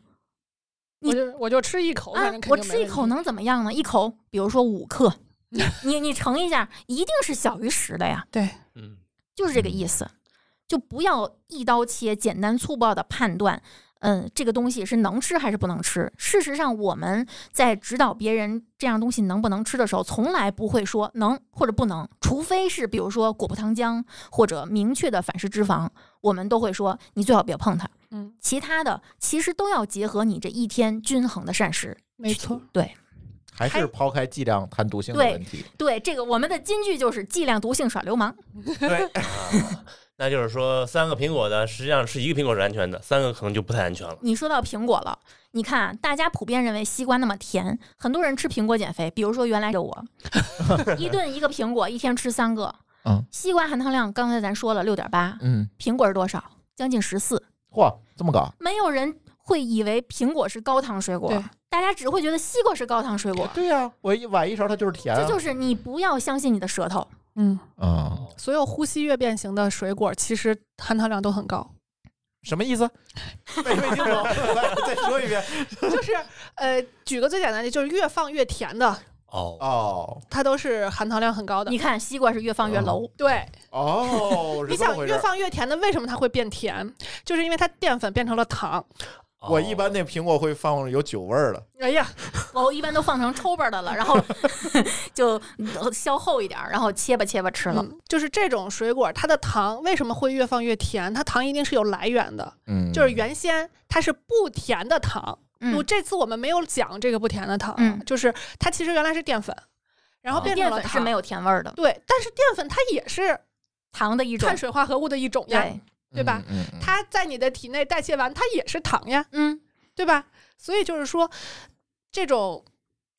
Speaker 4: 你
Speaker 3: 我就我就吃一口，
Speaker 4: 啊
Speaker 3: 反正，肯
Speaker 4: 我
Speaker 3: 定没
Speaker 4: 吃一
Speaker 3: 问
Speaker 4: 口
Speaker 3: 题
Speaker 4: 能怎么样呢？一口，比如说五 克，你你乘一下，一定是小于十的呀，
Speaker 3: 对，
Speaker 5: 嗯，
Speaker 4: 就是这个意思。就不要一刀切，简单粗暴的判断，嗯，这个东西是能吃还是不能吃。事实上，我们在指导别人这样东西能不能吃的时候，从来不会说能或者不能，除非是比如说果葡糖浆或者明确的反式脂肪，我们都会说你最好别碰它。
Speaker 3: 嗯，
Speaker 4: 其他的其实都要结合你这一天均衡的膳食。
Speaker 3: 没错，
Speaker 1: 还是抛开剂量谈毒性的
Speaker 4: 对
Speaker 1: 问题，
Speaker 4: 对，这个我们的金句就是剂量毒性耍流氓。
Speaker 1: 对，
Speaker 5: 啊那就是说三个苹果的实际上是一个苹果是安全的，三个可能就不太安全了。
Speaker 4: 你说到苹果了，你看啊大家普遍认为西瓜那么甜，很多人吃苹果减肥。比如说原来的我，一顿一个苹果，一天吃三个。
Speaker 1: 嗯，
Speaker 4: 西瓜含糖量刚才咱说了六点八，
Speaker 1: 嗯，
Speaker 4: 苹果是多少？将近十四。
Speaker 1: 嚯，这么搞，啊
Speaker 4: 没有人会以为苹果是高糖水果
Speaker 3: 对，
Speaker 4: 大家只会觉得西瓜是高糖水果。
Speaker 1: 对呀、我一崴一勺它就是甜、啊，
Speaker 4: 这就是你不要相信你的舌头。
Speaker 3: 嗯，
Speaker 1: 嗯，
Speaker 3: 所有呼吸越变型的水果其实含糖量都很高，
Speaker 1: 什么意思？没没听懂，来 再说一遍。
Speaker 3: 就是呃，举个最简单的，就是越放越甜的，
Speaker 5: 哦，
Speaker 1: 哦
Speaker 3: 它都是含糖量很高的
Speaker 4: 你。看，西瓜是越放越
Speaker 1: 哦
Speaker 4: 楼。
Speaker 3: 对，
Speaker 1: 哦，
Speaker 3: 你
Speaker 1: 是这么
Speaker 3: 想
Speaker 1: 回事
Speaker 3: 越
Speaker 1: 儿。
Speaker 3: 放越甜的，为什么它会变甜？就是因为它淀粉变成了糖。
Speaker 1: 我一般那苹果会放有酒味儿的，
Speaker 3: 哎呀，
Speaker 4: 我一般都放成抽巴的了，然后 就削厚一点儿，然后切吧切吧吃了。
Speaker 3: 嗯，就是这种水果，它的糖为什么会越放越甜？它糖一定是有来源的，
Speaker 1: 嗯
Speaker 3: 就是原先它是不甜的糖。
Speaker 4: 嗯
Speaker 3: 我这次我们没有讲这个不甜的糖，
Speaker 4: 嗯哦
Speaker 3: 就是它其实原来是淀粉，然后变成
Speaker 4: 淀
Speaker 3: 了
Speaker 4: 粉
Speaker 3: 糖。
Speaker 4: 是没有甜味儿的，
Speaker 3: 对，但是淀粉它也是
Speaker 4: 糖的一种
Speaker 3: 碳。水化合物的一种呀，
Speaker 4: 对，
Speaker 3: 对吧？
Speaker 1: 嗯嗯
Speaker 3: 它在你的体内代谢完，它也是糖呀，
Speaker 4: 嗯
Speaker 3: 对吧？所以就是说，这种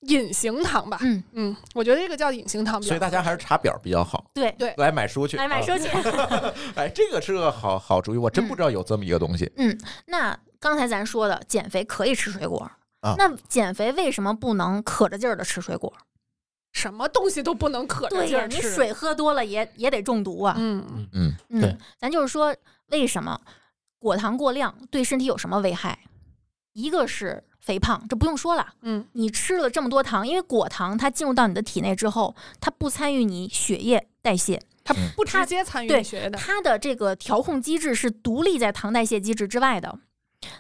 Speaker 3: 隐形糖吧，
Speaker 4: 嗯，
Speaker 3: 嗯，我觉得这个叫隐形糖比较
Speaker 1: 所以大家还是查表比较好，
Speaker 4: 对，
Speaker 3: 对
Speaker 1: 来买书去，
Speaker 4: 来 买
Speaker 1: 啊
Speaker 4: 收去。
Speaker 1: 哎，这个是个好好主意，我真
Speaker 4: 嗯
Speaker 1: 不知道有这么一个东西。
Speaker 4: 那刚才咱说的，减肥可以吃水果
Speaker 1: 啊。
Speaker 4: 那减肥为什么不能可着劲儿的吃水果？
Speaker 3: 什么东西都不能可着
Speaker 4: 对
Speaker 3: 劲
Speaker 4: 呀，
Speaker 3: 儿
Speaker 4: 你
Speaker 3: 吃。
Speaker 4: 水喝多了也也得中毒啊。
Speaker 3: 嗯，
Speaker 1: 嗯，
Speaker 4: 嗯
Speaker 5: 对，
Speaker 4: 咱就是说，为什么果糖过量对身体有什么危害？一个是肥胖，这不用说了。
Speaker 3: 嗯，
Speaker 4: 你吃了这么多糖，因为果糖它进入到你的体内之后，它不参与你血液代谢，
Speaker 3: 它
Speaker 1: 嗯
Speaker 3: 不直接参与
Speaker 4: 对
Speaker 3: 你血液的，
Speaker 4: 它的这个调控机制是独立在糖代谢机制之外的。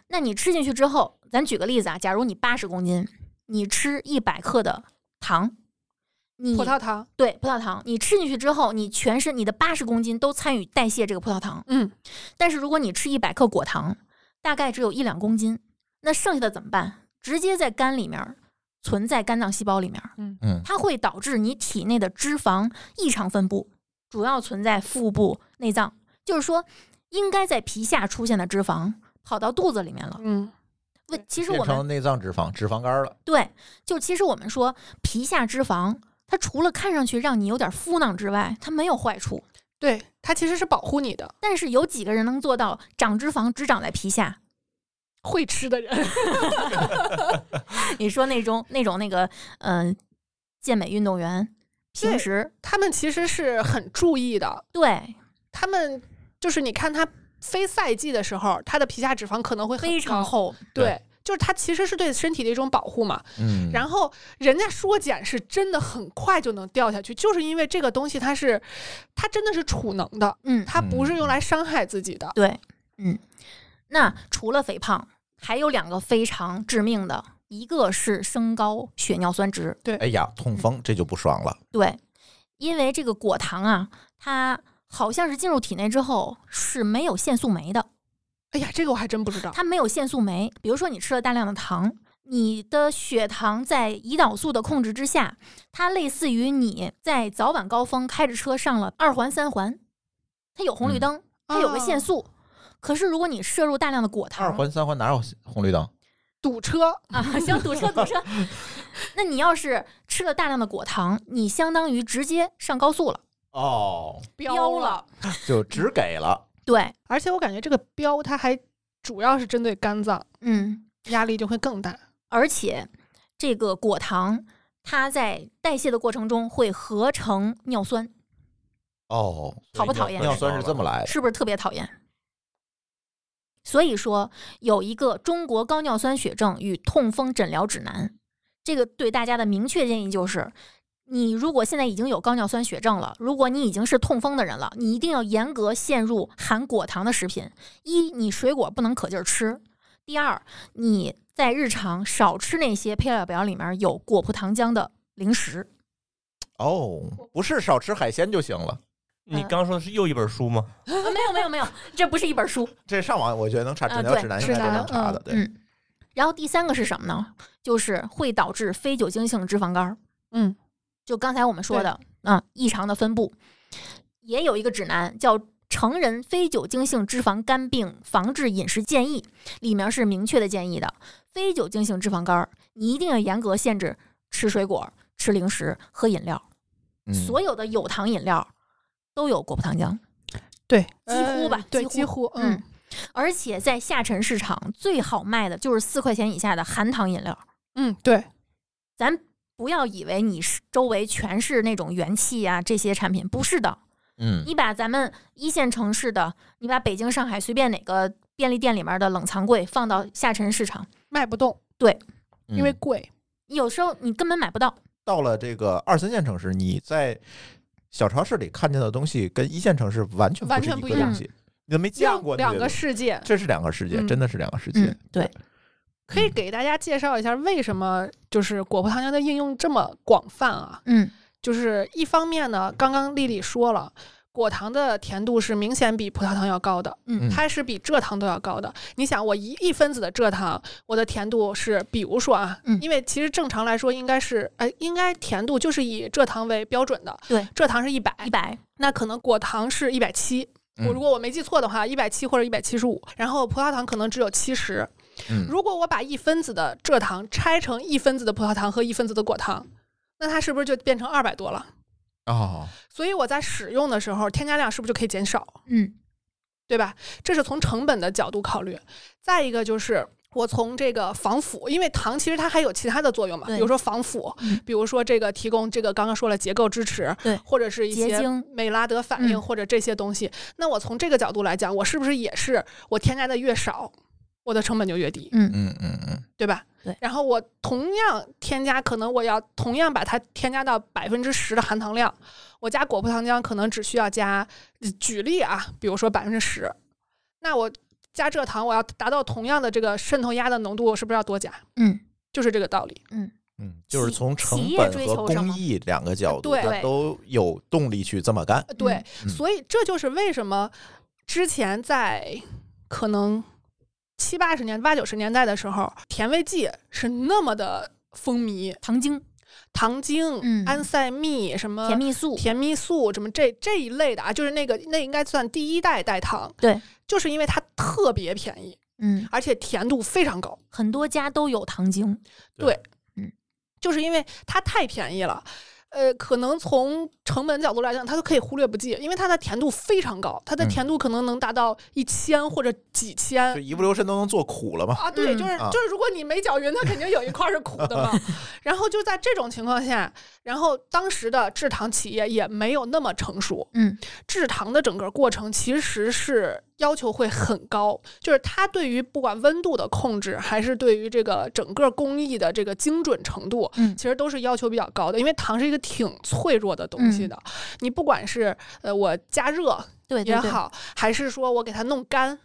Speaker 4: 那你吃进去之后，咱举个例子啊，假如你八十公斤，你吃一百克的糖，你
Speaker 3: 葡萄糖，
Speaker 4: 对葡萄糖，你吃进去之后，你全身你的八十公斤都参与代谢这个葡萄糖，
Speaker 3: 嗯，
Speaker 4: 但是如果你吃一百克果糖，大概只有一两公斤，那剩下的怎么办？直接在肝里面儿存在肝脏细胞里面儿，
Speaker 3: 嗯
Speaker 1: 嗯
Speaker 4: 它会导致你体内的脂肪异常分布，主要存在腹部、内脏，就是说应该在皮下出现的脂肪跑到肚子里面了。
Speaker 3: 嗯，
Speaker 4: 为其实
Speaker 1: 变
Speaker 4: 我们
Speaker 1: 成内脏脂肪、脂肪肝了。
Speaker 4: 对，就其实我们说皮下脂肪，它除了看上去让你有点敷囊之外，它没有坏处。
Speaker 3: 对，它其实是保护你的，
Speaker 4: 但是有几个人能做到长脂肪只长在皮下？
Speaker 3: 会吃的人，
Speaker 4: 你说那种那种那个嗯、呃健美运动员，平
Speaker 3: 对
Speaker 4: 时
Speaker 3: 他们其实是很注意的。
Speaker 4: 对
Speaker 3: 他们就是你看他非赛季的时候，他的皮下脂肪可能会很
Speaker 4: 非常
Speaker 3: 高，
Speaker 4: 厚，
Speaker 3: 对。就是他其实是对身体的一种保护嘛，
Speaker 1: 嗯，
Speaker 3: 然后人家说减是真的很快就能掉下去，就是因为这个东西它是，它真的是储能的，
Speaker 4: 嗯，
Speaker 3: 它不是
Speaker 1: 嗯
Speaker 3: 用来伤害自己的。
Speaker 4: 对，嗯。那除了肥胖，还有两个非常致命的，一个是升高血尿酸值，
Speaker 1: 哎呀，痛风这就不爽了，
Speaker 4: 对，因为这个果糖啊，它好像是进入体内之后是没有限速酶的，
Speaker 3: 哎呀，这个我还真不知道。
Speaker 4: 它没有限速酶。比如说你吃了大量的糖，你的血糖在胰岛素的控制之下，它类似于你在早晚高峰开着车上了二环、三环，它有红绿
Speaker 1: 嗯
Speaker 4: 灯，它有个限
Speaker 3: 哦
Speaker 4: 速。可是如果你摄入大量的果糖，
Speaker 1: 二环三环哪有红绿灯？
Speaker 3: 堵车，
Speaker 4: 啊，行，堵车堵 车。那你要是吃了大量的果糖，你相当于直接上高速了，
Speaker 1: 哦，
Speaker 4: 飙了。
Speaker 1: 就只给了。
Speaker 4: 对，
Speaker 3: 而且我感觉这个标它还主要是针对肝脏，
Speaker 4: 嗯，
Speaker 3: 压力就会更大。
Speaker 4: 而且这个果糖它在代谢的过程中会合成尿酸，
Speaker 1: 哦，
Speaker 4: 讨不讨厌
Speaker 1: 尿酸是这么
Speaker 5: 来，
Speaker 1: 来的。
Speaker 4: 是不是特别讨厌？所以说，有一个《中国高尿酸血症与痛风诊疗指南》，这个对大家的明确建议就是：你如果现在已经有高尿酸血症了，如果你已经是痛风的人了，你一定要严格限入含果糖的食品。一，你水果不能可劲儿吃；第二，你在日常少吃那些配料表里面有果葡糖浆的零食。
Speaker 1: 哦，不是少吃海鲜就行了。
Speaker 4: 嗯
Speaker 5: 你刚说的是又一本书吗？
Speaker 4: 啊，没有没有没有，这不是一本书，
Speaker 1: 这上网我觉得能查
Speaker 4: 啊
Speaker 1: 诊疗
Speaker 4: 对
Speaker 1: 指南，应
Speaker 3: 指
Speaker 1: 该都
Speaker 3: 南
Speaker 1: 能查的。
Speaker 3: 嗯
Speaker 1: 对，
Speaker 4: 嗯，然后第三个是什么呢？就是会导致非酒精性脂肪肝儿，
Speaker 3: 嗯，
Speaker 4: 就刚才我们说的，嗯，异常的分布，也有一个指南叫《成人非酒精性脂肪肝病防治饮食建议》，里面是明确的建议的，非酒精性脂肪肝儿，你一定要严格限制吃水果、吃零食、喝饮料，
Speaker 1: 嗯
Speaker 4: 所有的有糖饮料都有果葡糖浆。
Speaker 3: 对，
Speaker 4: 几乎吧
Speaker 3: 对，
Speaker 4: 几
Speaker 3: 几乎，
Speaker 4: 嗯
Speaker 3: 嗯，，
Speaker 4: 而且在下沉市场最好卖的就是四块钱以下的含糖饮料。
Speaker 3: 嗯，对，
Speaker 4: 咱不要以为你是周围全是那种元气啊这些产品，不是的。
Speaker 1: 嗯
Speaker 4: 你把咱们一线城市的，你把北京、上海随便哪个便利店里面的冷藏柜放到下沉市场，
Speaker 3: 卖不动，
Speaker 1: 嗯
Speaker 3: 因为贵。
Speaker 4: 有时候你根本买不到。
Speaker 1: 到了这个二三线城市，你在小超市里看见的东西跟一线城市完全
Speaker 3: 完
Speaker 1: 是
Speaker 3: 全
Speaker 1: 一
Speaker 3: 不
Speaker 1: 个
Speaker 3: 一
Speaker 1: 东
Speaker 4: 样
Speaker 1: 西，你都没见
Speaker 3: 两
Speaker 1: 过
Speaker 3: 两个
Speaker 1: 世，
Speaker 3: 世界，
Speaker 1: 这是两个世界，
Speaker 3: 嗯
Speaker 1: 真的是两个世界
Speaker 4: 嗯。，对，
Speaker 3: 可
Speaker 4: 嗯
Speaker 3: 以给大家介绍一下为什么就是果葡糖浆的应用这么广泛啊？
Speaker 4: 嗯
Speaker 3: 就是一方面呢，刚刚丽丽说了，果糖的甜度是明显比葡萄糖要高的，
Speaker 4: 嗯
Speaker 3: 它是比蔗糖都要高的。你想，我一一分子的蔗糖，我的甜度是，比如说啊，
Speaker 4: 嗯
Speaker 3: 因为其实正常来说应该是，哎，应该甜度就是以蔗糖为标准的，
Speaker 4: 对，
Speaker 3: 蔗糖是一百，
Speaker 4: 一百，
Speaker 3: 那可能果糖是一百七。
Speaker 1: 嗯
Speaker 3: 我如果我没记错的话，一百七或者一百七十五，然后葡萄糖可能只有七十。
Speaker 1: 嗯
Speaker 3: 如果我把一分子的蔗糖拆成一分子的葡萄糖和一分子的果糖，那它是不是就变成二百多了？
Speaker 1: 哦，
Speaker 3: 所以我在使用的时候，添加量是不是就可以减少，
Speaker 4: 嗯
Speaker 3: 对吧？这是从成本的角度考虑。再一个就是。我从这个防腐，因为糖其实它还有其他的作用嘛，
Speaker 4: 对
Speaker 3: 比如说防腐，
Speaker 4: 嗯
Speaker 3: 比如说这个提供这个刚刚说了结构支持，
Speaker 4: 对
Speaker 3: 或者是一
Speaker 4: 结
Speaker 3: 些
Speaker 4: 晶
Speaker 3: 美拉德反应
Speaker 4: 嗯
Speaker 3: 或者这些东西。那我从这个角度来讲，我是不是也是我添加的越少，我的成本就越低？
Speaker 4: 嗯，
Speaker 1: 嗯嗯嗯，
Speaker 3: 对吧？
Speaker 4: 对
Speaker 3: 然后我同样添加，可能我要同样把它添加到百分之十的含糖量，我加果葡糖浆可能只需要加，举例啊，比如说百分之十，那我加蔗糖，我要达到同样的这个渗透压的浓度，我是不是要多加？
Speaker 4: 嗯，
Speaker 3: 就是这个道理。
Speaker 1: 嗯，就是
Speaker 4: 企
Speaker 1: 从成
Speaker 4: 企业
Speaker 1: 本
Speaker 4: 追
Speaker 1: 和
Speaker 4: 求什
Speaker 1: 工
Speaker 4: 么
Speaker 1: 艺两个角度，
Speaker 3: 呃对
Speaker 1: 它都有动力去这么干。
Speaker 3: 呃对，
Speaker 1: 嗯
Speaker 3: 所以这就是为什么之前在可能七八十年、八九十年代的时候，甜味剂是那么的风靡，
Speaker 4: 糖精、
Speaker 3: 糖精、
Speaker 4: 嗯
Speaker 3: 安赛蜜什么
Speaker 4: 甜蜜素，
Speaker 3: 呃甜蜜素什么这这一类的啊，就是那个那应该算第一代代糖，
Speaker 4: 对，
Speaker 3: 就是因为它特别便宜，
Speaker 4: 嗯，
Speaker 3: 而且甜度非常高，
Speaker 4: 很多家都有糖精，
Speaker 1: 对
Speaker 3: 就是因为它太便宜了。呃，可能从成本角度来讲，它都可以忽略不计，因为它的甜度非常高，它的
Speaker 1: 嗯
Speaker 3: 甜度可能能达到一千或者几千
Speaker 6: 就。一不留神都能做苦了嘛。
Speaker 3: 啊，对，
Speaker 4: 嗯
Speaker 3: 就是
Speaker 6: 啊
Speaker 3: 就是，如果你没搅匀，它肯定有一块是苦的嘛。然后就在这种情况下，然后当时的制糖企业也没有那么成熟，
Speaker 4: 嗯，
Speaker 3: 制糖的整个过程其实是要求会很高，就是它对于不管温度的控制，还是对于这个整个工艺的这个精准程度，
Speaker 4: 嗯
Speaker 3: 其实都是要求比较高的，因为糖是一个挺脆弱的东西的，你不管是呃我加热
Speaker 4: 嗯对
Speaker 3: 也
Speaker 4: 对对，
Speaker 3: 好，还是说我给它弄干，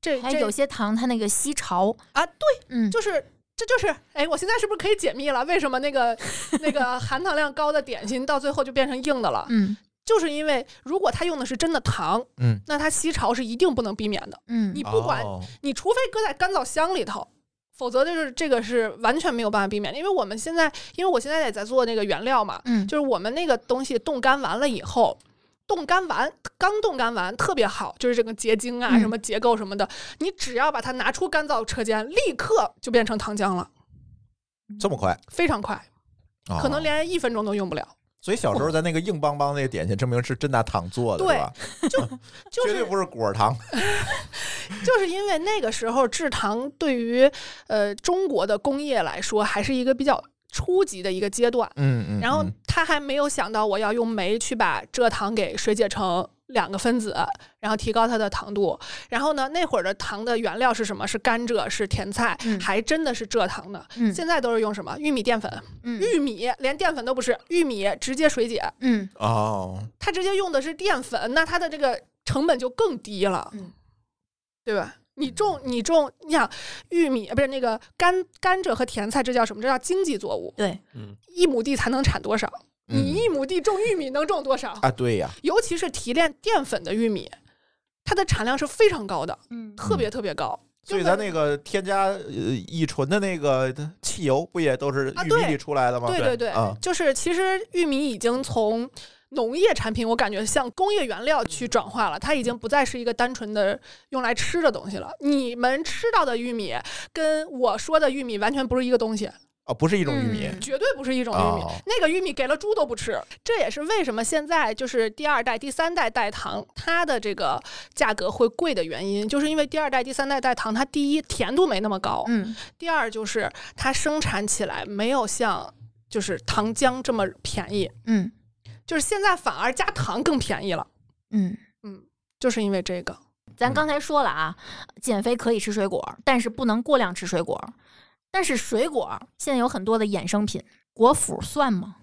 Speaker 3: 这
Speaker 4: 还
Speaker 3: 这
Speaker 4: 有些糖它那个吸潮
Speaker 3: 啊
Speaker 4: 对，嗯，
Speaker 3: 就是这就是，哎，我现在是不是可以解密了？为什么那个那个 含糖量高的点心到最后就变成硬的了？
Speaker 4: 嗯
Speaker 3: 就是因为如果它用的是真的糖，
Speaker 1: 嗯，
Speaker 3: 那它吸潮是一定不能避免的。
Speaker 4: 嗯，
Speaker 3: 你不管，
Speaker 6: 哦
Speaker 3: 你除非搁在干燥箱里头。否则就是这个是完全没有办法避免的，因为我们现在，因为我现在也在做那个原料嘛，
Speaker 4: 嗯
Speaker 3: 就是我们那个东西冻干完了以后，冻干完刚冻干完特别好，就是这个结晶啊、
Speaker 4: 嗯
Speaker 3: 什么结构什么的，你只要把它拿出干燥车间，立刻就变成糖浆了，
Speaker 6: 这么快，
Speaker 3: 非常快，
Speaker 6: 哦
Speaker 3: 可能连一分钟都用不了。
Speaker 6: 所以小时候咱那个硬邦邦那个点心，证明是真拿糖做的，
Speaker 3: 对
Speaker 6: 是吧？
Speaker 3: 就
Speaker 6: 绝
Speaker 3: 是
Speaker 6: 对不是果儿糖。
Speaker 3: 就是因为那个时候制糖对于呃中国的工业来说还是一个比较初级的一个阶段，
Speaker 6: 嗯嗯
Speaker 3: 然后
Speaker 6: 嗯
Speaker 3: 他还没有想到我要用酶去把蔗糖给水解成两个分子，然后提高它的糖度。然后呢，那会儿的糖的原料是什么？是甘蔗，是甜菜，
Speaker 4: 嗯
Speaker 3: 还真的是蔗糖的。
Speaker 4: 嗯
Speaker 3: 现在都是用什么？玉米淀粉，
Speaker 4: 嗯
Speaker 3: 玉米连淀粉都不是，玉米直接水解，
Speaker 4: 嗯
Speaker 6: 哦，
Speaker 3: 它直接用的是淀粉，那它的这个成本就更低了，
Speaker 4: 嗯
Speaker 3: 对吧？你种你种，你想玉米呃不是那个甘甘蔗和甜菜，这叫什么？这叫经济作物。
Speaker 4: 对，
Speaker 5: 嗯，
Speaker 3: 一亩地才能产多少？你
Speaker 6: 嗯
Speaker 3: 一亩地种玉米能种多少？
Speaker 6: 啊，对呀，
Speaker 3: 尤其是提炼淀粉的玉米，它的产量是非常高的，
Speaker 4: 嗯
Speaker 3: 特别特别高。
Speaker 6: 所以咱那个添加呃乙醇的那个汽油，不也都是
Speaker 3: 啊
Speaker 6: 玉米
Speaker 3: 对
Speaker 6: 里出来的吗？
Speaker 3: 对对对，
Speaker 6: 啊
Speaker 3: 就是其实玉米已经从农业产品，我感觉向工业原料去转化了，它已经不再是一个单纯的用来吃的东西了。你们吃到的玉米跟我说的玉米完全不是一个东西，
Speaker 1: 哦
Speaker 6: 啊，不是一种玉米
Speaker 4: 嗯
Speaker 3: 绝对不是一种玉米。
Speaker 6: 哦
Speaker 3: 那个玉米给了猪都不吃，这也是为什么现在就是第二代、第三代代糖它的这个价格会贵的原因，就是因为第二代、第三代代糖它第一甜度没那么高，
Speaker 4: 嗯
Speaker 3: 第二就是它生产起来没有像就是糖浆这么便宜，
Speaker 4: 嗯
Speaker 3: 就是现在反而加糖更便宜了，
Speaker 4: 嗯。
Speaker 3: 就是因为这个。
Speaker 4: 咱刚才说了啊，减肥可以吃水果，但是不能过量吃水果。但是水果现在有很多的衍生品，果脯算吗？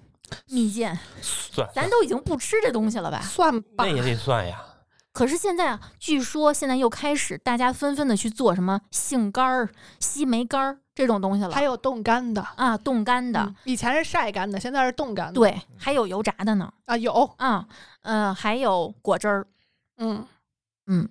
Speaker 4: 蜜饯，
Speaker 5: 算
Speaker 4: 咱都已经不吃这东西了吧？
Speaker 3: 算吧
Speaker 5: 那，也得算呀。
Speaker 4: 可是现在啊，据说现在又开始大家纷纷的去做什么杏干儿、西梅干儿这种东西了
Speaker 3: 还有冻干的。
Speaker 4: 啊，冻干的，
Speaker 3: 嗯以前是晒干的，现在是冻干的。
Speaker 4: 对，还有油炸的呢
Speaker 3: 啊，有，
Speaker 4: 啊，呃，还有果汁儿，
Speaker 3: 嗯，
Speaker 4: 嗯，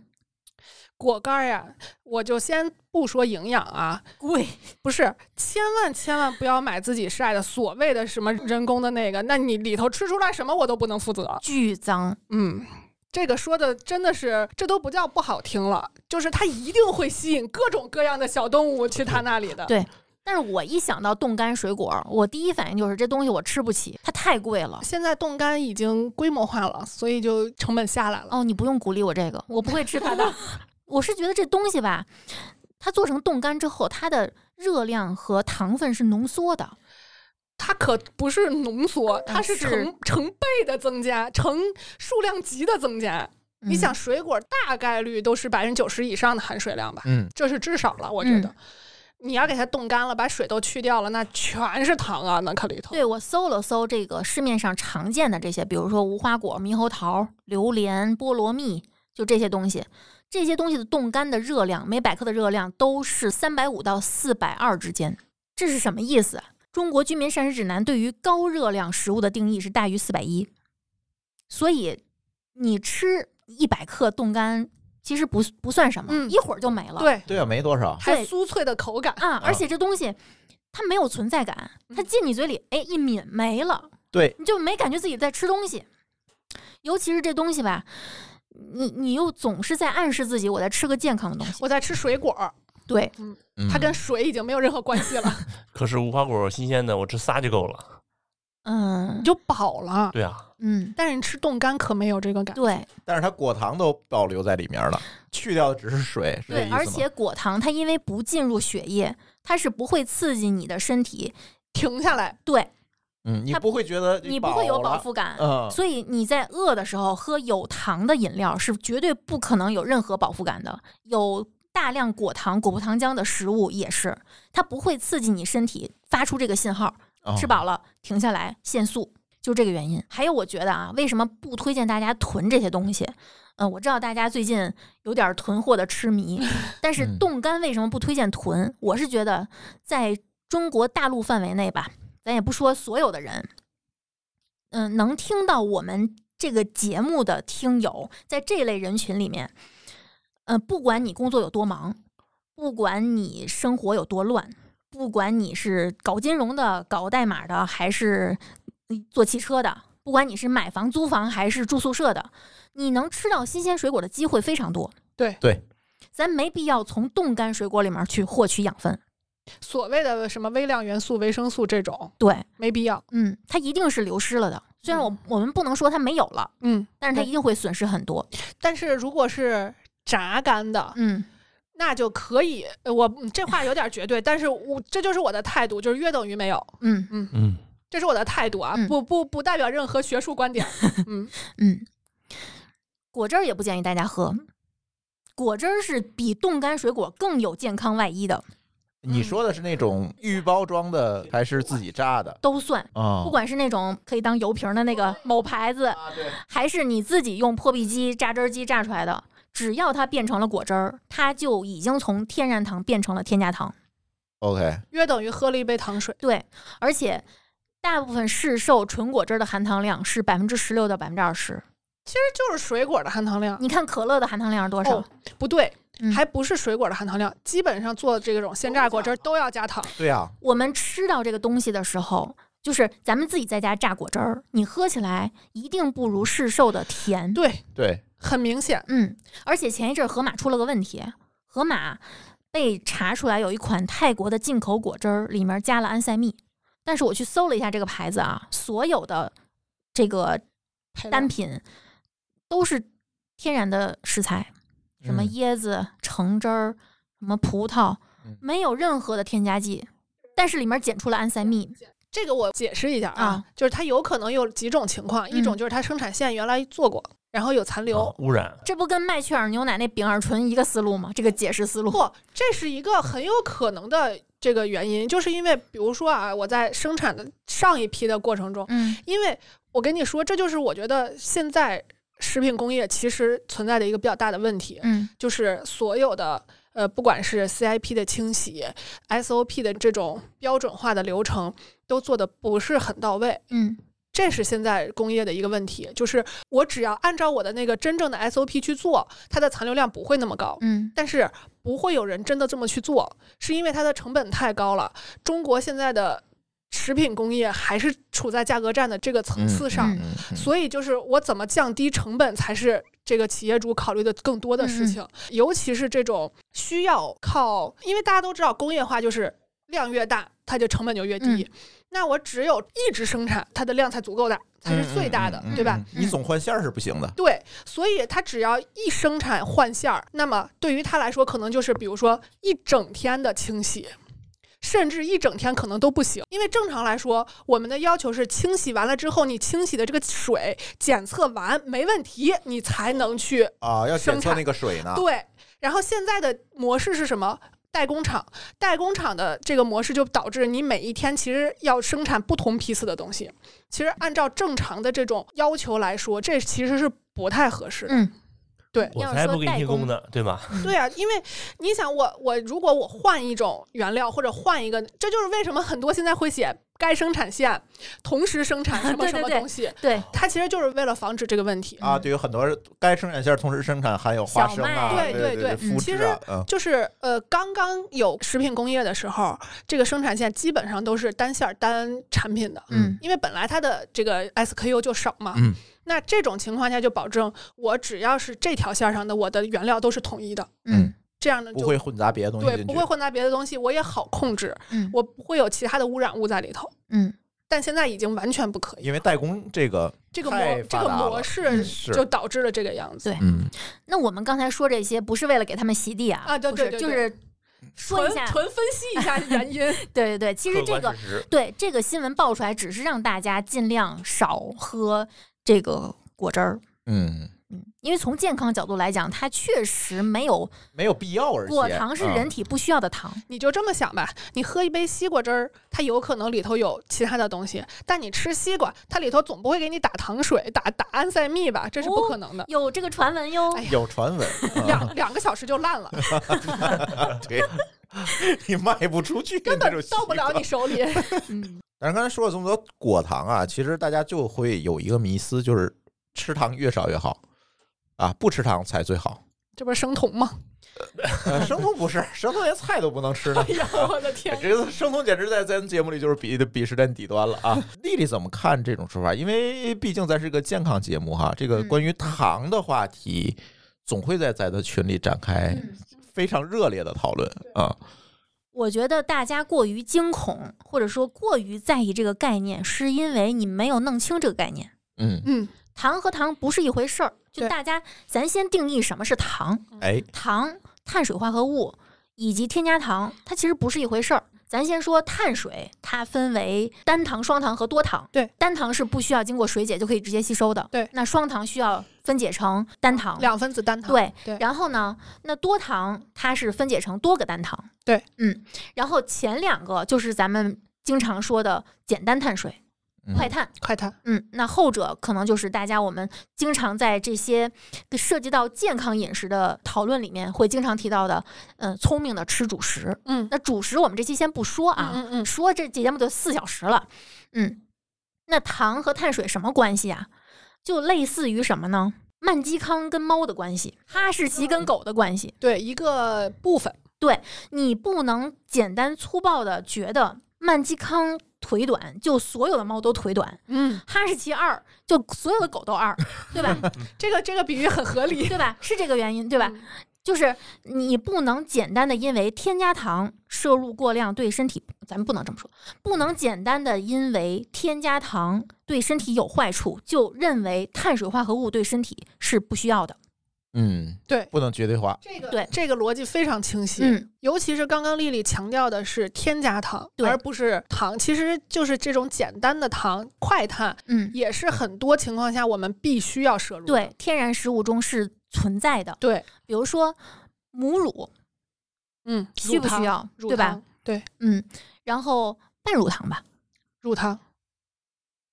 Speaker 3: 果干儿呀，我就先不说营养啊，
Speaker 4: 贵，
Speaker 3: 不是，千万千万不要买自己晒的所谓的什么人工的那个，那你里头吃出来什么我都不能负责。
Speaker 4: 巨脏，
Speaker 3: 嗯，这个说的真的是，这都不叫不好听了，就是它一定会吸引各种各样的小动物去它那里的。
Speaker 4: 对但是我一想到冻干水果，我第一反应就是这东西我吃不起，它太贵了。
Speaker 3: 现在冻干已经规模化了，所以就成本下来了。
Speaker 4: 哦，你不用鼓励我这个，我不会吃它 的。我是觉得这东西吧，它做成冻干之后，它的热量和糖分是浓缩的。
Speaker 3: 它可不是浓缩，它是
Speaker 4: 嗯是
Speaker 3: 成成倍的增加，成数量级的增加。
Speaker 4: 嗯
Speaker 3: 你想，水果大概率都是百分之九十以上的含水量吧？
Speaker 1: 嗯，
Speaker 3: 这是至少了，我
Speaker 4: 嗯
Speaker 3: 觉得。你要给它冻干了，把水都去掉了，那全是糖啊，那可里头。
Speaker 4: 对我搜了搜这个市面上常见的这些，比如说无花果、猕猴桃、榴莲、菠萝蜜，就这些东西，这些东西的冻干的热量，每百克的热量都是三百五到四百二之间。这是什么意思啊？中国居民膳食指南对于高热量食物的定义是大于四百一，所以你吃一百克冻干其实不不算什么，
Speaker 3: 嗯
Speaker 4: 一会儿就没了。
Speaker 3: 对，
Speaker 6: 对啊，没多少。
Speaker 3: 还酥脆的口感。
Speaker 4: 啊，而且这东西它没有存在感，它进你嘴里，哎，一抿没了，
Speaker 6: 对，
Speaker 4: 你就没感觉自己在吃东西。尤其是这东西吧，你你又总是在暗示自己我在吃个健康的东西，
Speaker 3: 我在吃水果，
Speaker 4: 对，
Speaker 1: 嗯
Speaker 3: 它跟水已经没有任何关系了。
Speaker 5: 可是无花果新鲜的，我吃仨就够了。
Speaker 4: 嗯
Speaker 3: 你就饱了。
Speaker 5: 对啊，
Speaker 4: 嗯，
Speaker 3: 但是你吃冻干可没有这个感觉。
Speaker 4: 对
Speaker 1: 但是它果糖都保留在里面了，去掉的只是水，是这意
Speaker 4: 对，
Speaker 1: 思吗
Speaker 4: 而且果糖它因为不进入血液，它是不会刺激你的身体，
Speaker 3: 停下来，
Speaker 4: 对
Speaker 1: 嗯，你
Speaker 4: 它
Speaker 1: 不会觉得
Speaker 4: 你不会有饱
Speaker 1: 饱
Speaker 4: 腹感。
Speaker 1: 了，嗯，
Speaker 4: 所以你在饿的时候喝有糖的饮料是绝对不可能有任何饱腹感的。有大量果糖、果葡糖浆的食物也是，它不会刺激你身体发出这个信号，
Speaker 1: 哦
Speaker 4: 吃饱了停下来限速，就这个原因。还有，我觉得啊，为什么不推荐大家囤这些东西？嗯，我知道大家最近有点囤货的痴 迷，但是
Speaker 1: 嗯
Speaker 4: 冻干为什么不推荐囤？我是觉得在中国大陆范围内吧，咱也不说所有的人，嗯，能听到我们这个节目的听友，在这类人群里面，呃，不管你工作有多忙，不管你生活有多乱，不管你是搞金融的、搞代码的，还是嗯做汽车的，不管你是买房、租房还是住宿舍的，你能吃到新鲜水果的机会非常多。
Speaker 3: 对
Speaker 1: 对，
Speaker 4: 咱没必要从冻干水果里面去获取养分。
Speaker 3: 所谓的什么微量元素、维生素这种
Speaker 4: 对，
Speaker 3: 没必要。
Speaker 4: 嗯，它一定是流失了的。虽然我我们不能说它没有了，
Speaker 3: 嗯，
Speaker 4: 但是它
Speaker 3: 对
Speaker 4: 一定会损失很多。
Speaker 3: 但是如果是榨干的，
Speaker 4: 嗯，
Speaker 3: 那就可以。呃我嗯这话有点绝对，但是我这就是我的态度，就是约等于没有，
Speaker 4: 嗯
Speaker 5: 嗯，
Speaker 3: 这是我的态度啊，
Speaker 4: 嗯
Speaker 3: 不不不代表任何学术观点。嗯，
Speaker 4: 嗯，果汁儿也不建议大家喝，果汁儿是比冻干水果更有健康外衣的，
Speaker 1: 你说的是那种预包装的还是自己榨的
Speaker 4: 都算。
Speaker 1: 啊
Speaker 4: 不管是那种可以当油瓶儿的那个某牌子，还是你自己用破壁机、榨汁儿机榨出来的，只要它变成了果汁儿，它就已经从天然糖变成了添加糖。
Speaker 1: ？OK，
Speaker 3: 约等于喝了一杯糖水。
Speaker 4: 对，而且大部分市售纯果汁儿的含糖量是百分之十六到百分之二十。
Speaker 3: 这就是水果的含糖量，
Speaker 4: 你看可乐的含糖量是多少？
Speaker 3: 哦不对，
Speaker 4: 嗯
Speaker 3: 还不是水果的含糖量。基本上做这种鲜榨果汁儿都要加糖。
Speaker 1: 对啊，
Speaker 4: 我们吃到这个东西的时候，就是咱们自己在家榨果汁儿，你喝起来一定不如市售的甜。
Speaker 3: 对，
Speaker 1: 对，
Speaker 3: 很明显。
Speaker 4: 嗯，而且前一阵儿盒马出了个问题，盒马被查出来有一款泰国的进口果汁儿里面加了安赛蜜，但是我去搜了一下这个牌子啊，所有的这个
Speaker 3: 配料
Speaker 4: 单品都是天然的食材，什么
Speaker 1: 嗯
Speaker 4: 椰子、橙汁儿、什么葡萄
Speaker 1: 嗯，
Speaker 4: 没有任何的添加剂，但是里面检出了安赛蜜。
Speaker 3: 这个我解释一下啊，
Speaker 4: 啊嗯
Speaker 3: 就是它有可能有几种情况，一种就是它生产线原来做过，然后有残
Speaker 4: 哎
Speaker 3: 留。
Speaker 5: 啊污染，
Speaker 4: 这不跟麦趣尔牛奶那丙二醇一个思路吗？这个解释思路。
Speaker 3: 不，这是一个很有可能的这个原因，就是因为比如说啊，我在生产的上一批的过程中，
Speaker 4: 嗯
Speaker 3: 因为我跟你说，这就是我觉得现在食品工业其实存在的一个比较大的问题，
Speaker 4: 嗯
Speaker 3: 就是所有的。呃，不管是 CIP 的清洗、SOP 的这种标准化的流程，都做的不是很到位。
Speaker 4: 嗯
Speaker 3: 这是现在工业的一个问题，就是我只要按照我的那个真正的 SOP 去做，它的残留量不会那么高。
Speaker 4: 嗯
Speaker 3: 但是不会有人真的这么去做，是因为它的成本太高了。中国现在的食品工业还是处在价格战的这个层次上，
Speaker 1: 嗯嗯
Speaker 3: 所以就是我怎么降低成本才是这个企业主考虑的更多的
Speaker 1: 嗯
Speaker 3: 事情，尤其是这种需要靠，因为大家都知道工业化就是量越大，它就成本就越低。
Speaker 4: 嗯
Speaker 3: 那我只有一直生产，它的量才足够大，才是最大的，
Speaker 1: 嗯嗯嗯嗯
Speaker 3: 对吧？
Speaker 1: 嗯你总换馅儿是不行的，
Speaker 3: 对，所以它只要一生产换线儿，那么对于它来说，可能就是比如说一整天的清洗，甚至一整天可能都不行，因为正常来说，我们的要求是清洗完了之后，你清洗的这个水检测完没问题，你才能去
Speaker 1: 啊，要检
Speaker 3: 生
Speaker 1: 测
Speaker 3: 产
Speaker 1: 那个水呢。
Speaker 3: 对，然后现在的模式是什么？代工厂，代工厂的这个模式就导致你每一天其实要生产不同批次的东西。其实按照正常的这种要求来说，这其实是不太合适的。
Speaker 4: 嗯，
Speaker 3: 对
Speaker 5: 我
Speaker 4: 要
Speaker 5: 才
Speaker 4: 说
Speaker 5: 不给你
Speaker 4: 代
Speaker 5: 提
Speaker 4: 工
Speaker 5: 供呢，对吧？
Speaker 3: 对啊，因为你想我，我如果我换一种原料或者换一个，这就是为什么很多现在会写该生产线同时生产什么
Speaker 4: 对
Speaker 3: 什
Speaker 4: 对
Speaker 3: 么
Speaker 4: 对
Speaker 3: 东西，
Speaker 4: 对，
Speaker 3: 它其实就是为了防止这个问题。
Speaker 1: 啊，对于很多人该生产线儿同时生产含有花生啊，
Speaker 4: 小
Speaker 3: 麦
Speaker 1: 对
Speaker 3: 对
Speaker 1: 对，
Speaker 3: 对
Speaker 4: 嗯
Speaker 1: 麸
Speaker 3: 其
Speaker 1: 质啊，嗯
Speaker 3: 就是呃，刚刚有食品工业的时候，这个生产线基本上都是单线儿单产品的，
Speaker 4: 嗯
Speaker 3: 因为本来它的这个 SKU 就少嘛。
Speaker 1: 嗯
Speaker 3: 那这种情况下，就保证我只要是这条线儿上的，我的原料都是统一的，
Speaker 4: 嗯
Speaker 3: 这样呢
Speaker 1: 不
Speaker 3: 就
Speaker 1: 会混杂别的东西
Speaker 3: 对
Speaker 1: 进去，
Speaker 3: 不会混杂别的东西，我也好控制，
Speaker 4: 嗯
Speaker 3: 我不会有其他的污染物在里头。
Speaker 4: 嗯
Speaker 3: 但现在已经完全不可以。
Speaker 6: 因为代工这个，
Speaker 3: 这个模
Speaker 6: 太
Speaker 3: 这
Speaker 6: 发
Speaker 3: 个
Speaker 6: 达了嗯
Speaker 3: 模
Speaker 4: 嗯
Speaker 3: 式
Speaker 6: 是
Speaker 3: 就导致了这个样子。
Speaker 4: 对
Speaker 6: 嗯，
Speaker 4: 那我们刚才说这些，不是为了给他们洗地啊，
Speaker 3: 啊对
Speaker 4: 不
Speaker 3: 对
Speaker 4: 是
Speaker 3: 对
Speaker 4: 就
Speaker 3: 对
Speaker 4: 是说
Speaker 3: 纯
Speaker 4: 一下，
Speaker 3: 纯分析一下原因，
Speaker 4: 对对对，其实
Speaker 5: 客
Speaker 4: 这
Speaker 5: 观
Speaker 4: 个
Speaker 5: 事实，
Speaker 4: 对这个新闻爆出来，只是让大家尽量少喝这个果汁儿。
Speaker 1: 嗯，
Speaker 4: 嗯，因为从健康角度来讲，它确实没有
Speaker 1: 没有必要，而且
Speaker 4: 果糖是
Speaker 6: 啊
Speaker 4: 人体不需要的糖。
Speaker 3: 你就这么想吧。你喝一杯西瓜汁儿，它有可能里头有其他的东西，但你吃西瓜，它里头总不会给你打糖水、打打安赛蜜吧？这是不可
Speaker 4: 哦
Speaker 3: 能 的。
Speaker 4: 有这个传闻哟，
Speaker 3: 哎呀
Speaker 6: 有传闻，
Speaker 3: 两两个小时 就烂了，
Speaker 1: 对，你卖不出去，
Speaker 3: 根
Speaker 1: 这
Speaker 3: 本
Speaker 1: 种
Speaker 3: 到不了你 手里。
Speaker 4: 嗯，
Speaker 6: 但是刚才说了这么多果糖啊，其实大家就会有一个迷思，就是吃糖越少越好啊，不吃糖才最好。
Speaker 3: 这不是生酮 吗？
Speaker 6: 呃，生酮不是，生酮连菜都不能吃呢。
Speaker 3: 哎呀，我的 天！
Speaker 1: 这个生酮简直在咱节目里就是鄙鄙视咱底端了啊！
Speaker 6: 丽丽怎么看这种说法？因为毕竟咱是个健康节目哈，这个
Speaker 4: 嗯
Speaker 6: 关于糖的话题，总会在咱的群里展开
Speaker 4: 嗯
Speaker 6: 非常热烈的讨论啊。
Speaker 4: 我觉得大家过于惊恐，或者说过于在意这个概念，是因为你没有弄清这个概念。
Speaker 6: 嗯，
Speaker 3: 嗯，
Speaker 4: 糖和糖不是一回事儿，就
Speaker 3: 对
Speaker 4: 大家咱先定义什么是糖。
Speaker 6: 哎，
Speaker 4: 糖、碳水化合物以及添加糖，它其实不是一回事儿。咱先说碳水，它分为单糖、双糖和多糖。
Speaker 3: 对，
Speaker 4: 单糖是不需要经过水解就可以直接吸收的。
Speaker 3: 对
Speaker 4: 那双糖需要分解成单糖。
Speaker 3: 两分子单糖。
Speaker 4: 对，
Speaker 3: 对
Speaker 4: 然后呢，那多糖它是分解成多个单糖。
Speaker 3: 对，
Speaker 4: 嗯，然后前两个就是咱们经常说的简单碳水、
Speaker 6: 嗯
Speaker 4: 快碳。
Speaker 3: 快碳，
Speaker 4: 嗯，那后者可能就是大家我们经常在这些涉及到健康饮食的讨论里面会经常提到的，嗯、聪明的吃主食。
Speaker 3: 嗯
Speaker 4: 那主食我们这期先不说啊，
Speaker 3: 嗯嗯
Speaker 4: 说这节目就四小时了。嗯，那糖和碳水什么关系啊？就类似于什么呢？曼基康跟猫的关系，哈士奇
Speaker 3: 嗯
Speaker 4: 跟狗的关系。
Speaker 3: 对一个部分，
Speaker 4: 你不能简单粗暴的觉得曼基康腿短，就所有的猫都腿短。
Speaker 3: 嗯，
Speaker 4: 哈士奇二，就所有的狗都二，对吧？
Speaker 3: 这个这个比喻很合理，
Speaker 4: 对吧？是这个原因，对吧？
Speaker 3: 嗯？
Speaker 4: 就是你不能简单的因为添加糖摄入过量对身体，咱们不能这么说，不能简单的因为添加糖对身体有坏处，就认为碳水化合物对身体是不需要的。
Speaker 6: 嗯，
Speaker 3: 对
Speaker 6: 不能绝对化。
Speaker 3: 这个
Speaker 4: 对
Speaker 3: 这个逻辑非常清晰，
Speaker 4: 嗯，
Speaker 3: 尤其是刚刚丽丽强调的是添加糖，
Speaker 4: 对
Speaker 3: 而不是糖，其实就是这种简单的糖、快碳，
Speaker 4: 嗯，
Speaker 3: 也是很多情况下我们必须要摄入的。
Speaker 4: 对，天然食物中是存在的，
Speaker 3: 对，
Speaker 4: 比如说母乳
Speaker 3: 嗯，
Speaker 4: 需
Speaker 3: 乳
Speaker 4: 不需
Speaker 3: 糖？
Speaker 4: 要，
Speaker 3: 乳
Speaker 4: 对吧
Speaker 3: 糖？？对，
Speaker 4: 嗯，然后半乳糖吧，
Speaker 3: 乳糖，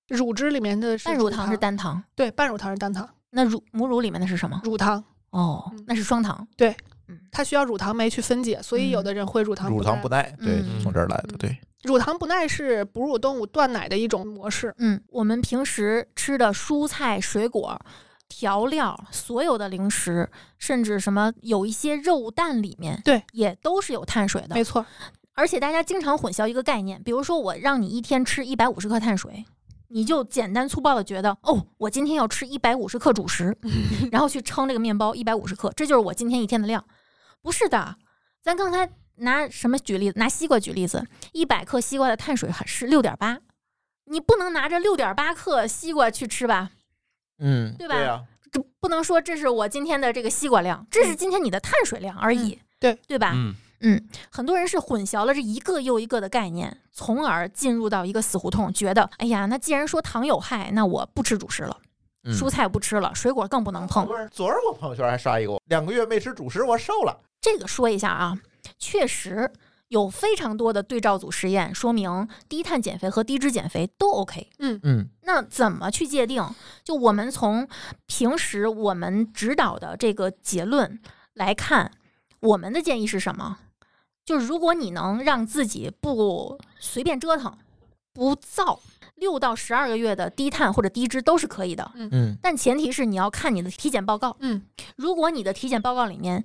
Speaker 3: 乳汁里面的是
Speaker 4: 半乳糖是单糖，
Speaker 3: 对，半乳糖是单糖，
Speaker 4: 那乳母乳里面的是什么？
Speaker 3: 乳糖
Speaker 4: 哦
Speaker 3: 嗯，
Speaker 4: 那是双糖。
Speaker 3: 它需要乳糖酶去分解，所以有的人会乳糖
Speaker 6: 乳糖不
Speaker 3: 耐。
Speaker 6: 耐，对，
Speaker 4: 嗯
Speaker 6: 从这儿来的，对，
Speaker 3: 乳糖不耐是哺乳动物断奶的一种模式。
Speaker 4: 嗯，我们平时吃的蔬菜、水果、调料，所有的零食，甚至什么有一些肉蛋里面，
Speaker 3: 对，
Speaker 4: 也都是有碳水的
Speaker 3: 没。错，
Speaker 4: 而且大家经常混淆一个概念，比如说我让你一天吃一百五十克碳水。你就简单粗暴的觉得，哦，我今天要吃一百五十克主食， 然后去称这个面包一百五十克，这就是我今天一天的量。不是的，咱刚才拿什么举例子？拿西瓜举例子，一百克西瓜的碳水还是六点八，你不能拿着六点八克西瓜去吃吧？
Speaker 6: 嗯，
Speaker 4: 对吧
Speaker 6: 呀，
Speaker 4: 这不能说这是我今天的这个西瓜量，这是今天你的碳水量而已，
Speaker 3: 对
Speaker 4: 对吧？
Speaker 5: 嗯，
Speaker 4: 嗯，很多人是混淆了这一个又一个的概念，从而进入到一个死胡同，觉得哎呀，那既然说糖有害，那我不吃主食了，
Speaker 6: 嗯
Speaker 4: 蔬菜不吃了，水果更不能碰。
Speaker 6: 昨儿我朋友圈还刷一个我，两个月没吃主食，我瘦了。
Speaker 4: 这个说一下啊，确实有非常多的对照组实验说明低碳减肥和低脂减肥都 OK。
Speaker 6: 嗯
Speaker 4: 那怎么去界定？就我们从平时我们指导的这个结论来看，我们的建议是什么？就是如果你能让自己不随便折腾，不躁，六到十二个月的低碳或者低脂都是可以的，
Speaker 6: 嗯
Speaker 4: 但前提是你要看你的体检报告。
Speaker 3: 嗯，
Speaker 4: 如果你的体检报告里面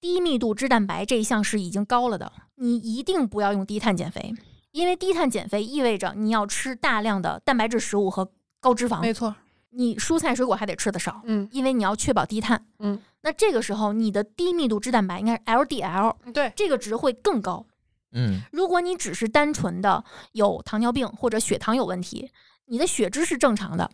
Speaker 4: 低密度脂蛋白这一项是已经高了的，你一定不要用低碳减肥，因为低碳减肥意味着你要吃大量的蛋白质食物和高脂
Speaker 3: 没
Speaker 4: 肪，
Speaker 3: 错，
Speaker 4: 你蔬菜水果还得吃的少，
Speaker 3: 嗯
Speaker 4: 因为你要确保低碳。
Speaker 3: 嗯，
Speaker 4: 那这个时候你的低密度脂蛋白应该是 LDL
Speaker 3: 对，
Speaker 4: 这个值会更高。
Speaker 6: 嗯
Speaker 4: 如果你只是单纯的有糖尿病或者血糖有问题，你的血脂是正常的，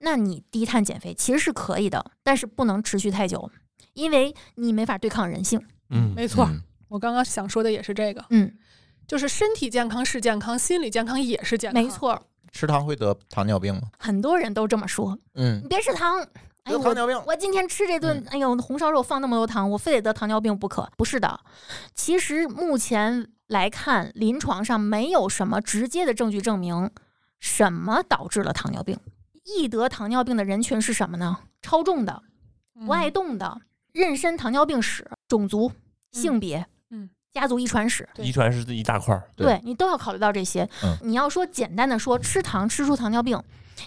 Speaker 4: 那你低碳减肥其实是可以的，但是不能持续太久，因为你没法对抗人性。
Speaker 5: 嗯，
Speaker 3: 没错，
Speaker 6: 嗯
Speaker 3: 我刚刚想说的也是这个，
Speaker 4: 嗯，
Speaker 3: 就是身体健康是健康，心理健康也是健康。
Speaker 4: 没，错，
Speaker 6: 吃糖会得糖尿病吗？
Speaker 4: 很多人都这么说，
Speaker 6: 嗯
Speaker 4: 你，别吃糖。
Speaker 6: 得
Speaker 4: 哎呦，
Speaker 6: 糖
Speaker 4: 我
Speaker 6: 尿病。
Speaker 4: 我今天吃这顿，哎呦，红烧肉放那么多糖，我非得得糖尿病不可。不是的，其实目前来看，临床上没有什么直接的证据证明什么导致了糖尿病。易得糖尿病的人群是什么呢？超重的、
Speaker 3: 嗯
Speaker 4: 不爱动的、妊娠糖尿病史、种族、性别、
Speaker 3: 嗯
Speaker 4: 家族遗传史，
Speaker 3: 对
Speaker 5: 遗传是一大块儿，
Speaker 6: 对
Speaker 4: 对你都要考虑到这些。
Speaker 6: 嗯
Speaker 4: 你要说简单的说吃糖吃出糖尿病，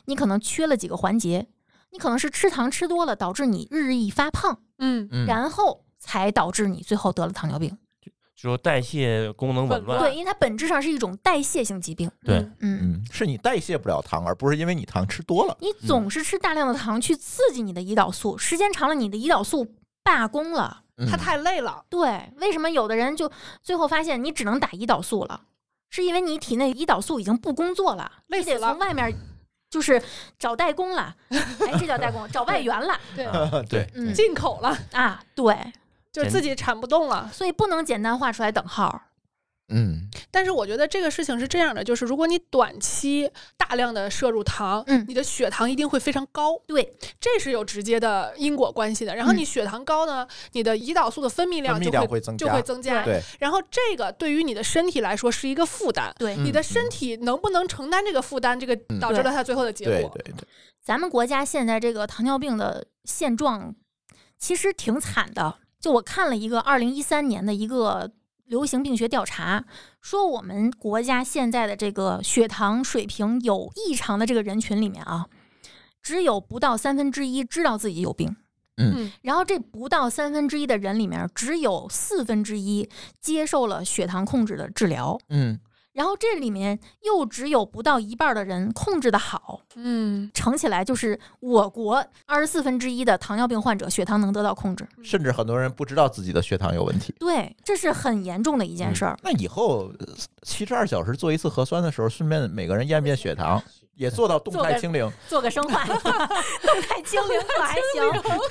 Speaker 4: 你可能缺了几个环节，你可能是吃糖吃多了导致你日益发胖。
Speaker 3: 嗯，
Speaker 6: 嗯
Speaker 4: 然后才导致你最后得了糖尿病。
Speaker 5: 就说代谢功能紊
Speaker 3: 啊
Speaker 5: 乱，
Speaker 4: 对，因为它本质上是一种代谢性疾病。
Speaker 5: 对
Speaker 3: 嗯
Speaker 4: 嗯，
Speaker 6: 嗯，是你代谢不了糖，而不是因为你糖吃多了。
Speaker 4: 你总是吃大量的糖去刺激你的胰岛素，时间长了，你的胰岛素罢工了。
Speaker 6: 嗯
Speaker 3: 他太累了，
Speaker 4: 对，为什么有的人就最后发现你只能打胰岛素了？是因为你体内胰岛素已经不工作了，
Speaker 3: 累
Speaker 4: 你
Speaker 3: 死
Speaker 4: 得
Speaker 3: 了
Speaker 4: 从外面就是找代工 了，哎，这叫代工，找外援了
Speaker 3: 对，
Speaker 6: 对，
Speaker 4: 嗯
Speaker 3: 进口了，
Speaker 4: 啊。对，
Speaker 3: 就是自己产不动了。
Speaker 4: 所以不能简单画出来等号。
Speaker 6: 嗯
Speaker 3: 但是我觉得这个事情是这样的，就是如果你短期大量的摄入糖，
Speaker 4: 嗯
Speaker 3: 你的血糖一定会非常高，
Speaker 4: 对，
Speaker 3: 这是有直接的因果关系的。然后
Speaker 4: 嗯
Speaker 3: 你血糖高呢，你的胰岛素的分泌量
Speaker 6: 分
Speaker 3: 就
Speaker 6: 泌量
Speaker 3: 会
Speaker 6: 会增
Speaker 3: 就会
Speaker 6: 加。
Speaker 3: 增加，
Speaker 6: 对，
Speaker 3: 然后这个对于你的身体来说是一个负担。
Speaker 4: 对
Speaker 3: 你的身体能不能承担这个负担，这个
Speaker 6: 嗯
Speaker 3: 导致了它最后的结
Speaker 6: 对
Speaker 3: 果。
Speaker 6: 对对，
Speaker 4: 咱们国家现在这个糖尿病的现状其实挺惨的。就我看了一个二零一三年的一个流行病学调查，说我们国家现在的这个血糖水平有异常的这个人群里面啊，只有不到三分之一知道自己有病。
Speaker 3: 嗯，
Speaker 4: 然后这不到三分之一的人里面，只有四分之一接受了血糖控制的治疗，
Speaker 6: 嗯
Speaker 4: 然后这里面又只有不到一半的人控制的好。
Speaker 3: 嗯，
Speaker 4: 乘起来就是我国二十四分之一的糖尿病患者血糖能得到控制。
Speaker 6: 甚至很多人不知道自己的血糖有问题。
Speaker 4: 对，这是很严重的
Speaker 6: 嗯
Speaker 4: 一件事儿。
Speaker 6: 那以后呃七十二小时做一次核酸的时候，顺便每个人验遍血糖，也做到动
Speaker 4: 做
Speaker 6: 态
Speaker 4: 个
Speaker 6: 清零。
Speaker 4: 做个 生化，动态清零可还行？
Speaker 3: 嗯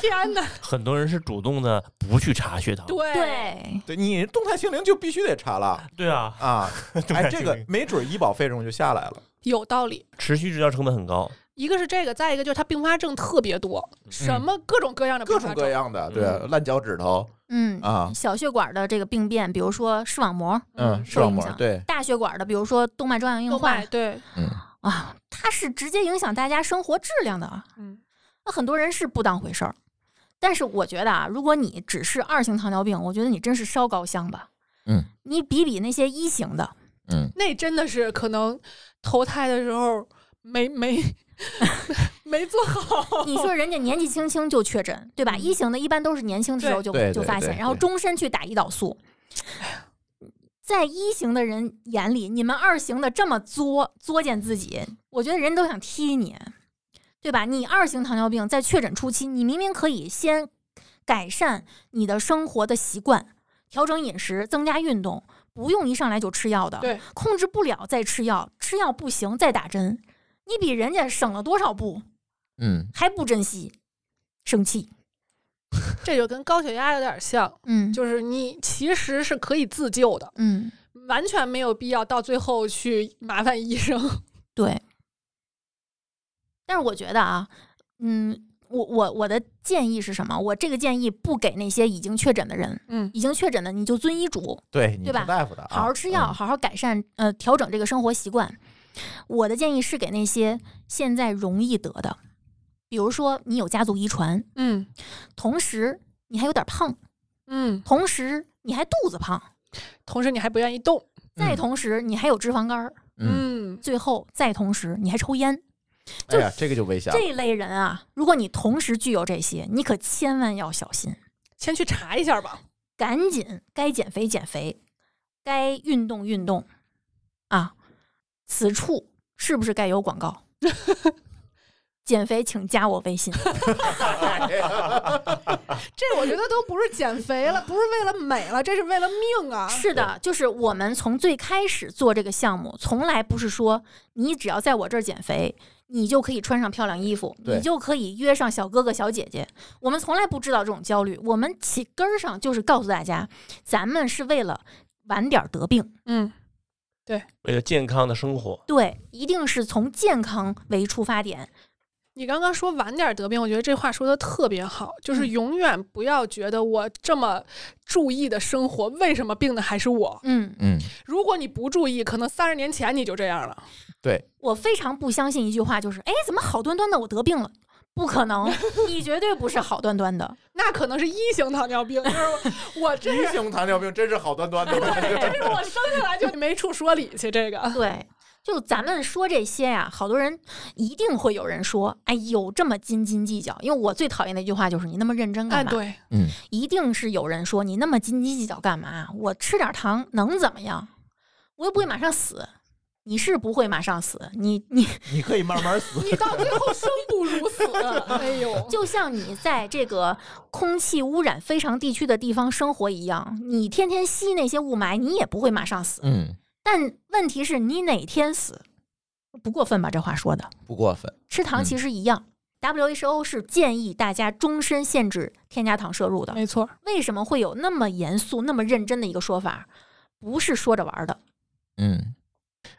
Speaker 3: 天哪，
Speaker 5: 很多人是主动的不去查血糖，
Speaker 3: 对，
Speaker 4: 对，
Speaker 6: 对你动态清零就必须得查 了
Speaker 5: 对啊，
Speaker 6: 啊！哎，
Speaker 5: 态
Speaker 6: 这
Speaker 5: 清
Speaker 6: 个
Speaker 5: 零
Speaker 6: 没准医保费用就下来了。
Speaker 3: 有道理。
Speaker 5: 持续治疗成本很高，
Speaker 3: 一个是这个，再一个就是它并发症特别多，什么各种各样的
Speaker 6: 嗯
Speaker 3: 并
Speaker 6: 各
Speaker 3: 发
Speaker 6: 种
Speaker 3: 症
Speaker 6: 各。样的，
Speaker 5: 嗯
Speaker 6: 对，烂脚趾头
Speaker 4: 嗯，
Speaker 6: 啊，
Speaker 4: 小血管的这个病变，比如说视网膜；
Speaker 6: 嗯，视网膜
Speaker 4: 影，响
Speaker 6: 对，
Speaker 4: 大血管的，比如说动脉粥样硬
Speaker 3: 动
Speaker 4: 化
Speaker 3: 脉对，
Speaker 4: 啊，它是直接影响大家生活质量的。
Speaker 3: 嗯，
Speaker 4: 那很多人是不当回事儿，但是我觉得啊，如果你只是二型糖尿病，我觉得你真是烧高香吧。
Speaker 6: 嗯，
Speaker 4: 你比比那些一型的，
Speaker 6: 嗯，
Speaker 3: 那真的是可能投胎的时候没 没没做 好。
Speaker 4: 你说人家年纪轻轻就确诊，对吧？
Speaker 3: 嗯
Speaker 4: 一型的一般都是年轻的时候就
Speaker 6: 对对
Speaker 4: 就
Speaker 6: 对
Speaker 4: 发
Speaker 6: 对
Speaker 4: 现，
Speaker 6: 对
Speaker 4: 然后终身去打胰岛素。在一型的人眼里，你们二型的这么作作践自己，
Speaker 6: 嗯
Speaker 4: 我觉得人都想踢你，对吧？你二型糖尿病在确诊初期，你明明可以先改善你的生活的习惯，调整饮食，增加运动，不用一上来就吃药的。
Speaker 3: 对，
Speaker 4: 控制不了再吃药，吃药不行再打针，你比人家省了多少步？
Speaker 6: 嗯，
Speaker 4: 还不珍惜，生气。
Speaker 3: 这就跟高血压有点像，
Speaker 4: 嗯
Speaker 3: 就是你其实是可以自救的，
Speaker 4: 嗯，
Speaker 3: 完全没有必要到最后去麻烦医生。
Speaker 4: 对。但是我觉得啊，嗯，我我我的建议是什么？我这个建议不给那些已经确诊的人，
Speaker 3: 嗯，
Speaker 4: 已经确诊的你就遵医嘱，
Speaker 6: 对，你
Speaker 4: 对吧
Speaker 6: 听大夫的啊，
Speaker 4: 好好吃
Speaker 1: 嗯
Speaker 4: 药，好好改善呃调整这个生活习惯。我的建议是给那些现在容易得的，比如说你有家族遗传，
Speaker 3: 嗯
Speaker 4: 同时你还有点胖，
Speaker 3: 嗯，
Speaker 4: 同时你还肚子胖，
Speaker 3: 同时你还不愿意动，
Speaker 4: 再
Speaker 6: 嗯
Speaker 4: 同时你还有脂肪肝儿，
Speaker 6: 嗯，
Speaker 3: 嗯，
Speaker 4: 最后再同时你还抽烟。
Speaker 6: 嗯哎呀，这个就危险 了，
Speaker 4: 这类人啊，如果你同时具有这些，你可千万要小心，
Speaker 3: 先去查一下吧。
Speaker 4: 赶紧该减肥减肥，该运动运动啊！此处是不是该有广告？减肥请加我微信。
Speaker 3: 这我觉得都不是减肥了，不是为了美了，这是为了命 啊！
Speaker 4: 是的，就是我们从最开始做这个项目，从来不是说你只要在我这儿减肥，你就可以穿上漂亮衣服，
Speaker 6: 对
Speaker 4: 你就可以约上小哥哥小姐姐。我们从来不知道这种焦虑，我们起根儿上就是告诉大家，咱们是为了晚点儿得病，
Speaker 3: 嗯，
Speaker 5: 为了健康的生活，
Speaker 4: 对，一定是从健康为出发点。
Speaker 3: 你刚刚说晚点得病，我觉得这话说的特别好，就是永远不要觉得我这么注意的生活，为什么病的还是我？
Speaker 4: 嗯，
Speaker 6: 嗯，
Speaker 3: 如果你不注意，可能三十年前你就这样了。
Speaker 6: 对，
Speaker 4: 我非常不相信一句话，就是哎，怎么好端端的我得病了？不可能，你绝对不是好端端的。
Speaker 3: 那可能是一型糖尿病，就是我我这
Speaker 1: 急
Speaker 3: 是
Speaker 1: 性糖尿病真是好端 端的。
Speaker 3: 这是我生下来就没处说理去，这个
Speaker 4: 对，就咱们说这些呀、好多人一定会有人说，哎，有这么斤斤计较。因为我最讨厌的一句话就是你那么认真干
Speaker 3: 哎
Speaker 4: 嘛？
Speaker 3: 对，
Speaker 4: 一定是有人说你那么斤斤计较干嘛？我吃点糖能怎么样？我又不会马上死。你是不会马上死，你你
Speaker 3: 哦
Speaker 1: 你可以慢慢死，
Speaker 3: 你到最后生不如 死，哎呦，
Speaker 4: 就像你在这个空气污染非常地区的地方生活一样，你天天吸那些雾霾，你也不会马上死。
Speaker 6: 嗯，
Speaker 4: 但问题是你哪天死，不过分吧？这话说的。
Speaker 6: 不过分。
Speaker 4: 吃糖
Speaker 6: 嗯
Speaker 4: 其实一样。WHO 是建议大家终身限制添加糖摄入的。
Speaker 3: 没错，
Speaker 4: 为什么会有那么严肃、那么认真的一个说法？不是说着玩儿的。
Speaker 6: 嗯，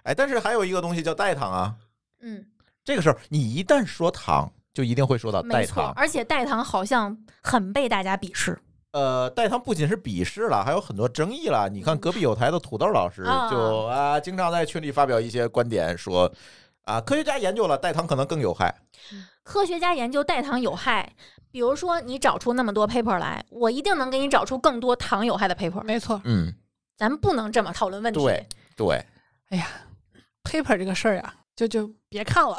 Speaker 1: 哎，但是还有一个东西叫代糖啊，
Speaker 4: 嗯，
Speaker 6: 这个时候你一旦说糖，就一定会说到代
Speaker 4: 没错。
Speaker 6: 糖。
Speaker 4: 而且代糖好像很被大家鄙视。
Speaker 6: 呃，代糖不仅是鄙视了，还有很多争议了。你看隔壁有台的土豆老师
Speaker 4: 啊
Speaker 6: 就啊，经常在群里发表一些观点，说啊，科学家研究了代糖可能更有害。
Speaker 4: 科学家研究代糖有害，比如说你找出那么多 paper 来，我一定能给你找出更多糖有害的 paper。
Speaker 3: 没错。
Speaker 6: 嗯，
Speaker 4: 咱们不能这么讨论问题。
Speaker 6: 对对，
Speaker 3: 哎呀，paper 这个事儿呀、就就别看了，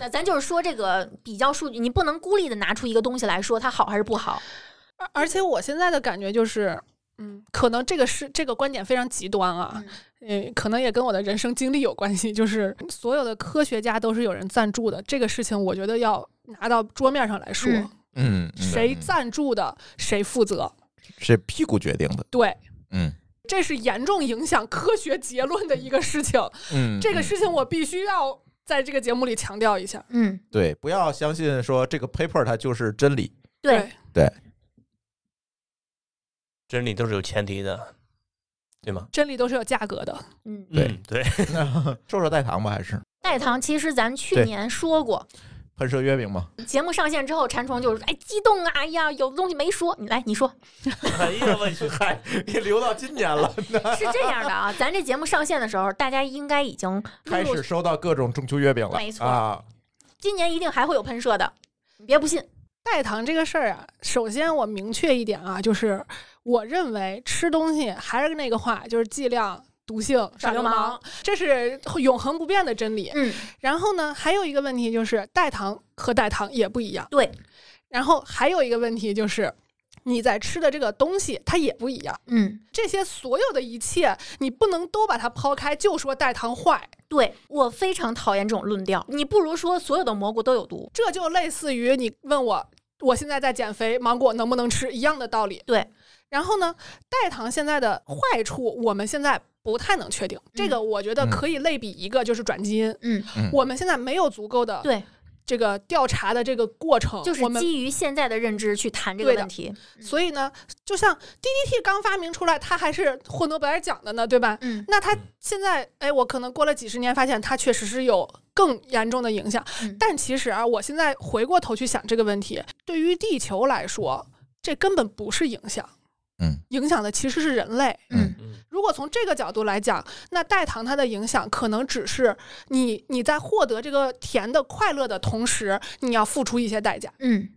Speaker 4: 那咱就是说这个比较数据，你不能孤立的拿出一个东西来说它好还是不好。
Speaker 3: 而而且我现在的感觉就是，嗯，可能这个是这个观点非常极端啊，嗯，可能也跟我的人生经历有关系。就是所有的科学家都是有人赞助的，这个事情我觉得要拿到桌面上来说，
Speaker 4: 嗯
Speaker 6: 嗯，嗯
Speaker 3: 谁
Speaker 6: 嗯
Speaker 3: 赞助的谁负责，
Speaker 6: 是屁股决定的。
Speaker 3: 对。
Speaker 6: 嗯
Speaker 3: 这是严重影响科学结论的一个事情，
Speaker 6: 嗯，
Speaker 3: 这个
Speaker 6: 嗯
Speaker 3: 事情我必须要在这个节目里强调一下。
Speaker 4: 嗯，
Speaker 6: 对，不要相信说这个 paper 它就是真理。
Speaker 4: 对。
Speaker 5: 真理都是有前提的，对吗？
Speaker 3: 真理都是有价格的，
Speaker 4: 嗯
Speaker 6: 对
Speaker 5: 嗯 对，
Speaker 6: 说说代糖吧，还是
Speaker 4: 代糖其实咱去
Speaker 6: 对
Speaker 4: 年说过，
Speaker 6: 喷射月饼 吗？
Speaker 4: 节目上线之后，馋虫就是哎激动啊，哎呀，有的东西没说，你来你说
Speaker 5: 哎呀我去，
Speaker 1: 嗨，也留到今年了，
Speaker 4: 是这样的啊，咱这节目上线的时候，大家应该已经
Speaker 6: 开
Speaker 4: 陆陆
Speaker 6: 始收到各种中秋月饼了，
Speaker 4: 没错
Speaker 6: 啊，
Speaker 4: 今年一定还会有喷射的，你别不信，
Speaker 3: 代糖这个事儿啊，首先我明确一点啊，就是我认为吃东西还是那个话，就是剂量。毒性耍
Speaker 4: 耍
Speaker 3: 流
Speaker 4: 流
Speaker 3: 氓
Speaker 4: 氓，
Speaker 3: 这是永恒不变的真理。
Speaker 4: 嗯，
Speaker 3: 然后呢，还有一个问题就是代糖和代糖也不一样。
Speaker 4: 对，
Speaker 3: 然后还有一个问题就是，你在吃的这个东西它也不一样。
Speaker 4: 嗯，
Speaker 3: 这些所有的一切，你不能都把它抛开，就说代糖坏。
Speaker 4: 对我非常讨厌这种论调，你不如说所有的蘑菇都有毒，
Speaker 3: 这就类似于你问我，我现在在减肥，芒果能不能吃一样的道理。
Speaker 4: 对，
Speaker 3: 然后呢，代糖现在的坏处，我们现在不太能确定。这个我觉得可以类比一个，就是转基因。
Speaker 4: 嗯
Speaker 6: 嗯
Speaker 3: 我们现在没有足够的
Speaker 4: 对，
Speaker 3: 这个调查的这个过程，
Speaker 4: 就是
Speaker 3: 我们。
Speaker 4: 基于现在的认知去谈这个
Speaker 3: 对的
Speaker 4: 问题，
Speaker 3: 所以呢，就像 DDT 刚发明出来，它还是获诺贝尔奖的呢，对吧？
Speaker 4: 嗯
Speaker 3: 那它现在，哎，我可能过了几十年，发现它确实是有更严重的影响。
Speaker 4: 嗯
Speaker 3: 但其实啊，我现在回过头去想这个问题，对于地球来说，这根本不是影响，
Speaker 6: 嗯，
Speaker 3: 影响的其实是人类。
Speaker 4: 嗯
Speaker 5: 嗯
Speaker 3: 如果从这个角度来讲，那代糖它的影响可能只是你你在获得这个甜的快乐的同时，你要付出一些代价。
Speaker 4: 嗯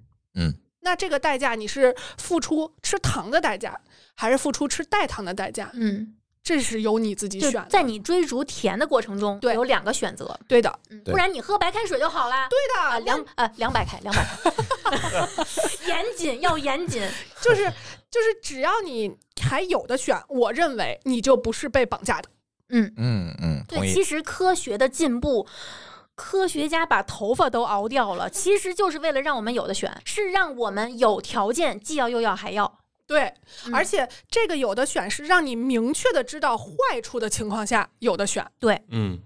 Speaker 3: 那这个代价你是付出吃糖的代价，还是付出吃代糖的代价？
Speaker 4: 嗯，
Speaker 3: 这是由你自己
Speaker 4: 就
Speaker 3: 选的。
Speaker 4: 在你追逐甜的过程中，
Speaker 3: 对
Speaker 4: 有两个选择，
Speaker 3: 对的，
Speaker 4: 嗯
Speaker 6: 对
Speaker 4: 不然你喝白开水就好啦，对
Speaker 3: 对
Speaker 4: 啊，
Speaker 3: 的，
Speaker 4: 两呃两百开，两百开， 严谨要严谨，
Speaker 3: 就是就是，只要你还有的选，我认为你就不是被绑架的。
Speaker 6: 嗯嗯，同
Speaker 4: 对，
Speaker 6: 意。
Speaker 4: 其实科学的进步。科学家把头发都熬掉了，其实就是为了让我们有的选，是让我们有条件既要又要还要。
Speaker 3: 对，
Speaker 4: 嗯
Speaker 3: 而且这个有的选是让你明确的知道坏处的情况下有的选，
Speaker 5: 嗯，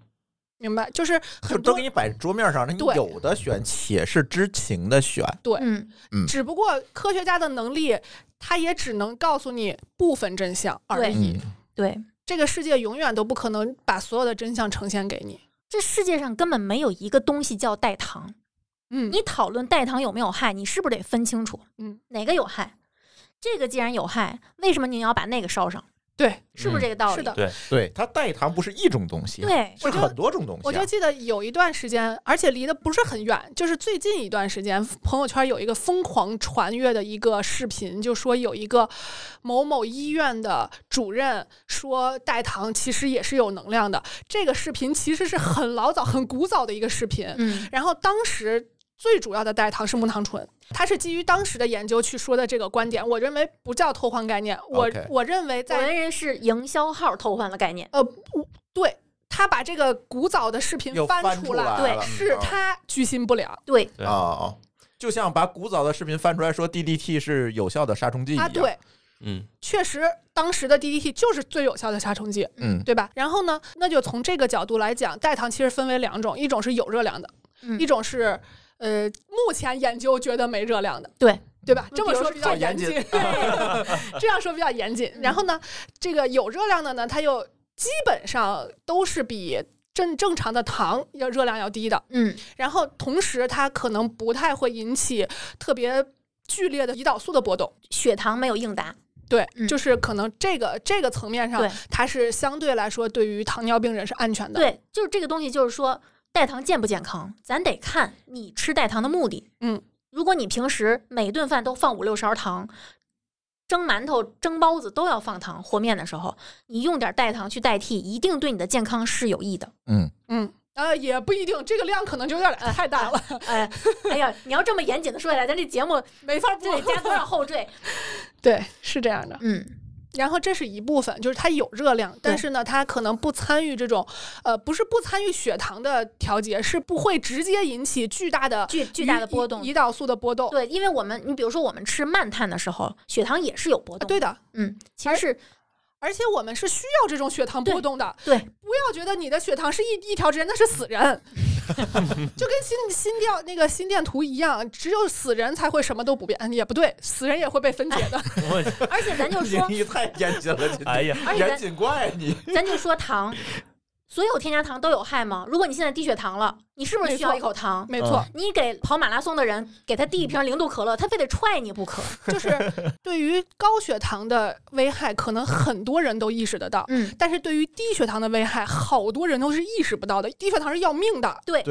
Speaker 3: 明白？就是
Speaker 6: 就
Speaker 3: 很
Speaker 6: 都
Speaker 3: 多
Speaker 6: 给你摆桌面上，那你
Speaker 3: 对
Speaker 6: 有的选，且是知情的选。
Speaker 4: 嗯，
Speaker 3: 只不过科学家的能力，他也只能告诉你部分真相而
Speaker 4: 对
Speaker 3: 已。
Speaker 6: 嗯，
Speaker 4: 对，
Speaker 3: 这个世界永远都不可能把所有的真相呈现给你。
Speaker 4: 这世界上根本没有一个东西叫代糖。
Speaker 3: 嗯
Speaker 4: 你讨论代糖有没有害，你是不是得分清楚？
Speaker 3: 嗯，
Speaker 4: 哪个有害？这个既然有害，为什么你要把那个烧上？
Speaker 3: 对，
Speaker 4: 是
Speaker 6: 嗯
Speaker 4: 不是这个道理？
Speaker 3: 是的。
Speaker 5: 对
Speaker 6: 对，它代糖不是一种东西，，
Speaker 4: 对，
Speaker 6: 是很多种东
Speaker 3: 我
Speaker 6: 西、
Speaker 3: 就
Speaker 6: 啊。
Speaker 3: 记得有一段时间，而且离得不是很远，就是最近一段时间，朋友圈有一个疯狂传阅的一个视频，就说有一个某某医院的主任说代糖其实也是有能量的。这个视频其实是很老早、很古早的一个视频，
Speaker 4: 嗯
Speaker 3: 然后当时最主要的代糖是木糖醇，它是基于当时的研究去说的这个观点。我认为不叫偷换概念，我
Speaker 6: OK
Speaker 3: 我认为
Speaker 4: 我
Speaker 3: 在
Speaker 4: 们人是营销号偷换了概念。
Speaker 3: 呃不对。他把这个古早的视频
Speaker 6: 又
Speaker 3: 翻
Speaker 6: 翻
Speaker 3: 出
Speaker 6: 来
Speaker 3: 来，
Speaker 6: 了，嗯哦
Speaker 4: 对
Speaker 3: 是他居心不良
Speaker 4: 对，
Speaker 5: 对
Speaker 6: 啊、哦就像把古早的视频翻出来说 DDT 是有效的杀虫剂一
Speaker 3: 啊！
Speaker 6: 样。，
Speaker 3: 对，
Speaker 5: 嗯
Speaker 3: 确实当时的 DDT 就是最有效的杀虫剂，
Speaker 6: 嗯，
Speaker 3: 对吧？然后呢，那就从这个角度来讲，代糖其实分为两种，一种是有热量的，
Speaker 4: 嗯
Speaker 3: 一种是呃目前研究觉得没热量的，
Speaker 4: 对
Speaker 3: 对吧？
Speaker 4: 嗯
Speaker 3: 这么说比较
Speaker 6: 比较严谨
Speaker 3: 严谨， 对这样说比较严
Speaker 4: 嗯
Speaker 3: 谨。然后呢，这个有热量的呢，它又基本上都是比。正正常的糖要热量要低的，
Speaker 4: 嗯
Speaker 3: 然后同时它可能不太会引起特别剧烈的胰岛素的波动，
Speaker 4: 血糖没有应答。
Speaker 3: 对，
Speaker 4: 嗯
Speaker 3: 就是可能这个这个层面上
Speaker 4: 对，
Speaker 3: 它是相对来说对于糖尿病人是安全的。，
Speaker 4: 对，就是这个东西，就是说代糖健不健康，咱得看你吃代糖的目的。
Speaker 3: 嗯，
Speaker 4: 如果你平时每顿饭都放五六勺糖，蒸馒头、蒸包子都要放糖，和面的时候你用点代糖去代替，一定对你的健康是有 益的。
Speaker 3: 嗯，呃，也不一定，这个量可能就有点
Speaker 4: 呃
Speaker 3: 太大了，
Speaker 4: 哎，哎呀，你要这么严谨的说起来，咱这节目
Speaker 3: 没法
Speaker 4: 这
Speaker 3: 播
Speaker 4: 得。加多少后缀？
Speaker 3: 对，是这样的。
Speaker 4: 嗯，
Speaker 3: 然后这是一部分，就是它有热量，但是呢，它可能不参与这种，呃，不是不参与血糖的调节，是不会直接引起巨大的
Speaker 4: 巨巨大的
Speaker 3: 胰
Speaker 4: 波动
Speaker 3: 胰。胰岛素的波动。
Speaker 4: 对，因为我们，你比如说我们吃慢碳的时候，血糖也是有波
Speaker 3: 啊
Speaker 4: 动。
Speaker 3: 对，的，
Speaker 4: 嗯，其实是
Speaker 3: 而且我们是需要这种血糖波动的。
Speaker 4: 对对
Speaker 3: 不要觉得你的血糖是一一条直线，那是死人， 就跟心心电那个心电图一样，只有死人才会什么都不变，嗯也不对，死人也会被分解的。
Speaker 5: 我
Speaker 4: 而且咱就说，
Speaker 6: 你太严谨了，
Speaker 5: 哎呀，
Speaker 4: 而且
Speaker 6: 严
Speaker 4: 咱
Speaker 6: 谨怪你。
Speaker 4: 咱就说 糖，所有添加糖都有害吗？如果你现在低血糖了，你是不是需要一口糖？
Speaker 3: 没错，
Speaker 4: 你给跑马拉松的人给他递一瓶零度可乐，他非得踹你 不可。
Speaker 3: 就是对于高血糖的危害，可能很多人都意识得到。
Speaker 4: 嗯，
Speaker 3: 但是对于低血糖的危害，好多人都是意识不到的。低血糖是要命的，
Speaker 6: 对，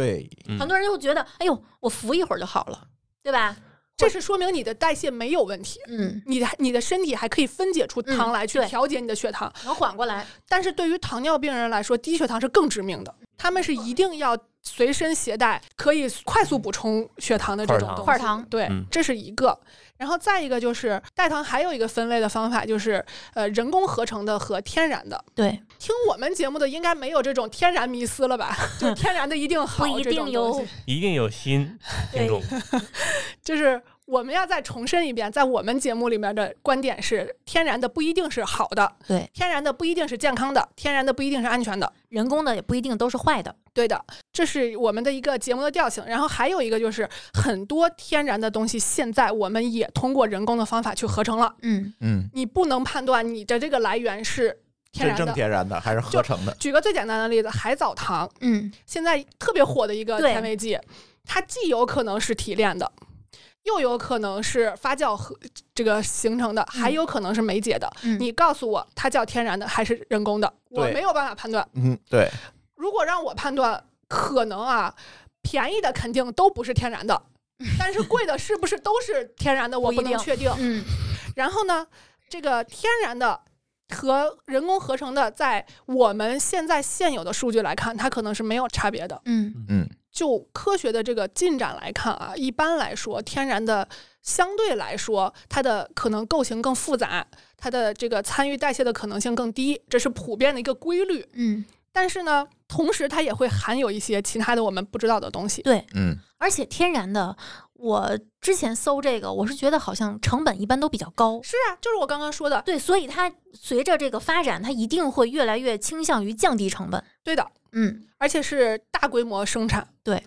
Speaker 5: 嗯
Speaker 4: 很多人就觉得，哎呦，我服一会儿就好了，对吧？
Speaker 3: 这是说明你的代谢没有问题，
Speaker 4: 嗯，
Speaker 3: 你的你的身体还可以分解出
Speaker 4: 嗯
Speaker 3: 糖来去
Speaker 4: 对
Speaker 3: 调节你的血糖。
Speaker 4: 能缓过来。
Speaker 3: 但是对于糖尿病人来说，低血糖是更致命的，他们是一定要随身携带可以快速补充血糖的这种东西
Speaker 4: 块儿糖块儿糖
Speaker 3: 对
Speaker 5: 嗯，
Speaker 3: 这是一个。然后再一个就是代糖，还有一个分类的方法就是呃人工合成的和天然的。
Speaker 4: 对，
Speaker 3: 听我们节目的应该没有这种天然迷思 了吧？就是天然的一定好，
Speaker 4: 不一
Speaker 3: 这种
Speaker 4: 定
Speaker 3: 东西
Speaker 4: 哟。
Speaker 5: 一定有新听众，
Speaker 3: 就是我们要再重申一遍，在我们节目里面的观点是：天然的不一定是好的，
Speaker 4: 对，
Speaker 3: 天然的不一定是健康的，天然的不一定是安全的。
Speaker 4: 人工的也不一定都是坏的。
Speaker 3: 对的，这是我们的一个节目的调性。然后还有一个就是，很多天然的东西，现在我们也通过人工的方法去合成了。
Speaker 4: 嗯
Speaker 6: 嗯，
Speaker 3: 你不能判断你的这个来源是
Speaker 6: 真
Speaker 3: 天然
Speaker 6: 正
Speaker 3: 的。
Speaker 6: 天然的还是合成的？
Speaker 3: 举个最简单的例子，海藻糖
Speaker 4: 嗯，
Speaker 3: 现在特别火的一个
Speaker 4: 对
Speaker 3: 甜味剂，它既有可能是提炼的，又有可能是发酵和这个形成的，还有可能是酶解的。
Speaker 4: 嗯
Speaker 3: 你告诉我，它叫天然的还是人工的，我
Speaker 6: 对
Speaker 3: 没有办法判断。
Speaker 6: 嗯，对，
Speaker 3: 如果让我判断，可能啊，便宜的肯定都不是天 然的，但是贵的是不是都是天然的，我
Speaker 4: 不一
Speaker 3: 不
Speaker 4: 定
Speaker 3: 能确定。
Speaker 4: 嗯
Speaker 3: 然后呢，这个天然的和人工合成的，在我们现在现有的数据来看，它可能是没有差别的。
Speaker 4: 嗯
Speaker 3: 就科学的这个进展来看啊，一般来说，天然的相对来说，它的可能构型更复杂，它的这个参与代谢的可能性更低，这是普遍的一个规律。
Speaker 4: 嗯，
Speaker 3: 但是呢，同时它也会含有一些其他的我们不知道的东西。
Speaker 4: 对，
Speaker 1: 嗯，
Speaker 4: 而且天然的，我之前搜这个，我是觉得好像成本一般都比较高。
Speaker 3: 是啊，就是我刚刚说的，
Speaker 4: 对，所以它随着这个发展，它一定会越来越倾向于降低成本。
Speaker 3: 对的，
Speaker 4: 嗯，
Speaker 3: 而且是大规模生产。
Speaker 4: 对，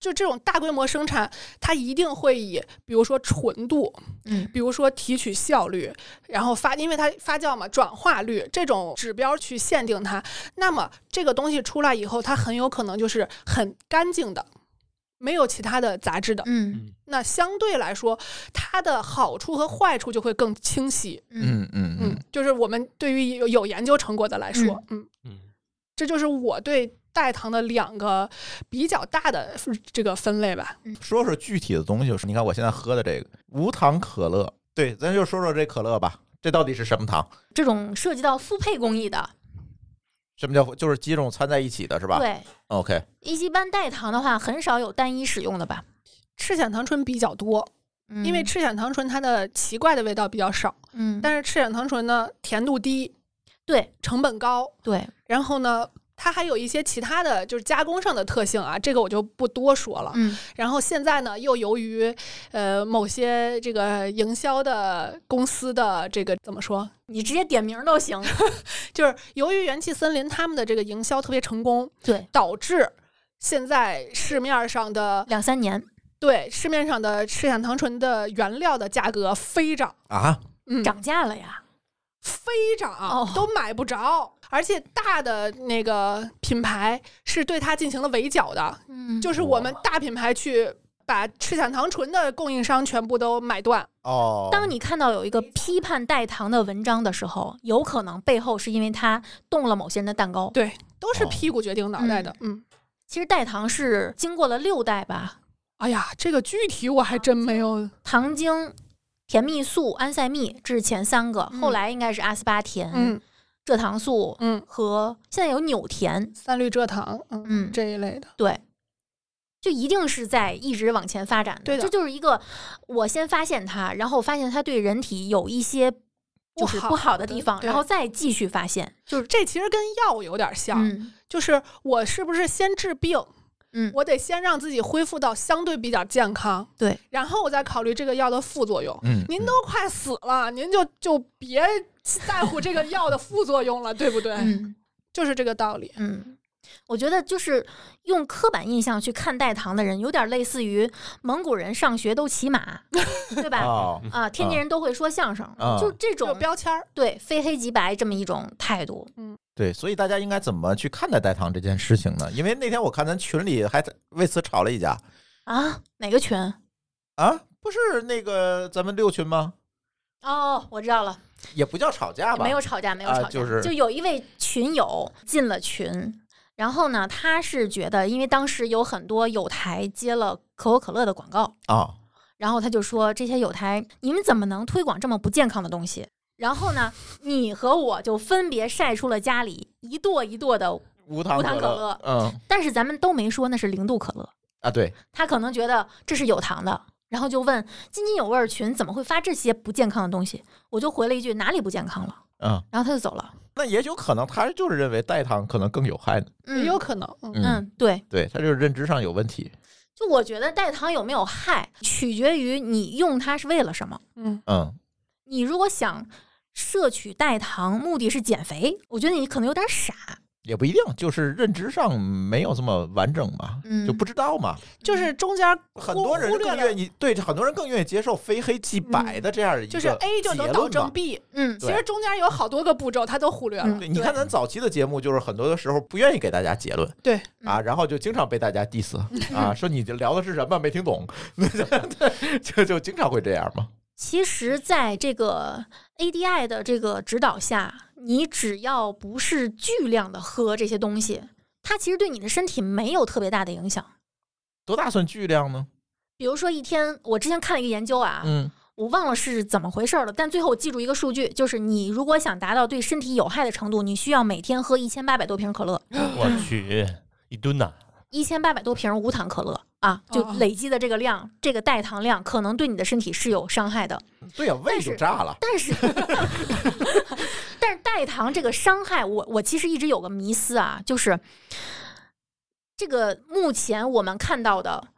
Speaker 3: 就这种大规模生产，它一定会以比如说纯度，
Speaker 4: 嗯，
Speaker 3: 比如说提取效率，然后发，因为它发酵嘛，转化率这种指标去限定它。那么这个东西出来以后，它很有可能就是很干净的，没有其他的杂质的。
Speaker 4: 嗯
Speaker 3: 那相对来说，它的好处和坏处就会更清晰。
Speaker 4: 嗯
Speaker 1: 嗯
Speaker 3: 嗯，就是我们对于有有研究成果的来说，嗯
Speaker 5: 嗯，
Speaker 3: 这就是我对代糖的两个比较大的这个分类吧。
Speaker 1: 说说具体的东西。你看我现在喝的这个无糖可乐，对，咱就说说这可乐吧，这到底是什么糖？
Speaker 4: 这种涉及到复配工艺的，
Speaker 1: 什么叫就是几种掺在一起的是吧？
Speaker 4: 对，
Speaker 1: ，OK，
Speaker 4: 一一般代糖的话，很少有单一使用的吧？
Speaker 3: 赤藓糖醇比较多，
Speaker 4: 嗯
Speaker 3: 因为赤藓糖醇它的奇怪的味道比较少，
Speaker 4: 嗯，
Speaker 3: 但是赤藓糖醇呢甜度低，
Speaker 4: 对
Speaker 3: 成本高，
Speaker 4: 对，
Speaker 3: 然后呢它还有一些其他的就是加工上的特性啊，这个我就不多说了。
Speaker 4: 嗯
Speaker 3: 然后现在呢，又由于呃某些这个营销的公司的这个怎么说，
Speaker 4: 你直接点名都行。
Speaker 3: 就是由于元气森林他们的这个营销特别成功，
Speaker 4: 对，
Speaker 3: 导致现在市面上的
Speaker 4: 两三年
Speaker 3: 对市面上的赤藓糖醇的原料的价格飞涨，
Speaker 1: 啊，
Speaker 3: 嗯，
Speaker 4: 涨价了呀。
Speaker 3: 飞涨、
Speaker 4: 哦
Speaker 3: 都买不着，而且大的那个品牌是对它进行了围剿的，
Speaker 4: 嗯
Speaker 3: 就是我们大品牌去把赤藓糖醇的供应商全部都买断。
Speaker 1: 哦，
Speaker 4: 当你看到有一个批判代糖的文章的时候，有可能背后是因为它动了某些人的蛋糕。
Speaker 3: 对都是
Speaker 1: 哦
Speaker 3: 屁股决定脑袋的，嗯
Speaker 4: 其实代糖是经过了六代吧，
Speaker 3: 哎呀，这个具体我还真没有。
Speaker 4: 糖精、甜蜜素、安赛蜜，这是前三个，
Speaker 3: 嗯
Speaker 4: 后来应该是阿斯巴甜、
Speaker 3: 嗯
Speaker 4: 蔗糖素
Speaker 3: 嗯，
Speaker 4: 和现在有纽甜，
Speaker 3: 三氯蔗糖，嗯
Speaker 4: 嗯
Speaker 3: 这一类的，
Speaker 4: 对。就一定是在一直往前发展的，
Speaker 3: 对的
Speaker 4: 这就是一个我先发现它，然后发现它对人体有一些就是
Speaker 3: 不好
Speaker 4: 不好的地方，
Speaker 3: 对
Speaker 4: 然后再继续发现，
Speaker 3: 就是这其实跟药有点像，
Speaker 4: 嗯
Speaker 3: 就是我是不是先治病，
Speaker 4: 嗯，
Speaker 3: 我得先让自己恢复到相对比较健康，
Speaker 4: 对，
Speaker 3: 然后我再考虑这个药的副作用。
Speaker 1: 嗯，
Speaker 3: 您都快死了，您就就别在乎这个药的副作用了，对不对？
Speaker 4: 嗯，
Speaker 3: 就是这个道理。
Speaker 4: 嗯，我觉得就是用刻板印象去看代糖的人，有点类似于蒙古人上学都骑马，对吧？
Speaker 1: 哦，
Speaker 4: 啊，天津人都会说相声，
Speaker 1: 啊
Speaker 4: 就这
Speaker 3: 有
Speaker 4: 种
Speaker 3: 标签儿，
Speaker 4: 对非黑即白这么一种态度。
Speaker 1: 对，所以大家应该怎么去看待代糖这件事情呢？因为那天我看咱群里还在为此吵了一架
Speaker 4: 啊，哪个群？
Speaker 1: 啊，不是那个咱们六群吗？
Speaker 4: 哦，我知道了，
Speaker 1: 也不叫吵架吧，
Speaker 4: 没有吵架，没有
Speaker 1: 啊
Speaker 4: 吵架，
Speaker 1: 就是
Speaker 4: 有一位群友进了群，然后呢，他是觉得，因为当时有很多有台接了可口可乐的广告，
Speaker 1: 啊，
Speaker 4: 然后他就说：“这些有台，你们怎么能推广这么不健康的东西？”然后呢，你和我就分别晒出了家里一垛一垛的，
Speaker 1: 无糖
Speaker 4: 无糖可
Speaker 1: 乐
Speaker 4: 乐，
Speaker 1: 嗯
Speaker 4: 但是咱们都没说那是零度可乐。
Speaker 1: 啊，对，
Speaker 4: 他可能觉得这是有糖的，然后就问津津有味儿群怎么会发这些不健康的东西？我就回了一句：“哪里不健康了
Speaker 1: 嗯，？”
Speaker 4: 然后他就走了。
Speaker 1: 那也有可能他就是认为代糖可能更有害呢，
Speaker 3: 也
Speaker 4: 嗯，
Speaker 3: 有可能。嗯，
Speaker 4: 嗯，对，
Speaker 1: 对他就是认知上有问题，
Speaker 4: 就我觉得代糖有没有害，取决于你用它是为了什么。
Speaker 3: 嗯
Speaker 1: 嗯，
Speaker 4: 你如果想摄取代糖，目的是减肥，我觉得你可能有点傻。
Speaker 1: 也不一定，就是认知上没有这么完整嘛，
Speaker 4: 嗯
Speaker 1: 就不知道嘛。
Speaker 3: 就是中间
Speaker 1: 很多人
Speaker 3: 忽略
Speaker 1: 更
Speaker 3: 了
Speaker 1: 愿，意对很多人更愿意接受非黑即白的这样一个
Speaker 3: 嗯就是 A 就能
Speaker 1: 结
Speaker 3: 导
Speaker 1: 论
Speaker 3: 正
Speaker 1: 嘛
Speaker 3: B，
Speaker 4: 嗯
Speaker 3: 其实中间有好多个步骤，他都忽略了。
Speaker 4: 嗯
Speaker 1: 对，你看咱早期的节目，就是很多的时候不愿意给大家结论，
Speaker 3: 对嗯
Speaker 1: 啊，然后就经常被大家 diss 啊，说你这聊的是什么没听懂， 对就就经常会这样嘛。
Speaker 4: 其实在这个 ADI 的这个指导下，你只要不是巨量的喝这些东西，它其实对你的身体没有特别大的影响。
Speaker 1: 多大算巨量呢？
Speaker 4: 比如说一天，我之前看了一个研究啊，
Speaker 1: 嗯
Speaker 4: 我忘了是怎么回事儿了，但最后我记住一个数据，就是你如果想达到对身体有害的程度，你需要每天喝一千八百多瓶可乐，
Speaker 5: 我去一吨呐、
Speaker 4: 一千八百多瓶无糖可乐啊，就
Speaker 3: 哦
Speaker 4: 累积的这个量，这个代糖量可能对
Speaker 3: 啊
Speaker 4: 你的身体是有伤害的。
Speaker 1: 对呀、胃
Speaker 4: 但
Speaker 1: 就是炸了。
Speaker 4: 但是，但是代代糖这个伤害，我我其实一直有个迷思啊，就是这个目前我们看到的，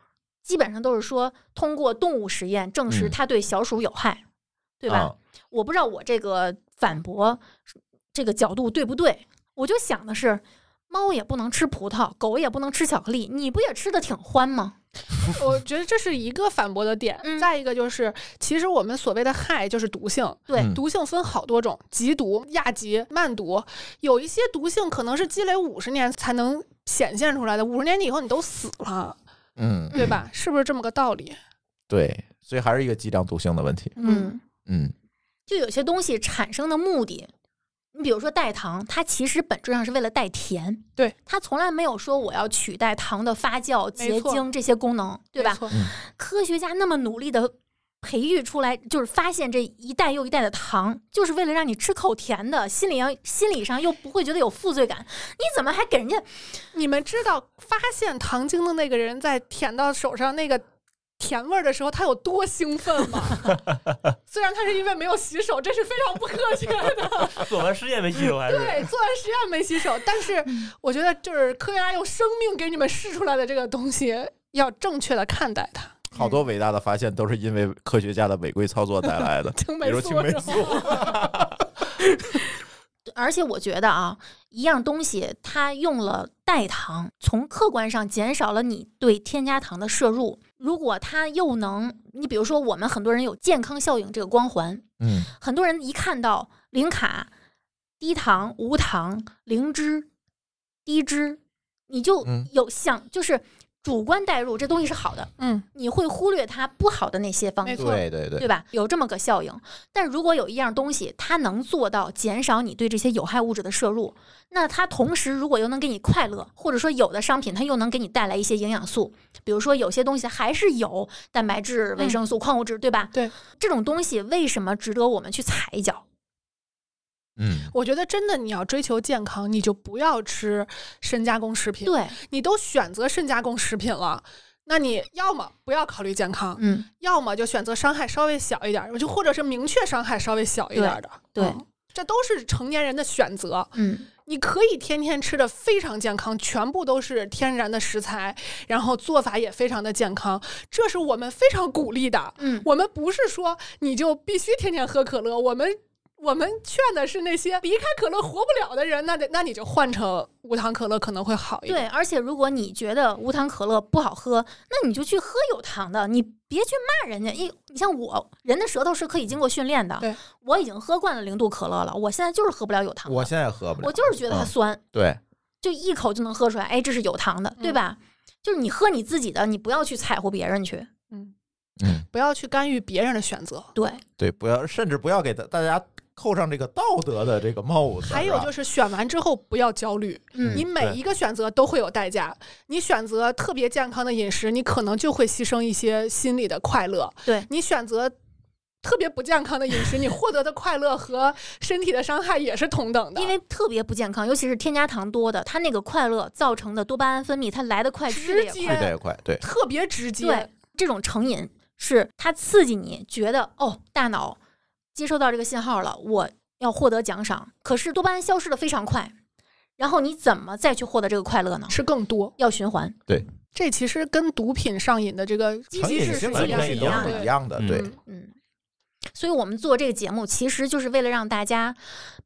Speaker 4: 基本上都是说通过动物实验证实
Speaker 1: 嗯
Speaker 4: 它对小鼠有害，对吧？
Speaker 1: 啊
Speaker 4: 我不知道我这个反驳这个角度对不对，我就想的是。猫也不能吃葡萄，狗也不能吃巧克力，你不也吃的挺欢吗？
Speaker 3: 我觉得这是一个反驳的点。
Speaker 4: 嗯
Speaker 3: 再一个就是，其实我们所谓的害就是毒性，
Speaker 4: 对
Speaker 1: 嗯
Speaker 3: 毒性分好多种，急毒、亚急、慢毒，有一些毒性可能是积累五十年才能显现出来的，五十年以后你都死了，
Speaker 1: 嗯，
Speaker 3: 对吧？是不是这么个道理？
Speaker 1: 对，所以还是一个剂量毒性的问题。
Speaker 4: 嗯，
Speaker 1: 嗯
Speaker 4: 就有些东西产生的目的，你比如说代糖，它其实本质上是为了代甜，
Speaker 3: 对，
Speaker 4: 它从来没有说我要取代糖的发酵、结
Speaker 3: 没错
Speaker 4: 晶这些功能，对
Speaker 3: 没
Speaker 4: 吧？
Speaker 3: 错？
Speaker 4: 科学家那么努力的培育出来，就是发现这一代又一代的糖，就是为了让你吃口甜的，心里要心理上又不会觉得有负罪感，你怎么还给人家
Speaker 3: 你们知道发现糖精的那个人在舔到手上那个甜味儿的时候，他有多兴奋吗？虽然他是因为没有洗手，这是非常不科学的。
Speaker 5: 做完实验没洗手还是？
Speaker 3: 对，做完实验没洗手，但是我觉得就是科学家用生命给你们试出来的这个东西，要正确的看待它。。
Speaker 6: 好多伟大的发现都是因为科学家的违规操作带来的
Speaker 3: 青
Speaker 6: 比
Speaker 3: 霉
Speaker 6: 如
Speaker 3: 素
Speaker 6: 青霉
Speaker 3: 是吧 嗯
Speaker 4: 而且我觉得啊，一样东西它用了代糖，从客观上减少了你对添加糖的摄入。如果它又能，你比如说我们很多人有健康效应这个光环，
Speaker 1: 嗯，
Speaker 4: 很多人一看到零卡、低糖、无糖、零脂、低脂，你就
Speaker 1: 嗯
Speaker 4: 有想、就是主观代入这东西是好的，
Speaker 3: 嗯，
Speaker 4: 你会忽略它不好的那些方面
Speaker 3: 没。错
Speaker 1: 对对对
Speaker 4: 对，吧？有这么个效应。但如果有一样东西，它能做到减少你对这些有害物质的摄入，那它同时如果又能给你快乐，或者说有的商品它又能给你带来一些营养素，比如说有些东西还是有蛋白质、维生素、矿物质，对吧？
Speaker 3: 对，
Speaker 4: 这种东西为什么值得我们去踩一脚？
Speaker 1: 嗯，
Speaker 3: 我觉得真的你要追求健康，你就不要吃深加工食品。
Speaker 4: 对，
Speaker 3: 你都选择深加工食品了，那你要么不要考虑健康，
Speaker 4: 嗯，
Speaker 3: 要么就选择伤害稍微小一点儿，就或者是明确伤害稍微小一点儿的。
Speaker 4: 对
Speaker 3: 嗯这都是成年人的选择。
Speaker 4: 嗯，
Speaker 3: 你可以天天吃的非常健康，全部都是天然的食材，然后做法也非常的健康，这是我们非常鼓励的。
Speaker 4: 嗯
Speaker 3: 我们不是说你就必须天天喝可乐，我们。我们劝的是那些离开可乐活不了的人，那得那你就换成无糖可乐可能会好一点。
Speaker 4: 对。而且如果你觉得无糖可乐不好喝，那你就去喝有糖的，你别去骂人家。因你像我，人的舌头是可以经过训练的。
Speaker 3: 对，
Speaker 4: 我已经喝惯了零度可乐了，我现在就是喝不了有糖的。
Speaker 1: 我现在喝不了，
Speaker 4: 我就是觉得它
Speaker 1: 嗯
Speaker 4: 酸，
Speaker 1: 对，
Speaker 4: 就一口就能喝出来，哎，这是有糖的，对
Speaker 1: 嗯
Speaker 4: 吧？就是你喝你自己的，你不要去踩乎别人去。
Speaker 3: 嗯，
Speaker 1: 嗯，
Speaker 3: 不要去干预别人的选择。
Speaker 4: 对，
Speaker 1: 对，不要，甚至不要给大大家扣上这个道德的这个帽子。
Speaker 3: 还有就是是选完之后不要焦虑，
Speaker 4: 嗯
Speaker 3: 你每一个选择都会有代价。你选择特别健康的饮食，你可能就会牺牲一些心理的快乐；
Speaker 4: 对，
Speaker 3: 你选择特别不健康的饮食，你获得的快乐和身体的伤害也是同等的。
Speaker 4: 因为特别不健康，尤其是添加糖多的，它那个快乐造成的多巴胺分泌，它来得快，去得
Speaker 3: 直
Speaker 4: 也快。
Speaker 1: 去的
Speaker 3: 接
Speaker 1: 也快，对，
Speaker 3: 特别直接，
Speaker 4: 对，这种成瘾是它刺激你觉得哦，大脑接收到这个信号了，我要获得奖赏。可是多巴胺消失的非常快，然后你怎么再去获得这个快乐呢？
Speaker 3: 吃更多。
Speaker 4: 要循环。
Speaker 3: 这其实跟毒品上瘾的这个积
Speaker 1: 成
Speaker 3: 极
Speaker 1: 瘾
Speaker 3: 式
Speaker 1: 性
Speaker 3: 是
Speaker 5: 激
Speaker 1: 的东
Speaker 5: 量
Speaker 1: 西
Speaker 5: 一
Speaker 1: 都
Speaker 5: 样
Speaker 1: 是一
Speaker 3: 样
Speaker 1: 样的，
Speaker 5: 嗯
Speaker 1: 对，
Speaker 3: 嗯
Speaker 4: 嗯，所以我们做这个节目，其实就是为了让大家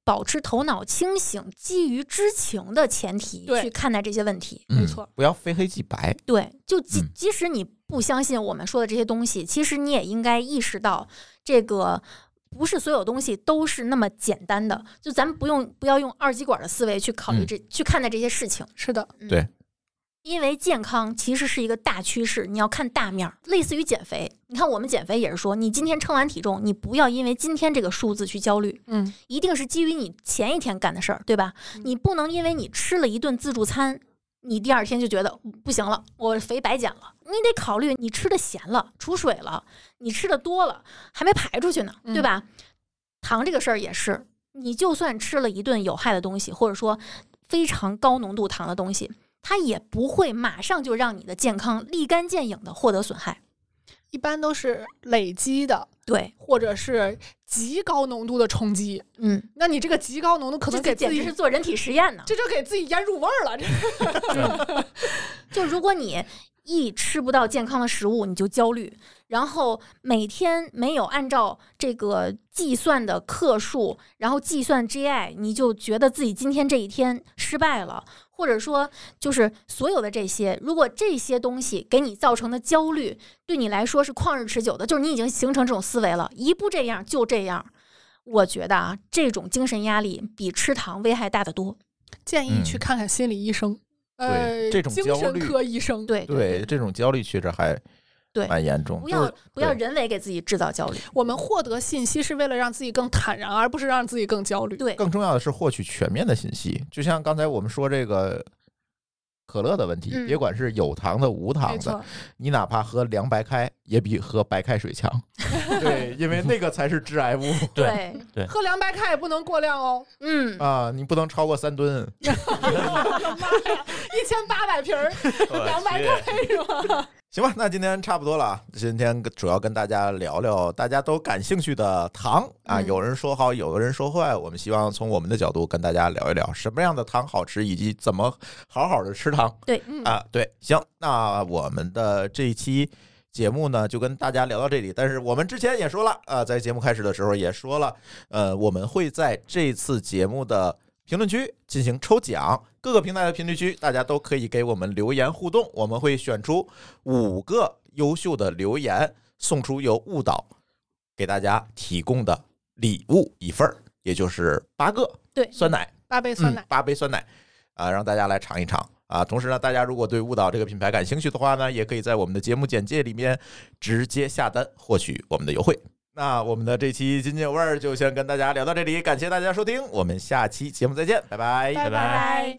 Speaker 4: 保持头脑清醒，基于知情的前提
Speaker 3: 对
Speaker 4: 去看待这些问题。
Speaker 3: 没
Speaker 1: 嗯
Speaker 3: 错，
Speaker 1: 不要非黑即白。
Speaker 4: 对，就即
Speaker 1: 嗯
Speaker 4: 即使你不相信我们说的这些东西，其实你也应该意识到，这个不是所有东西都是那么简单的。就咱们不用不要用二极管的思维去考虑
Speaker 1: 嗯
Speaker 4: 这、去看待这些事情。
Speaker 3: 是的，
Speaker 4: 因为健康其实是一个大趋势，你要看大面儿，类似于减肥。你看，我们减肥也是说，你今天称完体重，你不要因为今天这个数字去焦虑，
Speaker 3: 嗯，
Speaker 4: 一定是基于你前一天干的事儿，对吧？你不能因为你吃了一顿自助餐，你第二天就觉得嗯不行了，我肥白减了。你得考虑你吃的咸了，出水了，你吃的多了，还没排出去呢，
Speaker 3: 嗯
Speaker 4: 对吧？糖这个事儿也是，你就算吃了一顿有害的东西，或者说非常高浓度糖的东西，它也不会马上就让你的健康立竿见影的获得损害。
Speaker 3: 一般都是累积的，
Speaker 4: 对，
Speaker 3: 或者是极高浓度的冲击。
Speaker 4: 嗯，
Speaker 3: 那你这个极高浓度可
Speaker 4: 这
Speaker 3: 能给
Speaker 4: 这
Speaker 3: 自
Speaker 4: 简直
Speaker 3: 己
Speaker 4: 是做人体实验呢。
Speaker 3: 这就给自己腌入味儿了。这
Speaker 1: 嗯
Speaker 4: 就如果你一吃不到健康的食物，你就焦虑，然后每天没有按照这个计算的克数，然后计算 GI，你就觉得自己今天这一天失败了，或者说就是所有的这些，如果这些东西给你造成的焦虑，对你来说是旷日持久的，就是你已经形成这种思维了，一不这样就这样。我觉得啊，这种精神压力比吃糖危害大得多。
Speaker 3: 建议
Speaker 1: 嗯
Speaker 3: 去看看心理医生，呃，
Speaker 1: 对这种
Speaker 3: 精
Speaker 1: 焦
Speaker 3: 神
Speaker 1: 虑
Speaker 3: 科医生。
Speaker 4: 对
Speaker 1: 对，这种焦虑确实还
Speaker 4: 对
Speaker 1: 蛮严重。
Speaker 4: 不要
Speaker 1: 就是
Speaker 4: 不要
Speaker 1: 对
Speaker 4: 人为给自己制造焦虑。
Speaker 3: 我们获得信息是为了让自己更坦然，而不是让自己更焦虑。
Speaker 4: 对，
Speaker 1: 更重要的是获取全面的信息，就像刚才我们说这个可乐的问题，
Speaker 4: 嗯
Speaker 1: 别管是有糖的、无
Speaker 3: 没
Speaker 1: 糖的，
Speaker 3: 错，
Speaker 1: 你哪怕喝凉白开，也比喝白开水强。 对，因为那个才是致癌物
Speaker 5: 对
Speaker 4: 对，
Speaker 3: 喝凉白开也不能过量哦，
Speaker 4: 嗯，
Speaker 1: 啊！你不能超过三吨。
Speaker 3: 一千八百瓶儿凉白开是吧？
Speaker 1: 行吧，那今天差不多了啊。今天主要跟大家聊聊大家都感兴趣的糖啊，
Speaker 4: 嗯
Speaker 1: 有人说好，有的人说坏。我们希望从我们的角度跟大家聊一聊什么样的糖好吃，以及怎么好好的吃糖。
Speaker 4: 对，
Speaker 3: 嗯
Speaker 1: 啊，对，行，那我们的这一期节目呢，就跟大家聊到这里。但是我们之前也说了，呃，在节目开始的时候也说了，呃，我们会在这次节目的评论区进行抽奖，各个平台的评论区大家都可以给我们留言互动，我们会选出五个优秀的留言，送出由误导给大家提供的礼物一份儿，也就是八个
Speaker 4: 对
Speaker 1: 酸奶。
Speaker 3: 八杯酸
Speaker 1: 嗯
Speaker 3: 奶，、
Speaker 1: 八杯酸奶啊，让大家来尝一尝啊。同时呢，大家如果对误导这个品牌感兴趣的话呢，也可以在我们的节目简介里面直接下单获取我们的优惠。那我们的这期津津有味儿就先跟大家聊到这里，感谢大家收听，我们下期节目再见，拜拜。
Speaker 5: 拜
Speaker 3: 拜。